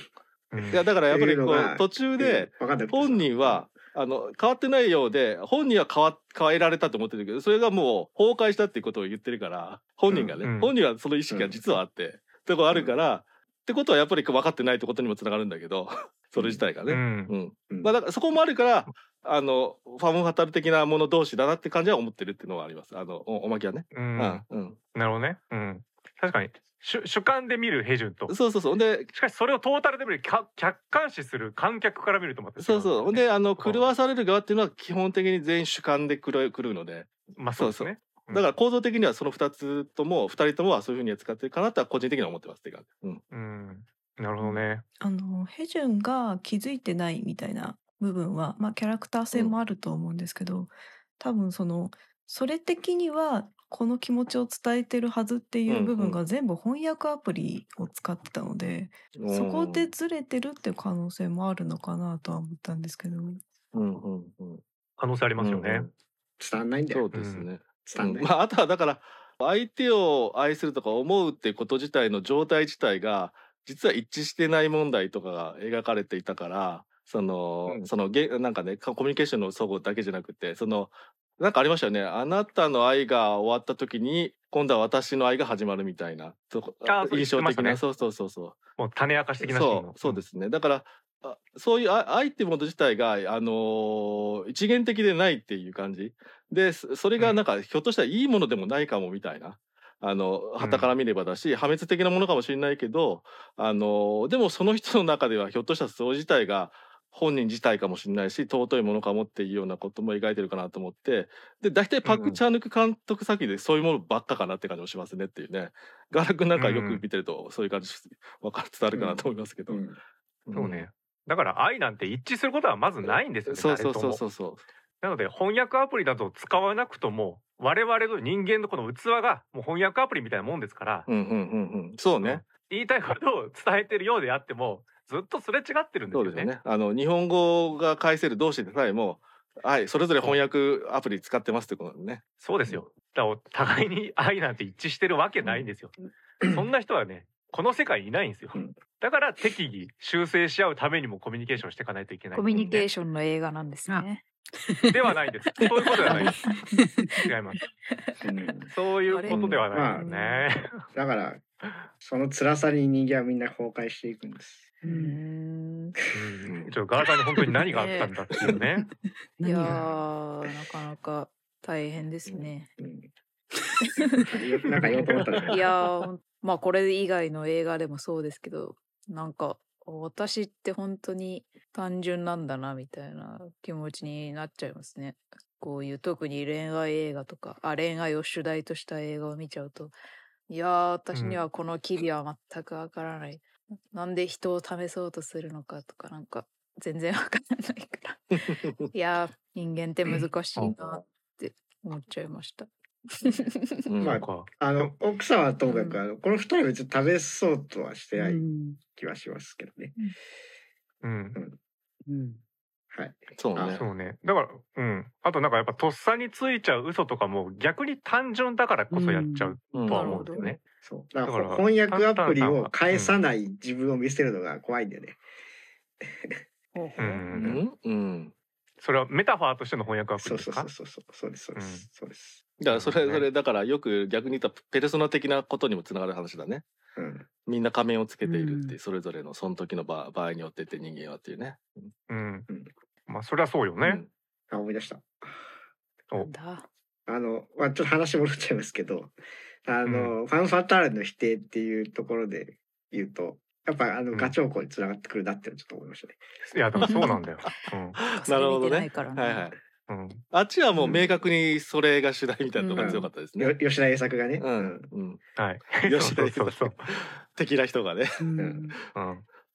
[SPEAKER 2] いやだからやっぱりこ
[SPEAKER 7] っていうのが
[SPEAKER 2] う途中で
[SPEAKER 7] 分かんなくて
[SPEAKER 2] 本人はあの変わってないようで本人は変わ変えられたと思ってるけどそれがもう崩壊したっていうことを言ってるから本人がね、
[SPEAKER 1] うん
[SPEAKER 2] 本人はその意識が実はあって、とこあるから、ってことはやっぱり分かってないってことにもつながるんだけ どそれ自体が
[SPEAKER 1] う
[SPEAKER 2] ね。
[SPEAKER 1] ん
[SPEAKER 2] うん
[SPEAKER 7] うん
[SPEAKER 2] まあ、だからそこもあるからあのファム・ファタル的なもの同士だなって感じは思ってるっていうのはありますあのおおまけはね。
[SPEAKER 1] うん
[SPEAKER 2] うんうん
[SPEAKER 1] なるほどね。うん。確かに。主主観で見る平準と
[SPEAKER 2] そうそうそうほんで
[SPEAKER 1] しかしそれをトータルで見る客客観視する観客から見るとまた違
[SPEAKER 2] そうそうほんであの
[SPEAKER 1] うん
[SPEAKER 2] 狂わされる側っていうのは基本的に全員主観で狂い狂うので
[SPEAKER 1] まあそうですねうん
[SPEAKER 2] だから構造的にはその2つとも2人ともはそういうふうに扱ってるかなとは個人的には思ってますっていう感じ、うん
[SPEAKER 1] うんなるほどね
[SPEAKER 3] あのヘジュンが気づいてないみたいな部分は、まあ、キャラクター性もあると思うんですけど、多分そのそれ的にはこの気持ちを伝えてるはずってい
[SPEAKER 2] んう
[SPEAKER 3] うん部分が全部翻訳アプリを使ってたので、そこでずれてるっていう可能性もあるのかなとは思ったんですけど、
[SPEAKER 2] うんうんうん
[SPEAKER 1] 可能性ありますよ
[SPEAKER 2] うんう
[SPEAKER 1] ね
[SPEAKER 2] ん
[SPEAKER 7] 伝わんないんだ
[SPEAKER 2] そう
[SPEAKER 7] よ。
[SPEAKER 2] ですね、
[SPEAKER 7] 伝わんない。
[SPEAKER 2] まあ、あとはだから相手を愛するとか思うってこと自体の状態自体が実は一致してない問題とかが描かれていたからその、
[SPEAKER 1] うん
[SPEAKER 2] そのげなんかねコミュニケーションの相互だけじゃなくてそのなんかありましたよねあなたの愛が終わった時に今度は私の愛が始まるみたいなとこ
[SPEAKER 1] あーそう
[SPEAKER 2] 印象的
[SPEAKER 1] 言
[SPEAKER 2] な、
[SPEAKER 1] ってましたね
[SPEAKER 2] そうそうそうそう
[SPEAKER 1] もう種明かし的なシーン
[SPEAKER 2] そうそうですねだからあそういうあ愛っていうもの自体が、あのー一元的でないっていう感じでそそれがなんか、ひょっとしたらいいものでもないかもみたいな。あの旗から見ればだし、破滅的なものかもしれないけどあのーでもその人の中ではひょっとしたらそれ自体が本人自体かもしれないし尊いものかもっていうようなことも描いてるかなと思ってで大体パク・チャーヌク監督先でそういうものばっかかなって感じもしますねっていうねガラクなんかよく見てるとそういう感じ分かる伝わるかなと思いますけど、
[SPEAKER 7] うん
[SPEAKER 1] そうねだから愛なんて一致することはまずないんですよね
[SPEAKER 2] そうそ
[SPEAKER 1] 誰
[SPEAKER 2] うそ
[SPEAKER 1] と
[SPEAKER 2] う
[SPEAKER 1] も
[SPEAKER 2] そうそ
[SPEAKER 1] なので翻訳アプリだと使わなくとも我々の人間のこの器がもう翻訳アプリみたいなもんですから、
[SPEAKER 2] う。うんうんうんうん。そうね。
[SPEAKER 1] 言いたいことを伝えてるようであってもずっとすれ違ってるんです
[SPEAKER 2] そう
[SPEAKER 1] よ
[SPEAKER 2] です
[SPEAKER 1] ね。
[SPEAKER 2] よね。あの日本語が返せる同士でさえも、はい、それぞれ翻訳アプリ使ってますってことだね。
[SPEAKER 1] そうですよ。だからお互いに愛なんて一致してるわけないんですよ。そんな人はねこの世界にいないんですよ
[SPEAKER 7] うん。
[SPEAKER 1] だから適宜修正し合うためにもコミュニケーションしていかないといけない、
[SPEAKER 6] コミュニケー
[SPEAKER 1] シ
[SPEAKER 6] ションの映画なんですね。
[SPEAKER 1] ョンではないです。そういうことではないです。違います。そういうことではないですね。
[SPEAKER 7] だから、その辛さに人間はみんな崩壊していくんです。
[SPEAKER 6] うーん。
[SPEAKER 1] うんちょっとガーターに本当に何があったんだっていうね。
[SPEAKER 6] い
[SPEAKER 5] 何
[SPEAKER 6] や
[SPEAKER 5] が
[SPEAKER 6] ーなかなか大変ですね。
[SPEAKER 7] うんなんか言おうと思ったんだけど
[SPEAKER 6] いやーほんまあこれ以外の映画でもそうですけどなんか私って本当に単純なんだなみたいな気持ちになっちゃいますね。こういう特に恋愛映画とかあ恋愛を主題とした映画を見ちゃうといやー私にはこの機微は全くわからない、なんで人を試そうとするのかとかなんか全然わからないからいやー人間って難しいなって思っちゃいました。
[SPEAKER 2] うん
[SPEAKER 7] まあ
[SPEAKER 1] か
[SPEAKER 7] あの、奥さんはともかく、あの、この二人は別に試そうとはして
[SPEAKER 5] う
[SPEAKER 7] ない
[SPEAKER 5] ん
[SPEAKER 7] 気はしますけどね。
[SPEAKER 1] うん、
[SPEAKER 5] うん
[SPEAKER 7] はい。
[SPEAKER 2] そうね
[SPEAKER 7] あ。
[SPEAKER 1] そうね。だから、うん。あとなんかやっぱとっさについちゃう嘘とかも逆に単純だからこそやっちゃう
[SPEAKER 2] うん
[SPEAKER 1] とは思うんですよね。
[SPEAKER 7] そう。だか
[SPEAKER 1] だから
[SPEAKER 7] ら、翻訳アプリを返さ
[SPEAKER 1] うん
[SPEAKER 7] ない自分を見せるのが怖いんだよね。
[SPEAKER 6] ほうほ
[SPEAKER 1] う。
[SPEAKER 6] うん
[SPEAKER 2] うんんうん。
[SPEAKER 1] それはメタファーとしての翻訳アプ
[SPEAKER 7] そ
[SPEAKER 1] リ
[SPEAKER 7] う
[SPEAKER 1] です
[SPEAKER 7] そう
[SPEAKER 1] か
[SPEAKER 7] そうそうそう。そうです、そうです。そうです。
[SPEAKER 2] だからそれ
[SPEAKER 1] そうね
[SPEAKER 2] それだからよく逆に言ったペルソナ的なことにもつながる話だね。
[SPEAKER 7] うん。
[SPEAKER 2] みんな仮面をつけているっていううそれぞれのその時の場場合によってって人間はっていうね。
[SPEAKER 1] うん
[SPEAKER 7] うん。
[SPEAKER 1] まあそれはそうよね。
[SPEAKER 7] あ、思い出した。
[SPEAKER 1] お
[SPEAKER 6] なん だ
[SPEAKER 7] あの、まあ、ちょっと話戻っちゃいますけど、あの、ファンファターレの否定っていうところで言うと、やっぱあ
[SPEAKER 1] う
[SPEAKER 7] の
[SPEAKER 1] ん
[SPEAKER 7] ガチョウコに繋がってくるなってちょっと思いましたね。
[SPEAKER 1] いや、でもそうなんだよ。うん
[SPEAKER 2] なるほど
[SPEAKER 6] 稼いでない
[SPEAKER 2] ね。
[SPEAKER 6] からな
[SPEAKER 2] はいはい。
[SPEAKER 1] うん。
[SPEAKER 2] あっちはもう明確にそれが主題みたいなところが強かったです
[SPEAKER 7] よ
[SPEAKER 2] ね。
[SPEAKER 7] 吉田栄作がね。
[SPEAKER 2] うんうん。
[SPEAKER 1] はい。
[SPEAKER 2] 吉
[SPEAKER 1] そ
[SPEAKER 2] 田
[SPEAKER 1] うそうそう。
[SPEAKER 2] 的な人がね。
[SPEAKER 5] うん
[SPEAKER 7] うん
[SPEAKER 1] うん。
[SPEAKER 2] うん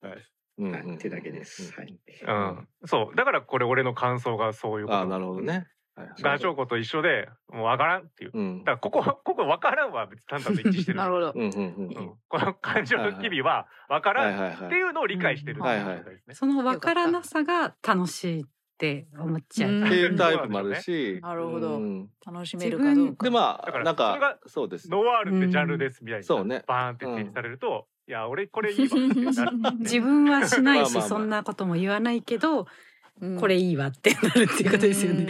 [SPEAKER 7] はい
[SPEAKER 2] うん
[SPEAKER 7] ってだけです。は。い。
[SPEAKER 1] うん。そう。だからこれ俺の感想がそういうこと。
[SPEAKER 2] ああなるほど。ね。はいはい
[SPEAKER 1] ガチョウコと一緒で、もうわからんっていう。
[SPEAKER 2] うん
[SPEAKER 1] だからここ、ここわからんは別に単純に一致してる。
[SPEAKER 6] なるほど。
[SPEAKER 2] うんうんうん
[SPEAKER 1] うんこの感情の機微はわか
[SPEAKER 2] は
[SPEAKER 1] ら
[SPEAKER 2] い
[SPEAKER 1] ん
[SPEAKER 2] はいは
[SPEAKER 1] っ
[SPEAKER 2] い
[SPEAKER 1] て。いうのを理解してるっていう状態ですね。
[SPEAKER 5] その分からなさが楽しいって思っちゃう。
[SPEAKER 2] っていう
[SPEAKER 6] うん
[SPEAKER 2] タイプもあるし。
[SPEAKER 6] なるほど
[SPEAKER 2] うん
[SPEAKER 6] 楽しめるかどうか。
[SPEAKER 2] でま
[SPEAKER 1] だか
[SPEAKER 2] あ
[SPEAKER 1] ら
[SPEAKER 2] なん
[SPEAKER 1] それが
[SPEAKER 2] かそうです。
[SPEAKER 1] ノワールってジャンルですみたいな、
[SPEAKER 2] そうね
[SPEAKER 1] バーンって提示されると、いや俺これいいわってなる、
[SPEAKER 5] 自分はしない
[SPEAKER 2] ま
[SPEAKER 5] し
[SPEAKER 2] あまあまあ
[SPEAKER 5] そんなことも言わないけど
[SPEAKER 6] うん
[SPEAKER 5] これいいわってなるっていうことですよね。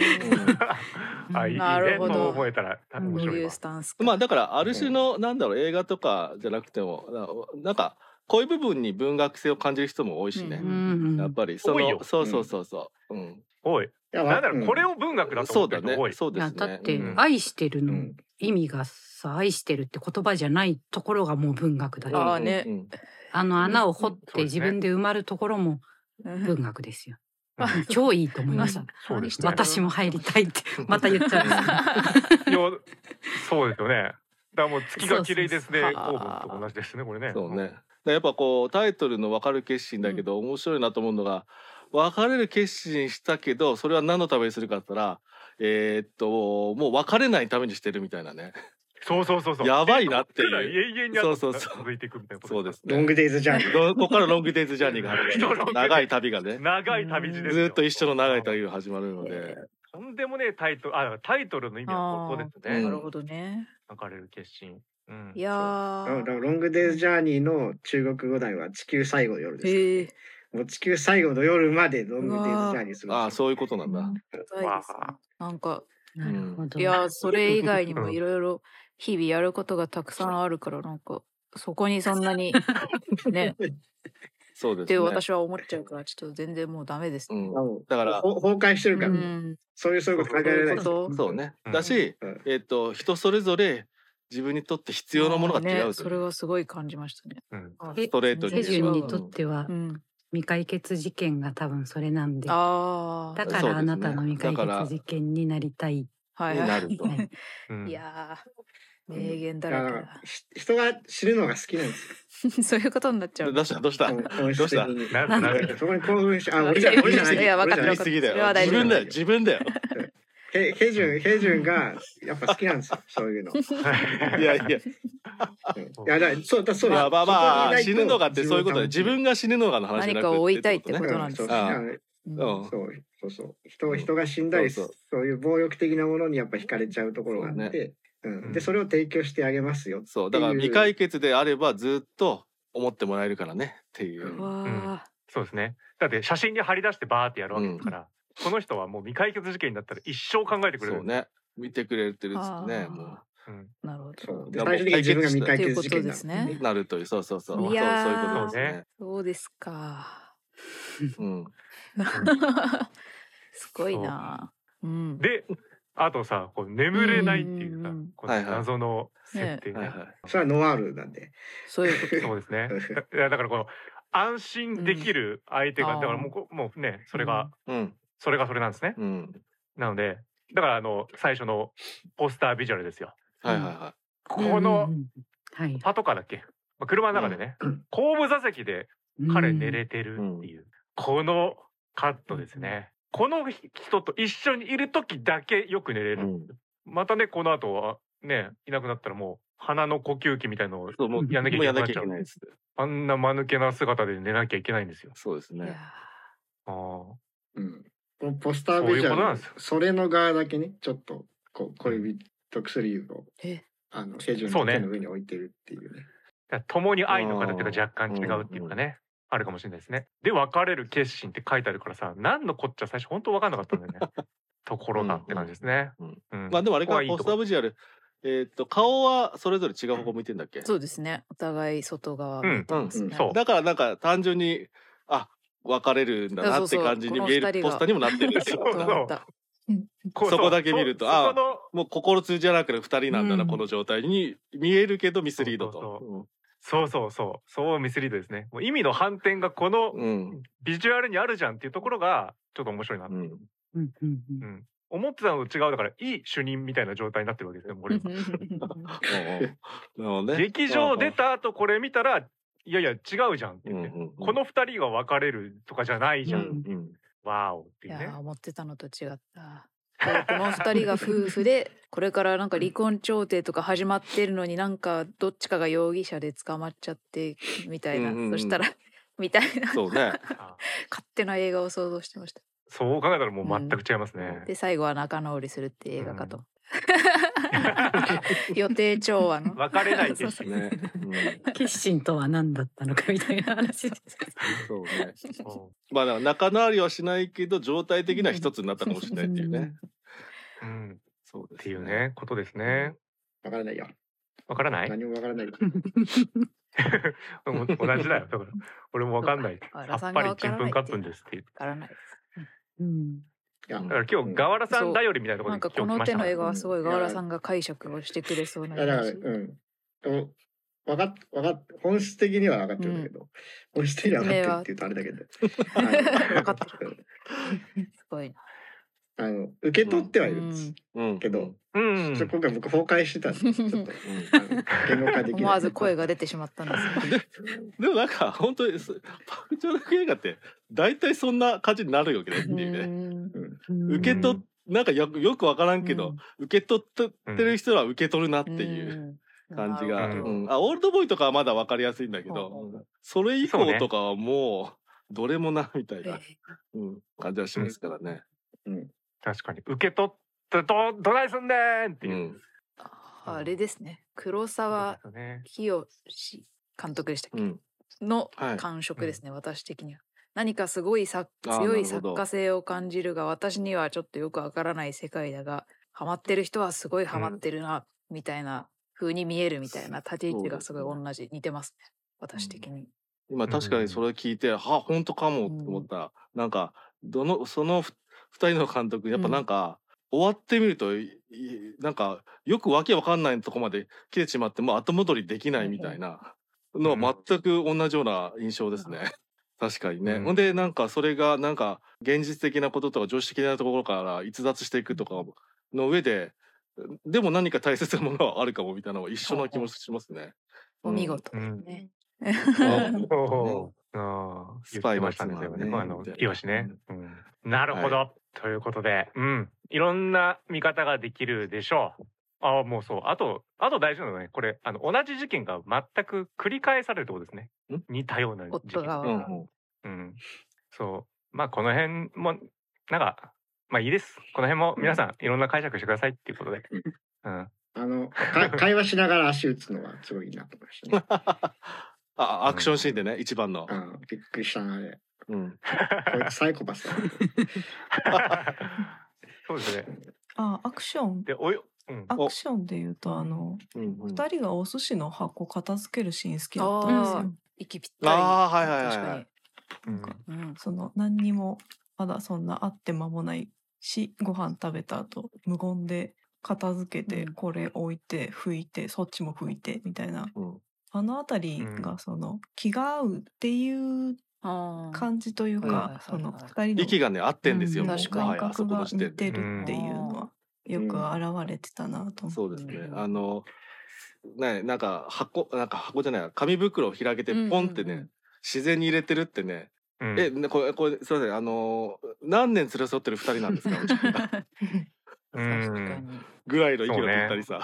[SPEAKER 1] あいい
[SPEAKER 6] なる
[SPEAKER 1] ね
[SPEAKER 6] ほど
[SPEAKER 1] と思えたら
[SPEAKER 5] ん
[SPEAKER 1] 面
[SPEAKER 6] どう
[SPEAKER 1] 白い
[SPEAKER 6] い
[SPEAKER 1] わ
[SPEAKER 6] うス。タンスか。
[SPEAKER 2] まあだからある種のなんだろう映画とかじゃなくてもななんかこういう部分に文学性を感じる人も多いしね
[SPEAKER 5] う。ん
[SPEAKER 2] やっぱりそ
[SPEAKER 1] 多いよ
[SPEAKER 2] のそうそうそうそう。うん
[SPEAKER 1] おい
[SPEAKER 7] や
[SPEAKER 1] なんだろ
[SPEAKER 7] う
[SPEAKER 1] う、これを文学だと
[SPEAKER 2] そ
[SPEAKER 1] 思
[SPEAKER 2] う
[SPEAKER 1] ってる人
[SPEAKER 2] だね
[SPEAKER 1] が多い。
[SPEAKER 2] そう
[SPEAKER 5] い
[SPEAKER 2] で
[SPEAKER 5] や
[SPEAKER 2] す
[SPEAKER 5] だ
[SPEAKER 2] ね
[SPEAKER 5] って
[SPEAKER 1] うん
[SPEAKER 5] 「愛してる」
[SPEAKER 7] う
[SPEAKER 5] の
[SPEAKER 7] ん
[SPEAKER 5] 意味がさ「愛してる」って言葉じゃないところがもう文学だ
[SPEAKER 2] うん
[SPEAKER 6] あ
[SPEAKER 5] よ
[SPEAKER 6] あね
[SPEAKER 2] うんうん
[SPEAKER 5] あの穴を掘っ
[SPEAKER 1] そうですね
[SPEAKER 5] て自分で埋まるところも文学ですよ
[SPEAKER 1] うん
[SPEAKER 5] うん超いいと思いました
[SPEAKER 1] そうですね。
[SPEAKER 5] 私も入りたいってまた言っちゃうんですけど
[SPEAKER 1] いやそうですよね。だからもう月が綺麗ですね。
[SPEAKER 5] そう
[SPEAKER 1] オ
[SPEAKER 5] そう
[SPEAKER 6] そう
[SPEAKER 1] ーブンと同じですね。これね。
[SPEAKER 2] そうね。でやっぱこうタイトルの「分かる決心」だけど、面白いなと思うのが別れる決心したけどそれは何のためにするかって言ったらえーっともう別れないためにしてるみたいなね
[SPEAKER 1] そうそうそうそう。
[SPEAKER 2] やばいなって
[SPEAKER 1] だから
[SPEAKER 2] いう
[SPEAKER 1] 永遠に後
[SPEAKER 2] そう
[SPEAKER 1] が
[SPEAKER 2] そうそう
[SPEAKER 1] 続いていくみたいなこと
[SPEAKER 2] そうですす
[SPEAKER 7] ロン
[SPEAKER 2] ね
[SPEAKER 7] グデイズジャーニー
[SPEAKER 2] どここからロングデイズジャーニーが始まる長い旅が
[SPEAKER 1] か
[SPEAKER 2] ね
[SPEAKER 1] 長い旅路ですよ
[SPEAKER 2] ずーっと一緒の長い旅が始まるので
[SPEAKER 1] とんでもねえタイトルあタイトルの意味はここです
[SPEAKER 2] あー
[SPEAKER 1] ね
[SPEAKER 6] なるほどね。
[SPEAKER 1] 分かれる決心うん
[SPEAKER 6] いや
[SPEAKER 7] だか
[SPEAKER 6] ー。
[SPEAKER 7] らロングデイズジャーニーの中国語題は地球最後の夜ですか
[SPEAKER 6] え
[SPEAKER 7] ら、
[SPEAKER 6] え
[SPEAKER 7] もう地球最後の夜までロングデイズジャーニーするんですよ
[SPEAKER 2] ああそういうことなんだ、
[SPEAKER 6] うん深いですね
[SPEAKER 1] わ
[SPEAKER 6] なんか
[SPEAKER 5] なるほど
[SPEAKER 6] いやーそれ以外にもいろいろ日々やることがたくさんあるからなんかそこにそんな にね
[SPEAKER 2] そうで
[SPEAKER 6] っ
[SPEAKER 2] す
[SPEAKER 6] て
[SPEAKER 2] ね
[SPEAKER 6] 私は思っちゃうからちょっと全然もうダメです
[SPEAKER 2] う
[SPEAKER 6] ね。
[SPEAKER 2] ん
[SPEAKER 7] あ、もう
[SPEAKER 2] だから
[SPEAKER 7] ほ崩壊してるから、
[SPEAKER 6] うん
[SPEAKER 7] そういうそういうこと考えられないです
[SPEAKER 6] そういうこ
[SPEAKER 2] そうね、
[SPEAKER 1] うん
[SPEAKER 2] だし、
[SPEAKER 7] うん
[SPEAKER 2] えーっと人それぞれ自分にとって必要なものが違うとい
[SPEAKER 6] ね
[SPEAKER 2] う
[SPEAKER 6] それはすごい感じましたね。
[SPEAKER 1] うん
[SPEAKER 2] ストレートに
[SPEAKER 5] 手
[SPEAKER 6] 手
[SPEAKER 5] 順
[SPEAKER 6] 順
[SPEAKER 5] にとっては
[SPEAKER 6] うん、
[SPEAKER 5] 未解決事件が多分それなんでだ
[SPEAKER 6] ああ、
[SPEAKER 5] か
[SPEAKER 2] そうですね
[SPEAKER 5] らあなたの未解
[SPEAKER 2] だから
[SPEAKER 5] 決事件になりたい
[SPEAKER 6] はい
[SPEAKER 2] に
[SPEAKER 6] は。
[SPEAKER 2] な いると
[SPEAKER 5] は。い
[SPEAKER 1] うん
[SPEAKER 6] い やー、名言だらけ
[SPEAKER 7] だからひ人が死ぬのが好きなんです
[SPEAKER 6] だ。 そういうことになっちゃう。
[SPEAKER 2] どうしたどうした
[SPEAKER 7] よ。ど
[SPEAKER 2] どうした
[SPEAKER 1] なるほどなるほど
[SPEAKER 7] そこに興奮 し、あ、俺じゃ、俺じゃない。
[SPEAKER 6] いや分かって
[SPEAKER 7] 俺
[SPEAKER 6] る
[SPEAKER 2] 言い
[SPEAKER 7] じゃ
[SPEAKER 2] 過
[SPEAKER 7] ない
[SPEAKER 2] ぎ
[SPEAKER 6] それ
[SPEAKER 2] だ
[SPEAKER 6] は大丈夫
[SPEAKER 2] よ。自分だよ。自分だよ。
[SPEAKER 7] へ、へじゅん、へじゅんが、やっぱ好きなんです よ。そういうの。
[SPEAKER 2] いやいや。
[SPEAKER 7] うんいや、だから、そう、だ、そう。
[SPEAKER 2] まあまあまあ、
[SPEAKER 7] そこ
[SPEAKER 2] 死
[SPEAKER 7] にいない
[SPEAKER 2] ぬのがってそういうことで、自分が死ぬのがの話じゃなく
[SPEAKER 6] 何
[SPEAKER 2] て。
[SPEAKER 6] かを追いたいって
[SPEAKER 7] う
[SPEAKER 6] こ
[SPEAKER 7] ん
[SPEAKER 6] となんですね
[SPEAKER 7] そう
[SPEAKER 2] ああ
[SPEAKER 7] あの
[SPEAKER 2] う
[SPEAKER 7] そ
[SPEAKER 2] ん
[SPEAKER 7] う、そうそう、人、人が死んだり、
[SPEAKER 2] そう
[SPEAKER 7] そ
[SPEAKER 2] そう
[SPEAKER 7] いう暴力的なものにやっぱ惹かれちゃうところがあ
[SPEAKER 2] そ
[SPEAKER 7] っ
[SPEAKER 2] う
[SPEAKER 7] て。う、
[SPEAKER 1] うんん
[SPEAKER 7] で、それを提供してあげますよ。
[SPEAKER 2] そう、だから未解決であればずっと思ってもらえるからねっていうう。
[SPEAKER 6] わ
[SPEAKER 1] そうですねだって写真に貼り出してバーってやるわけですからこの人はもう未解決事件になったら一生考えてくれ
[SPEAKER 2] そう
[SPEAKER 1] る
[SPEAKER 2] ね。見てくれてるっつってね、
[SPEAKER 6] あー
[SPEAKER 2] も
[SPEAKER 1] うん
[SPEAKER 6] ー、なるほ
[SPEAKER 7] そ
[SPEAKER 6] ど
[SPEAKER 7] う、。で、最終的に自分が未解決事件になる
[SPEAKER 6] ということです
[SPEAKER 2] う、なるという、そうそうそう。そ
[SPEAKER 6] い
[SPEAKER 2] うそう
[SPEAKER 6] やー
[SPEAKER 2] いうことですね。
[SPEAKER 6] そうですか。
[SPEAKER 2] うん。
[SPEAKER 6] すごいな。うん。
[SPEAKER 1] であとさこう眠れないっていうさ
[SPEAKER 6] うんうんうん
[SPEAKER 1] この謎の設定
[SPEAKER 2] はいは
[SPEAKER 1] ね
[SPEAKER 2] い。
[SPEAKER 7] それはノワールなんで。
[SPEAKER 6] そういうこと。
[SPEAKER 1] そうですね
[SPEAKER 7] うん
[SPEAKER 1] いやだからこの安心できる相手が、
[SPEAKER 6] うん
[SPEAKER 1] だからもうこもうねそれが、
[SPEAKER 6] うん
[SPEAKER 2] うん。
[SPEAKER 1] それがそれなんですね
[SPEAKER 2] うん。
[SPEAKER 1] なのでだからあの最初のポスタービジュアルですよ
[SPEAKER 2] はいはいは
[SPEAKER 1] この
[SPEAKER 5] うんうんうんはい
[SPEAKER 1] パトカーだっけ、まあ、車の中でね、後部座席で彼寝れてるっていう、このカットですね、この人と一緒にいる時だけよく寝れ
[SPEAKER 2] い。う
[SPEAKER 1] る、
[SPEAKER 2] ん。
[SPEAKER 1] またねこの後はねいなくなったらもう鼻の呼吸器みたいのを
[SPEAKER 2] そう、もう
[SPEAKER 1] やんなきゃい
[SPEAKER 2] もう
[SPEAKER 1] け
[SPEAKER 2] やん
[SPEAKER 1] な
[SPEAKER 2] な
[SPEAKER 1] く
[SPEAKER 2] きゃ
[SPEAKER 1] なっちゃ
[SPEAKER 2] いけ
[SPEAKER 1] う
[SPEAKER 2] ないです。
[SPEAKER 1] あんな間抜けな姿で寝なきゃいけないんですよ
[SPEAKER 2] そうです
[SPEAKER 6] いや
[SPEAKER 2] ね。
[SPEAKER 1] あー
[SPEAKER 7] うん。このポスタービ
[SPEAKER 1] そう
[SPEAKER 7] ジュ
[SPEAKER 1] いうことな
[SPEAKER 7] ア
[SPEAKER 1] ん
[SPEAKER 7] ル
[SPEAKER 1] ですよ。
[SPEAKER 7] それの側だけね、ちょっと、こう、恋人薬指を。
[SPEAKER 6] ーえ、
[SPEAKER 7] あの、手順
[SPEAKER 1] そう
[SPEAKER 7] の
[SPEAKER 1] ね
[SPEAKER 7] 手の上に置いてるっていうね。
[SPEAKER 1] だから共に愛の形が若干違うっていうかね、あるかもしれないですね。で別れる決心って書いてあるからさ何のこっちゃ最初本当分かんなかったんだよね。ところがって感じですね。
[SPEAKER 2] うん
[SPEAKER 1] うん
[SPEAKER 2] まあでもあれ
[SPEAKER 1] こ
[SPEAKER 2] か、
[SPEAKER 1] こはいい
[SPEAKER 2] ポ
[SPEAKER 1] と
[SPEAKER 2] ス
[SPEAKER 1] こ
[SPEAKER 2] タービジュアル。えーっと、顔はそれぞれ違う方向向いてんだっけ
[SPEAKER 6] そうですね。お互い外側
[SPEAKER 1] う
[SPEAKER 6] 見
[SPEAKER 1] ん
[SPEAKER 6] てます
[SPEAKER 7] うん
[SPEAKER 6] ね。
[SPEAKER 1] そう
[SPEAKER 2] だからなんか単純にあ別れるんだなって感じに見え
[SPEAKER 6] そうそう
[SPEAKER 2] る
[SPEAKER 6] この二人が
[SPEAKER 2] ポスターにもなってるん ですよ
[SPEAKER 1] そう
[SPEAKER 6] と思った。
[SPEAKER 1] こう
[SPEAKER 2] そこだけ見ると
[SPEAKER 1] そ
[SPEAKER 2] あ
[SPEAKER 1] そこの
[SPEAKER 2] もう心通じゃなくて二人なんだな、
[SPEAKER 6] うん
[SPEAKER 2] この状態に見えるけどミスリードと
[SPEAKER 1] そうそうそうそうそうミスリードですね。もう意味の反転がこの
[SPEAKER 2] うん
[SPEAKER 1] ビジュアルにあるじゃんっていうところがちょっと面白いな。
[SPEAKER 2] うんうん
[SPEAKER 5] うんうんうん
[SPEAKER 1] うん思ってたのと違うだからいい主任みたいな状態になってるわけですよ。もう俺
[SPEAKER 2] うんなるほどね
[SPEAKER 1] 劇場出た後これ見たらいやいや違うじゃんって
[SPEAKER 2] うん
[SPEAKER 1] 言
[SPEAKER 2] う
[SPEAKER 1] っ
[SPEAKER 2] ん
[SPEAKER 1] て、
[SPEAKER 2] うん
[SPEAKER 1] この二人が別れるとかじゃないじゃん。
[SPEAKER 2] うんうん
[SPEAKER 1] わーおって
[SPEAKER 6] い
[SPEAKER 1] いう
[SPEAKER 6] や
[SPEAKER 1] ね
[SPEAKER 6] ー。思ってたのと違 った。この二人が夫婦でこれからなんか離婚調停とか始まってるのになんかどっちかが容疑者で捕まっちゃってみたいな、
[SPEAKER 2] うんうんうん
[SPEAKER 6] そしたら みたいな
[SPEAKER 2] そうね
[SPEAKER 1] あ
[SPEAKER 6] 勝手な映画を想像してました
[SPEAKER 1] そう考えたらもう全く違いますね。
[SPEAKER 6] で最後は仲直りするって映画かと、予定調 和 の
[SPEAKER 1] 別れないです
[SPEAKER 6] そう
[SPEAKER 2] ね、うん、
[SPEAKER 5] 決心とは何だったのかみたいな話です。
[SPEAKER 2] そうね
[SPEAKER 1] そ
[SPEAKER 2] まあだから仲直りはしないけど状態的には一つになったかもしれないっていうね、
[SPEAKER 1] ううん、っ
[SPEAKER 2] そうです
[SPEAKER 1] ていうねことですね。
[SPEAKER 7] わからないよ。
[SPEAKER 1] わからない？
[SPEAKER 7] 何もわからない。
[SPEAKER 1] もう同じだよ。だから俺もわかんない
[SPEAKER 6] あ。
[SPEAKER 1] さ
[SPEAKER 6] ラさ
[SPEAKER 1] っ
[SPEAKER 6] ん
[SPEAKER 1] ぱ
[SPEAKER 6] が
[SPEAKER 1] り
[SPEAKER 6] わか
[SPEAKER 1] ち
[SPEAKER 6] ら
[SPEAKER 1] ん
[SPEAKER 6] ない
[SPEAKER 1] ぷんかっぷんですって言って
[SPEAKER 6] わからない
[SPEAKER 5] うん
[SPEAKER 7] や
[SPEAKER 1] だから今日ガワラさん頼りみたいなところ
[SPEAKER 6] なん
[SPEAKER 1] に
[SPEAKER 6] か
[SPEAKER 1] 今
[SPEAKER 6] こ
[SPEAKER 1] 日来
[SPEAKER 6] の
[SPEAKER 1] ました
[SPEAKER 6] 手の
[SPEAKER 1] ね
[SPEAKER 6] 絵がすごいガワラさんが解釈をしてくれそうな
[SPEAKER 7] だから、う
[SPEAKER 6] 感じ
[SPEAKER 7] ん。お分かっ、分かっ、本質的には分かってるんだけど、本質的には分かってるって言うとあれだけど。
[SPEAKER 6] 分かって
[SPEAKER 7] る。
[SPEAKER 6] すごいな。
[SPEAKER 7] あの、受け取ってはいるんで
[SPEAKER 6] う
[SPEAKER 7] す
[SPEAKER 6] ん
[SPEAKER 2] うん
[SPEAKER 7] けど、
[SPEAKER 1] うん
[SPEAKER 7] ちょっと今回僕崩壊してたんで、ちょっと、あの言語化できな い。
[SPEAKER 6] 思わず声が出てしまったん ですよ。
[SPEAKER 2] でもなんか本当にすパクチョナク映画って大体そんな感じになるわけねっていうね。受け取っなんかよよくわからんけど、受け取ってる人は受け取るなっていう
[SPEAKER 6] う
[SPEAKER 2] 感じ
[SPEAKER 1] な
[SPEAKER 2] が、
[SPEAKER 1] るほど
[SPEAKER 2] うんあオールドボーイとかはまだわかりやすいんだけ
[SPEAKER 6] ほう
[SPEAKER 2] ど、それ以降とかはもうどれもなみたいな、うん、感じはしますからね。
[SPEAKER 1] 確かに受け取ってどどないすんねんって
[SPEAKER 2] う
[SPEAKER 1] いう、
[SPEAKER 2] ん
[SPEAKER 6] あれですね。黒沢
[SPEAKER 1] そうですね
[SPEAKER 6] 清監督でしたっ
[SPEAKER 2] う
[SPEAKER 6] け、
[SPEAKER 2] ん
[SPEAKER 6] の
[SPEAKER 2] はい
[SPEAKER 6] 感触ですね、私的には。何かすごいさ
[SPEAKER 2] あー
[SPEAKER 6] 強い
[SPEAKER 2] なるほ
[SPEAKER 6] 作
[SPEAKER 2] ど
[SPEAKER 6] 家性を感じるが私にはちょっとよくわからない世界だがハマってる人はすごいハマってるな、みたいな風に見えるみたいな立ち位置がすごい同じ、似てますね私的に。
[SPEAKER 2] 今確かにそれ聞いて、はあ本当かもって思ったら、なんかどのそのふ二人の監督やっぱなんか、終わってみるといいなんかよくわけわかんないとこまで来てしまってもう後戻りできないみたいなのは全く同じような印象ですね。 確かにね、
[SPEAKER 1] うん
[SPEAKER 2] ほんでなんかそれがなんか現実的なこととか常識的なところから逸脱していくとかの上ででも何か大切なものはあるかもみたいなのは一緒な気もします ね。
[SPEAKER 6] お見事
[SPEAKER 1] う
[SPEAKER 6] です
[SPEAKER 1] ん
[SPEAKER 6] ね。
[SPEAKER 2] あ
[SPEAKER 1] おーあー
[SPEAKER 2] スパイ
[SPEAKER 1] 言
[SPEAKER 2] は
[SPEAKER 1] ってましたねそ
[SPEAKER 2] 妻
[SPEAKER 1] ういえば
[SPEAKER 2] ね
[SPEAKER 1] ねあの
[SPEAKER 2] みたいな
[SPEAKER 1] よしね、うんなるほど、ということでうんいろんな見方ができるでしょうああもうそうあとあと大事なのがねこれあの同じ事件が全く繰り返されるってことですね
[SPEAKER 2] ん
[SPEAKER 1] 似たような事
[SPEAKER 6] 夫
[SPEAKER 1] 件
[SPEAKER 6] が、
[SPEAKER 2] うんうん
[SPEAKER 1] うん、そうまあこの辺もなんかまあいいですこの辺も皆さんいろんな解釈してくださいっていうことで、うん、
[SPEAKER 7] あの、か会話しながら足打つのはすごいいいなと思いましたね。
[SPEAKER 2] あアクションシーンでね、一番の
[SPEAKER 7] あ、のびっくりしたな、あれ。
[SPEAKER 2] うん、
[SPEAKER 7] こいつサイコパスだ。。
[SPEAKER 1] そうですね
[SPEAKER 3] あアクション
[SPEAKER 1] でおよ、うん、
[SPEAKER 3] アクションで言うとあの
[SPEAKER 2] うんうん
[SPEAKER 3] 二人がお寿司の箱片付けるシーン好きだった
[SPEAKER 6] あー
[SPEAKER 3] んで
[SPEAKER 6] 息ぴったり。
[SPEAKER 2] あーはいはいはい
[SPEAKER 6] 確
[SPEAKER 2] は
[SPEAKER 6] か
[SPEAKER 2] い
[SPEAKER 6] に。
[SPEAKER 1] うん
[SPEAKER 3] す
[SPEAKER 6] うん
[SPEAKER 3] よその何にもまだそんな会って間もないしご飯食べた後無言で片付けて
[SPEAKER 6] うん
[SPEAKER 3] これ置いて拭いてそっちも拭いてみたいな
[SPEAKER 2] うん
[SPEAKER 3] あの辺りがその気が合うっていう
[SPEAKER 6] あー
[SPEAKER 3] 感じという
[SPEAKER 6] うんはいはいはい
[SPEAKER 3] か
[SPEAKER 6] はい
[SPEAKER 3] その二人の
[SPEAKER 2] 息がね合ってんですよ、
[SPEAKER 3] うん
[SPEAKER 2] もう
[SPEAKER 6] 確かに
[SPEAKER 2] もは
[SPEAKER 3] 感
[SPEAKER 2] やあそ
[SPEAKER 3] 覚
[SPEAKER 2] こ
[SPEAKER 3] が
[SPEAKER 2] の時
[SPEAKER 3] 似
[SPEAKER 2] 点
[SPEAKER 3] て
[SPEAKER 2] で
[SPEAKER 1] う
[SPEAKER 3] る
[SPEAKER 1] ん
[SPEAKER 3] っていうのはよく現れてたなと思
[SPEAKER 2] そうですね
[SPEAKER 6] うん
[SPEAKER 2] あのねなんか箱なんか箱じゃない紙袋を開けて
[SPEAKER 6] うんうんうん
[SPEAKER 2] ポンってね、自然に入れてるってね、
[SPEAKER 1] うん
[SPEAKER 2] えねこれこれすいませんあの何年連れ添ってる二人なんですか
[SPEAKER 1] う
[SPEAKER 6] 確か
[SPEAKER 1] ん
[SPEAKER 6] に。
[SPEAKER 2] ぐらいの息のぴったりさ、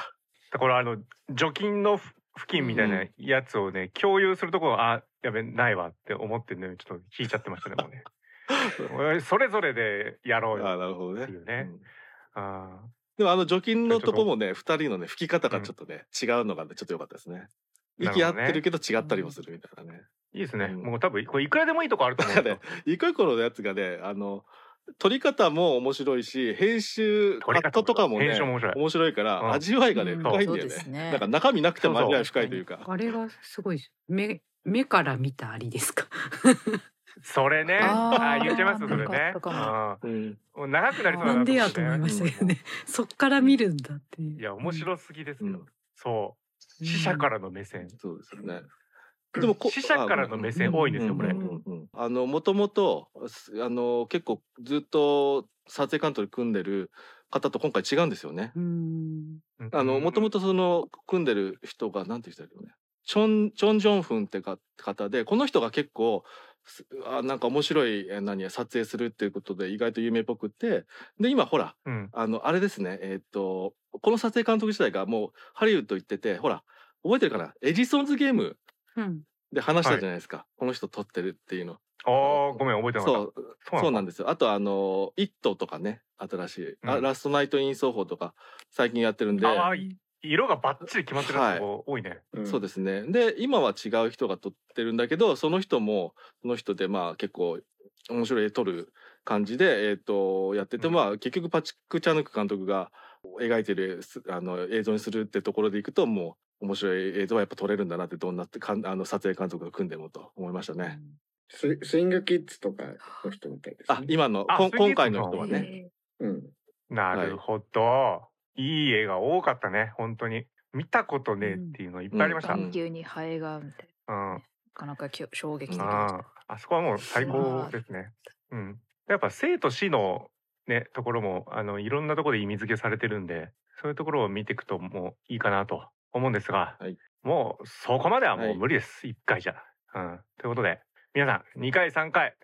[SPEAKER 1] だからあの除菌のふ付近みたいなやつをね、共有するところあやべないわって思ってねちょっと引いちゃってましたねもうねおいそれぞれでやろう
[SPEAKER 2] ああ
[SPEAKER 1] よ
[SPEAKER 2] なるほどね
[SPEAKER 1] いいよね
[SPEAKER 2] うん
[SPEAKER 1] あ
[SPEAKER 2] でもあの除菌のとこもね二人のね吹き方がちょっとね、違うのがねちょっと良かったですね
[SPEAKER 1] なるほどね
[SPEAKER 2] 息合ってるけど違ったりもするみたいなね、
[SPEAKER 1] ーいいですね、
[SPEAKER 2] うん
[SPEAKER 1] もう多分これいくらでもいいとこあると思うんですよ
[SPEAKER 2] 一個一個のやつがねあの撮り方も面白いし編集カ
[SPEAKER 1] 撮り方も
[SPEAKER 2] ットとかもね
[SPEAKER 1] 編集も面白い
[SPEAKER 2] から、
[SPEAKER 1] うん
[SPEAKER 2] 味わいがね
[SPEAKER 5] うん
[SPEAKER 2] 深いんだ
[SPEAKER 6] そ
[SPEAKER 2] よ
[SPEAKER 6] う
[SPEAKER 2] ね
[SPEAKER 6] ですね
[SPEAKER 2] なんか中身なくても
[SPEAKER 1] そうそう
[SPEAKER 2] 味わい深いというか
[SPEAKER 5] あれがすごいです目目から見たありですか
[SPEAKER 1] それね
[SPEAKER 6] あー
[SPEAKER 1] あー言っちゃいますそれ
[SPEAKER 6] なんかあっ
[SPEAKER 1] ね
[SPEAKER 6] た
[SPEAKER 1] う
[SPEAKER 6] か
[SPEAKER 1] ん
[SPEAKER 6] も
[SPEAKER 2] うん
[SPEAKER 1] もう長くなりそうだ
[SPEAKER 5] なんでやと
[SPEAKER 1] 思
[SPEAKER 5] 思
[SPEAKER 1] っ
[SPEAKER 5] い
[SPEAKER 1] て
[SPEAKER 5] ましたよねそっから見るんだっていう
[SPEAKER 1] いや面白すぎですよ、
[SPEAKER 2] うん
[SPEAKER 1] そう死者からの目線、
[SPEAKER 2] そうですよねでもこ
[SPEAKER 1] 死者からの目線多いんですよこれ
[SPEAKER 2] うんうんうんあのもともとすあの結構ずっと撮影監督組んでる方と今回違うんですよね。
[SPEAKER 5] うん
[SPEAKER 2] あのもとも
[SPEAKER 1] と
[SPEAKER 2] とその組んでる人がなんて言ったらいいのねチョン・チョンジョンフンってか方でこの人が結構すあなんか面白いえー何撮影するっていうことで意外と有名っぽくてで今ほら
[SPEAKER 1] うん
[SPEAKER 2] あのあれですねえーっとこの撮影監督自体がもうハリウッド行っててほら覚えてるかなエジソンズゲーム
[SPEAKER 5] うん
[SPEAKER 2] で話したじゃないですか、この人撮ってるっていうの
[SPEAKER 1] あーごめん覚えてなかったな
[SPEAKER 2] そう
[SPEAKER 1] の
[SPEAKER 2] そうなんですよあとあの「イット!」とかね新しい、あ
[SPEAKER 1] うん
[SPEAKER 2] ラストナイト・イン・奏法」とか最近やってるんで
[SPEAKER 1] ああい色がバッチリ決まってるやつが多いね。
[SPEAKER 2] そうですすね。で今は違う人が撮ってるんだけどその人もその人でまあ結構面白い絵撮る感じで、えー、とやってて、
[SPEAKER 1] うん
[SPEAKER 2] まあ結局パチク・チャヌク監督が描いてるすあの映像にするってところでいくともう面白い映像はやっぱ撮れるんだなってどんなってかんあの撮影監督が組んでもと思いましたね。
[SPEAKER 7] ススイングキッズとかの人みたいです、ね。
[SPEAKER 2] あ、今の、
[SPEAKER 1] あ
[SPEAKER 2] こん
[SPEAKER 1] そういう
[SPEAKER 2] 今回の人は
[SPEAKER 1] こと
[SPEAKER 2] ね。
[SPEAKER 6] え
[SPEAKER 7] うん。
[SPEAKER 1] なるほど、い、い映画多かったね本当に見たことねえっていうのいっぱいありまし
[SPEAKER 6] ー
[SPEAKER 1] た、う
[SPEAKER 2] うん
[SPEAKER 6] 眼球にハエがみたい
[SPEAKER 1] うん
[SPEAKER 6] ななかなかきょ衝撃的でした
[SPEAKER 1] ああそこはもう最高ですね。うん、やっぱ生と死の、ね、ところもあのいろんなところで意味付けされてるんでそういうところを見ていくともういいかなと思うんですが、
[SPEAKER 2] はい
[SPEAKER 1] もうそこまではも
[SPEAKER 2] は
[SPEAKER 1] う
[SPEAKER 2] い
[SPEAKER 1] 無理です、1回じゃ。うん、ということで皆さん2回3回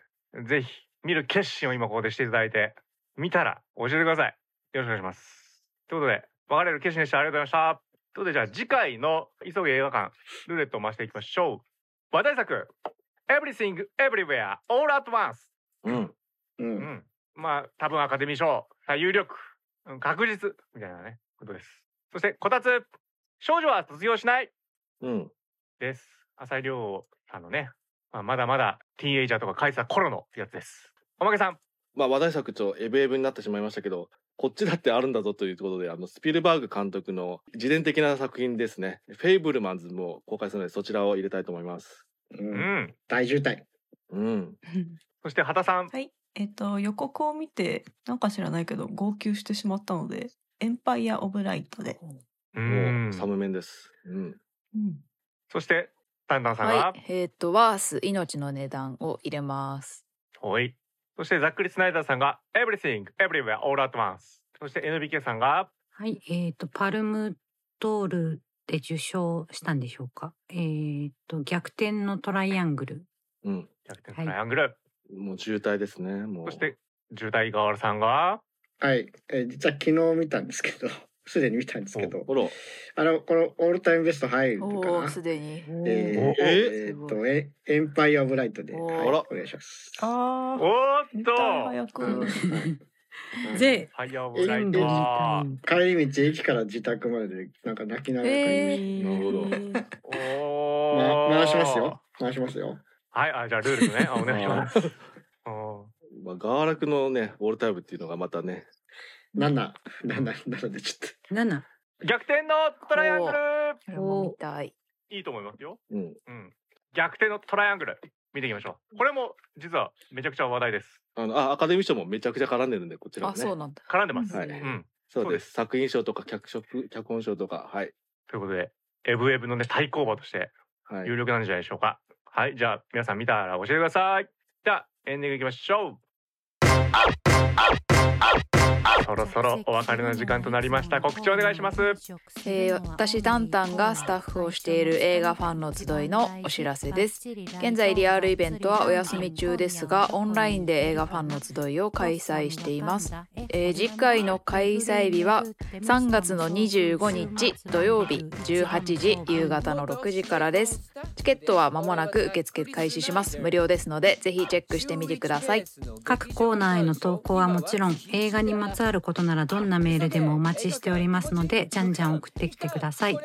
[SPEAKER 1] ぜひ見る決心を今ここでしていただいて見たら教えてください。よろしくお願いします。ということで別れる決心でしたありがとうございました。ということでじゃあ次回の「急げ映画館」ルーレットを回していきましょう。話題作 Everything Everywhere All at Once、
[SPEAKER 2] うん。
[SPEAKER 7] う。
[SPEAKER 1] うんん、まあ多分アカデミー賞最有力、うん、確実みたいなねことですそしてこたつ少女は卒業しない
[SPEAKER 2] うん。
[SPEAKER 1] です浅井亮さんのね、まあ、まだまだティーンエイジャーとか返した頃のやつですおまけさん
[SPEAKER 2] まあ話題作ちょっとエブエブになってしまいましたけど、こっちだってあるんだぞということで、あのスピルバーグ監督の自伝的な作品ですね。フェイブルマンズも公開するので、そちらを入れたいと思います。
[SPEAKER 1] う
[SPEAKER 7] うん。
[SPEAKER 1] ん
[SPEAKER 7] 大渋滞。
[SPEAKER 2] うん。
[SPEAKER 1] そして畑さん
[SPEAKER 3] はい。えっと、予告を見て、なんか知らないけど、号泣してしまったので、エンパイア・オブ・ライトで。
[SPEAKER 1] う
[SPEAKER 2] も
[SPEAKER 1] ん
[SPEAKER 2] うサムメンです。うん。
[SPEAKER 3] うん。
[SPEAKER 1] そしてタンタンさんが、
[SPEAKER 6] はい、えっ、とワース命の値段を入れます。
[SPEAKER 1] はい。そしてざっくりスナイダーさんが Everything Everywhere All at Once そして NBK さんが
[SPEAKER 5] はい、えっ、と、パルムドールで受賞したんでしょうか。えっ、と、逆転のトライアングル。
[SPEAKER 2] うん。
[SPEAKER 1] 逆転トライアングル、
[SPEAKER 2] もう渋滞ですね。も
[SPEAKER 1] そ
[SPEAKER 2] う。
[SPEAKER 1] して重大河原さんが
[SPEAKER 7] はい。えー実は昨日見たんですけど、 すでに見たんですけど、
[SPEAKER 2] ほら。
[SPEAKER 7] あの、このオールタイムベスト入る
[SPEAKER 6] お
[SPEAKER 7] か
[SPEAKER 6] おー
[SPEAKER 7] な
[SPEAKER 6] す。でに。
[SPEAKER 7] えー
[SPEAKER 1] おー
[SPEAKER 7] えー
[SPEAKER 6] す
[SPEAKER 7] っと、えエンパイア・オブ・ライトで、はい
[SPEAKER 6] おー
[SPEAKER 2] あら
[SPEAKER 7] お願いします。
[SPEAKER 3] あ
[SPEAKER 1] お
[SPEAKER 3] ー、
[SPEAKER 1] ーっ
[SPEAKER 3] 見た
[SPEAKER 1] と
[SPEAKER 3] 早く。
[SPEAKER 7] うんはい
[SPEAKER 5] ぜ
[SPEAKER 1] ファイヤーオ
[SPEAKER 7] え
[SPEAKER 1] ブライ
[SPEAKER 7] え
[SPEAKER 1] ト
[SPEAKER 7] 帰り道駅から自宅まででなんか泣きながら帰りまし
[SPEAKER 2] なるほど
[SPEAKER 1] お
[SPEAKER 7] た、
[SPEAKER 1] ー
[SPEAKER 7] ま回しますよ回しますよ
[SPEAKER 1] はいあじゃあルールねあお願いします お
[SPEAKER 2] まあ、ガーラクのね、オールタイムっていうのがまたね、
[SPEAKER 7] 77 7でちょっ
[SPEAKER 5] 7。
[SPEAKER 1] ー逆転のトライアング
[SPEAKER 6] これも見たい。
[SPEAKER 1] ルいいと思いますよ
[SPEAKER 2] うん。
[SPEAKER 1] うん逆転のトライアングル見ていきましょうこれも実はめちゃくちゃ話題です
[SPEAKER 2] あの、あ、アカデミー賞もめちゃくちゃ絡んでるんで、こちらも
[SPEAKER 6] あ
[SPEAKER 2] ね。
[SPEAKER 6] そうなんだ。
[SPEAKER 1] 絡んでます、
[SPEAKER 2] はい
[SPEAKER 1] うん
[SPEAKER 2] そうです。作品賞とか脚色、脚本賞とか、はい。
[SPEAKER 1] ということでエブエブのね対抗馬として
[SPEAKER 2] はい
[SPEAKER 1] 有。力なんじゃないでしょうかはいじゃあ皆さん見たら教えてくださいじゃあエンディングいきましょうそろそろお別れの時間となりました告知お願いします
[SPEAKER 6] えー私タンタンがスタッフをしている映画ファンの集いのお知らせです現在リアルイベントはお休み中ですがオンラインで映画ファンの集いを開催しています、えー次回の開催日は3月の25日土曜日18時夕方の6時からですチケットは間もなく受付開始します無料ですのでぜひチェックしてみてください
[SPEAKER 5] 各コーナーへの投稿はもちろん映画にまつわることならどんなメールでもお待ちしておりますのでじゃんじゃん送ってきてください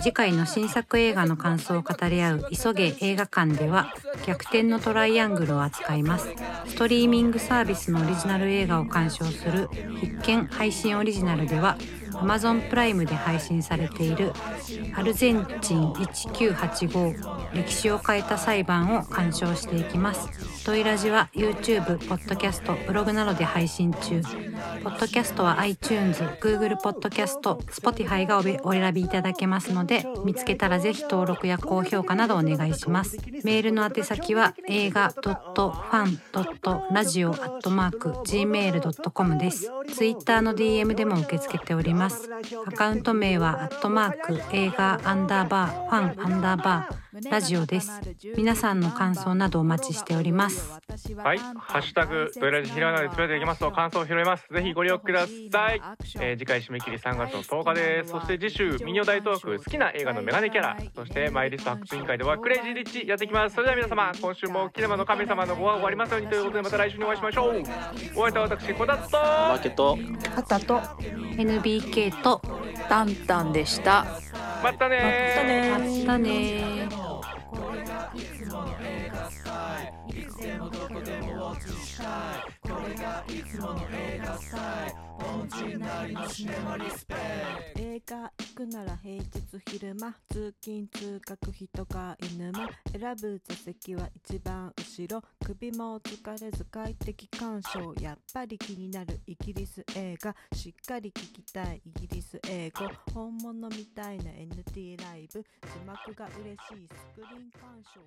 [SPEAKER 5] 次回の新作映画の感想を語り合う「急げ映画館」では逆転のトライアングルを扱いますストリーミングサービスのオリジナル映画を鑑賞する必見配信オリジナルでは Amazon プライムで配信されている「アルゼンチン1985歴史を変えた裁判」を鑑賞していきますトイラジは YouTube、Podcast、ブログなどで配信中 Podcast は iTunes、Google Podcast、Spotify がおべお選びいただけますので見つけたらぜひ登録や高評価などお願いしますメールの宛先は映画 .fan.radio.gmail.com ですツイッターの DM でも受け付けておりますアカウント名はアットマーク映画アンダーバーファンアンダーバーラジオです皆さんの感想などお待ちしております
[SPEAKER 1] はいハッシュタグドイラジひらがなでつぶやいていきますと感想を拾いますぜひご利用ください、えー次回締め切り3月の10日ですそして次週ミニオ大トーク好きな映画のメガネキャラそしてマイリスト発掘委員会ではクレイジーリッチやっていきますそれでは皆様今週もキネマの神様のご飯終わりますようにということでまた来週にお会いしましょうお会いは私こたつと
[SPEAKER 2] マーケット。
[SPEAKER 3] 肩と、ま
[SPEAKER 5] NBK と
[SPEAKER 6] タンタンでした
[SPEAKER 1] またね
[SPEAKER 3] た
[SPEAKER 1] ー
[SPEAKER 5] ま
[SPEAKER 3] ね
[SPEAKER 5] たねー
[SPEAKER 9] 映画行く
[SPEAKER 3] くなら平日昼間通勤通学人か犬間選ぶ座席は一番後ろ首も疲れず快適鑑賞やっぱり気になるイギリス映画しっかり聞きたいイギリス英語本物みたいな NT ライブ字幕が嬉しいスクリーン鑑賞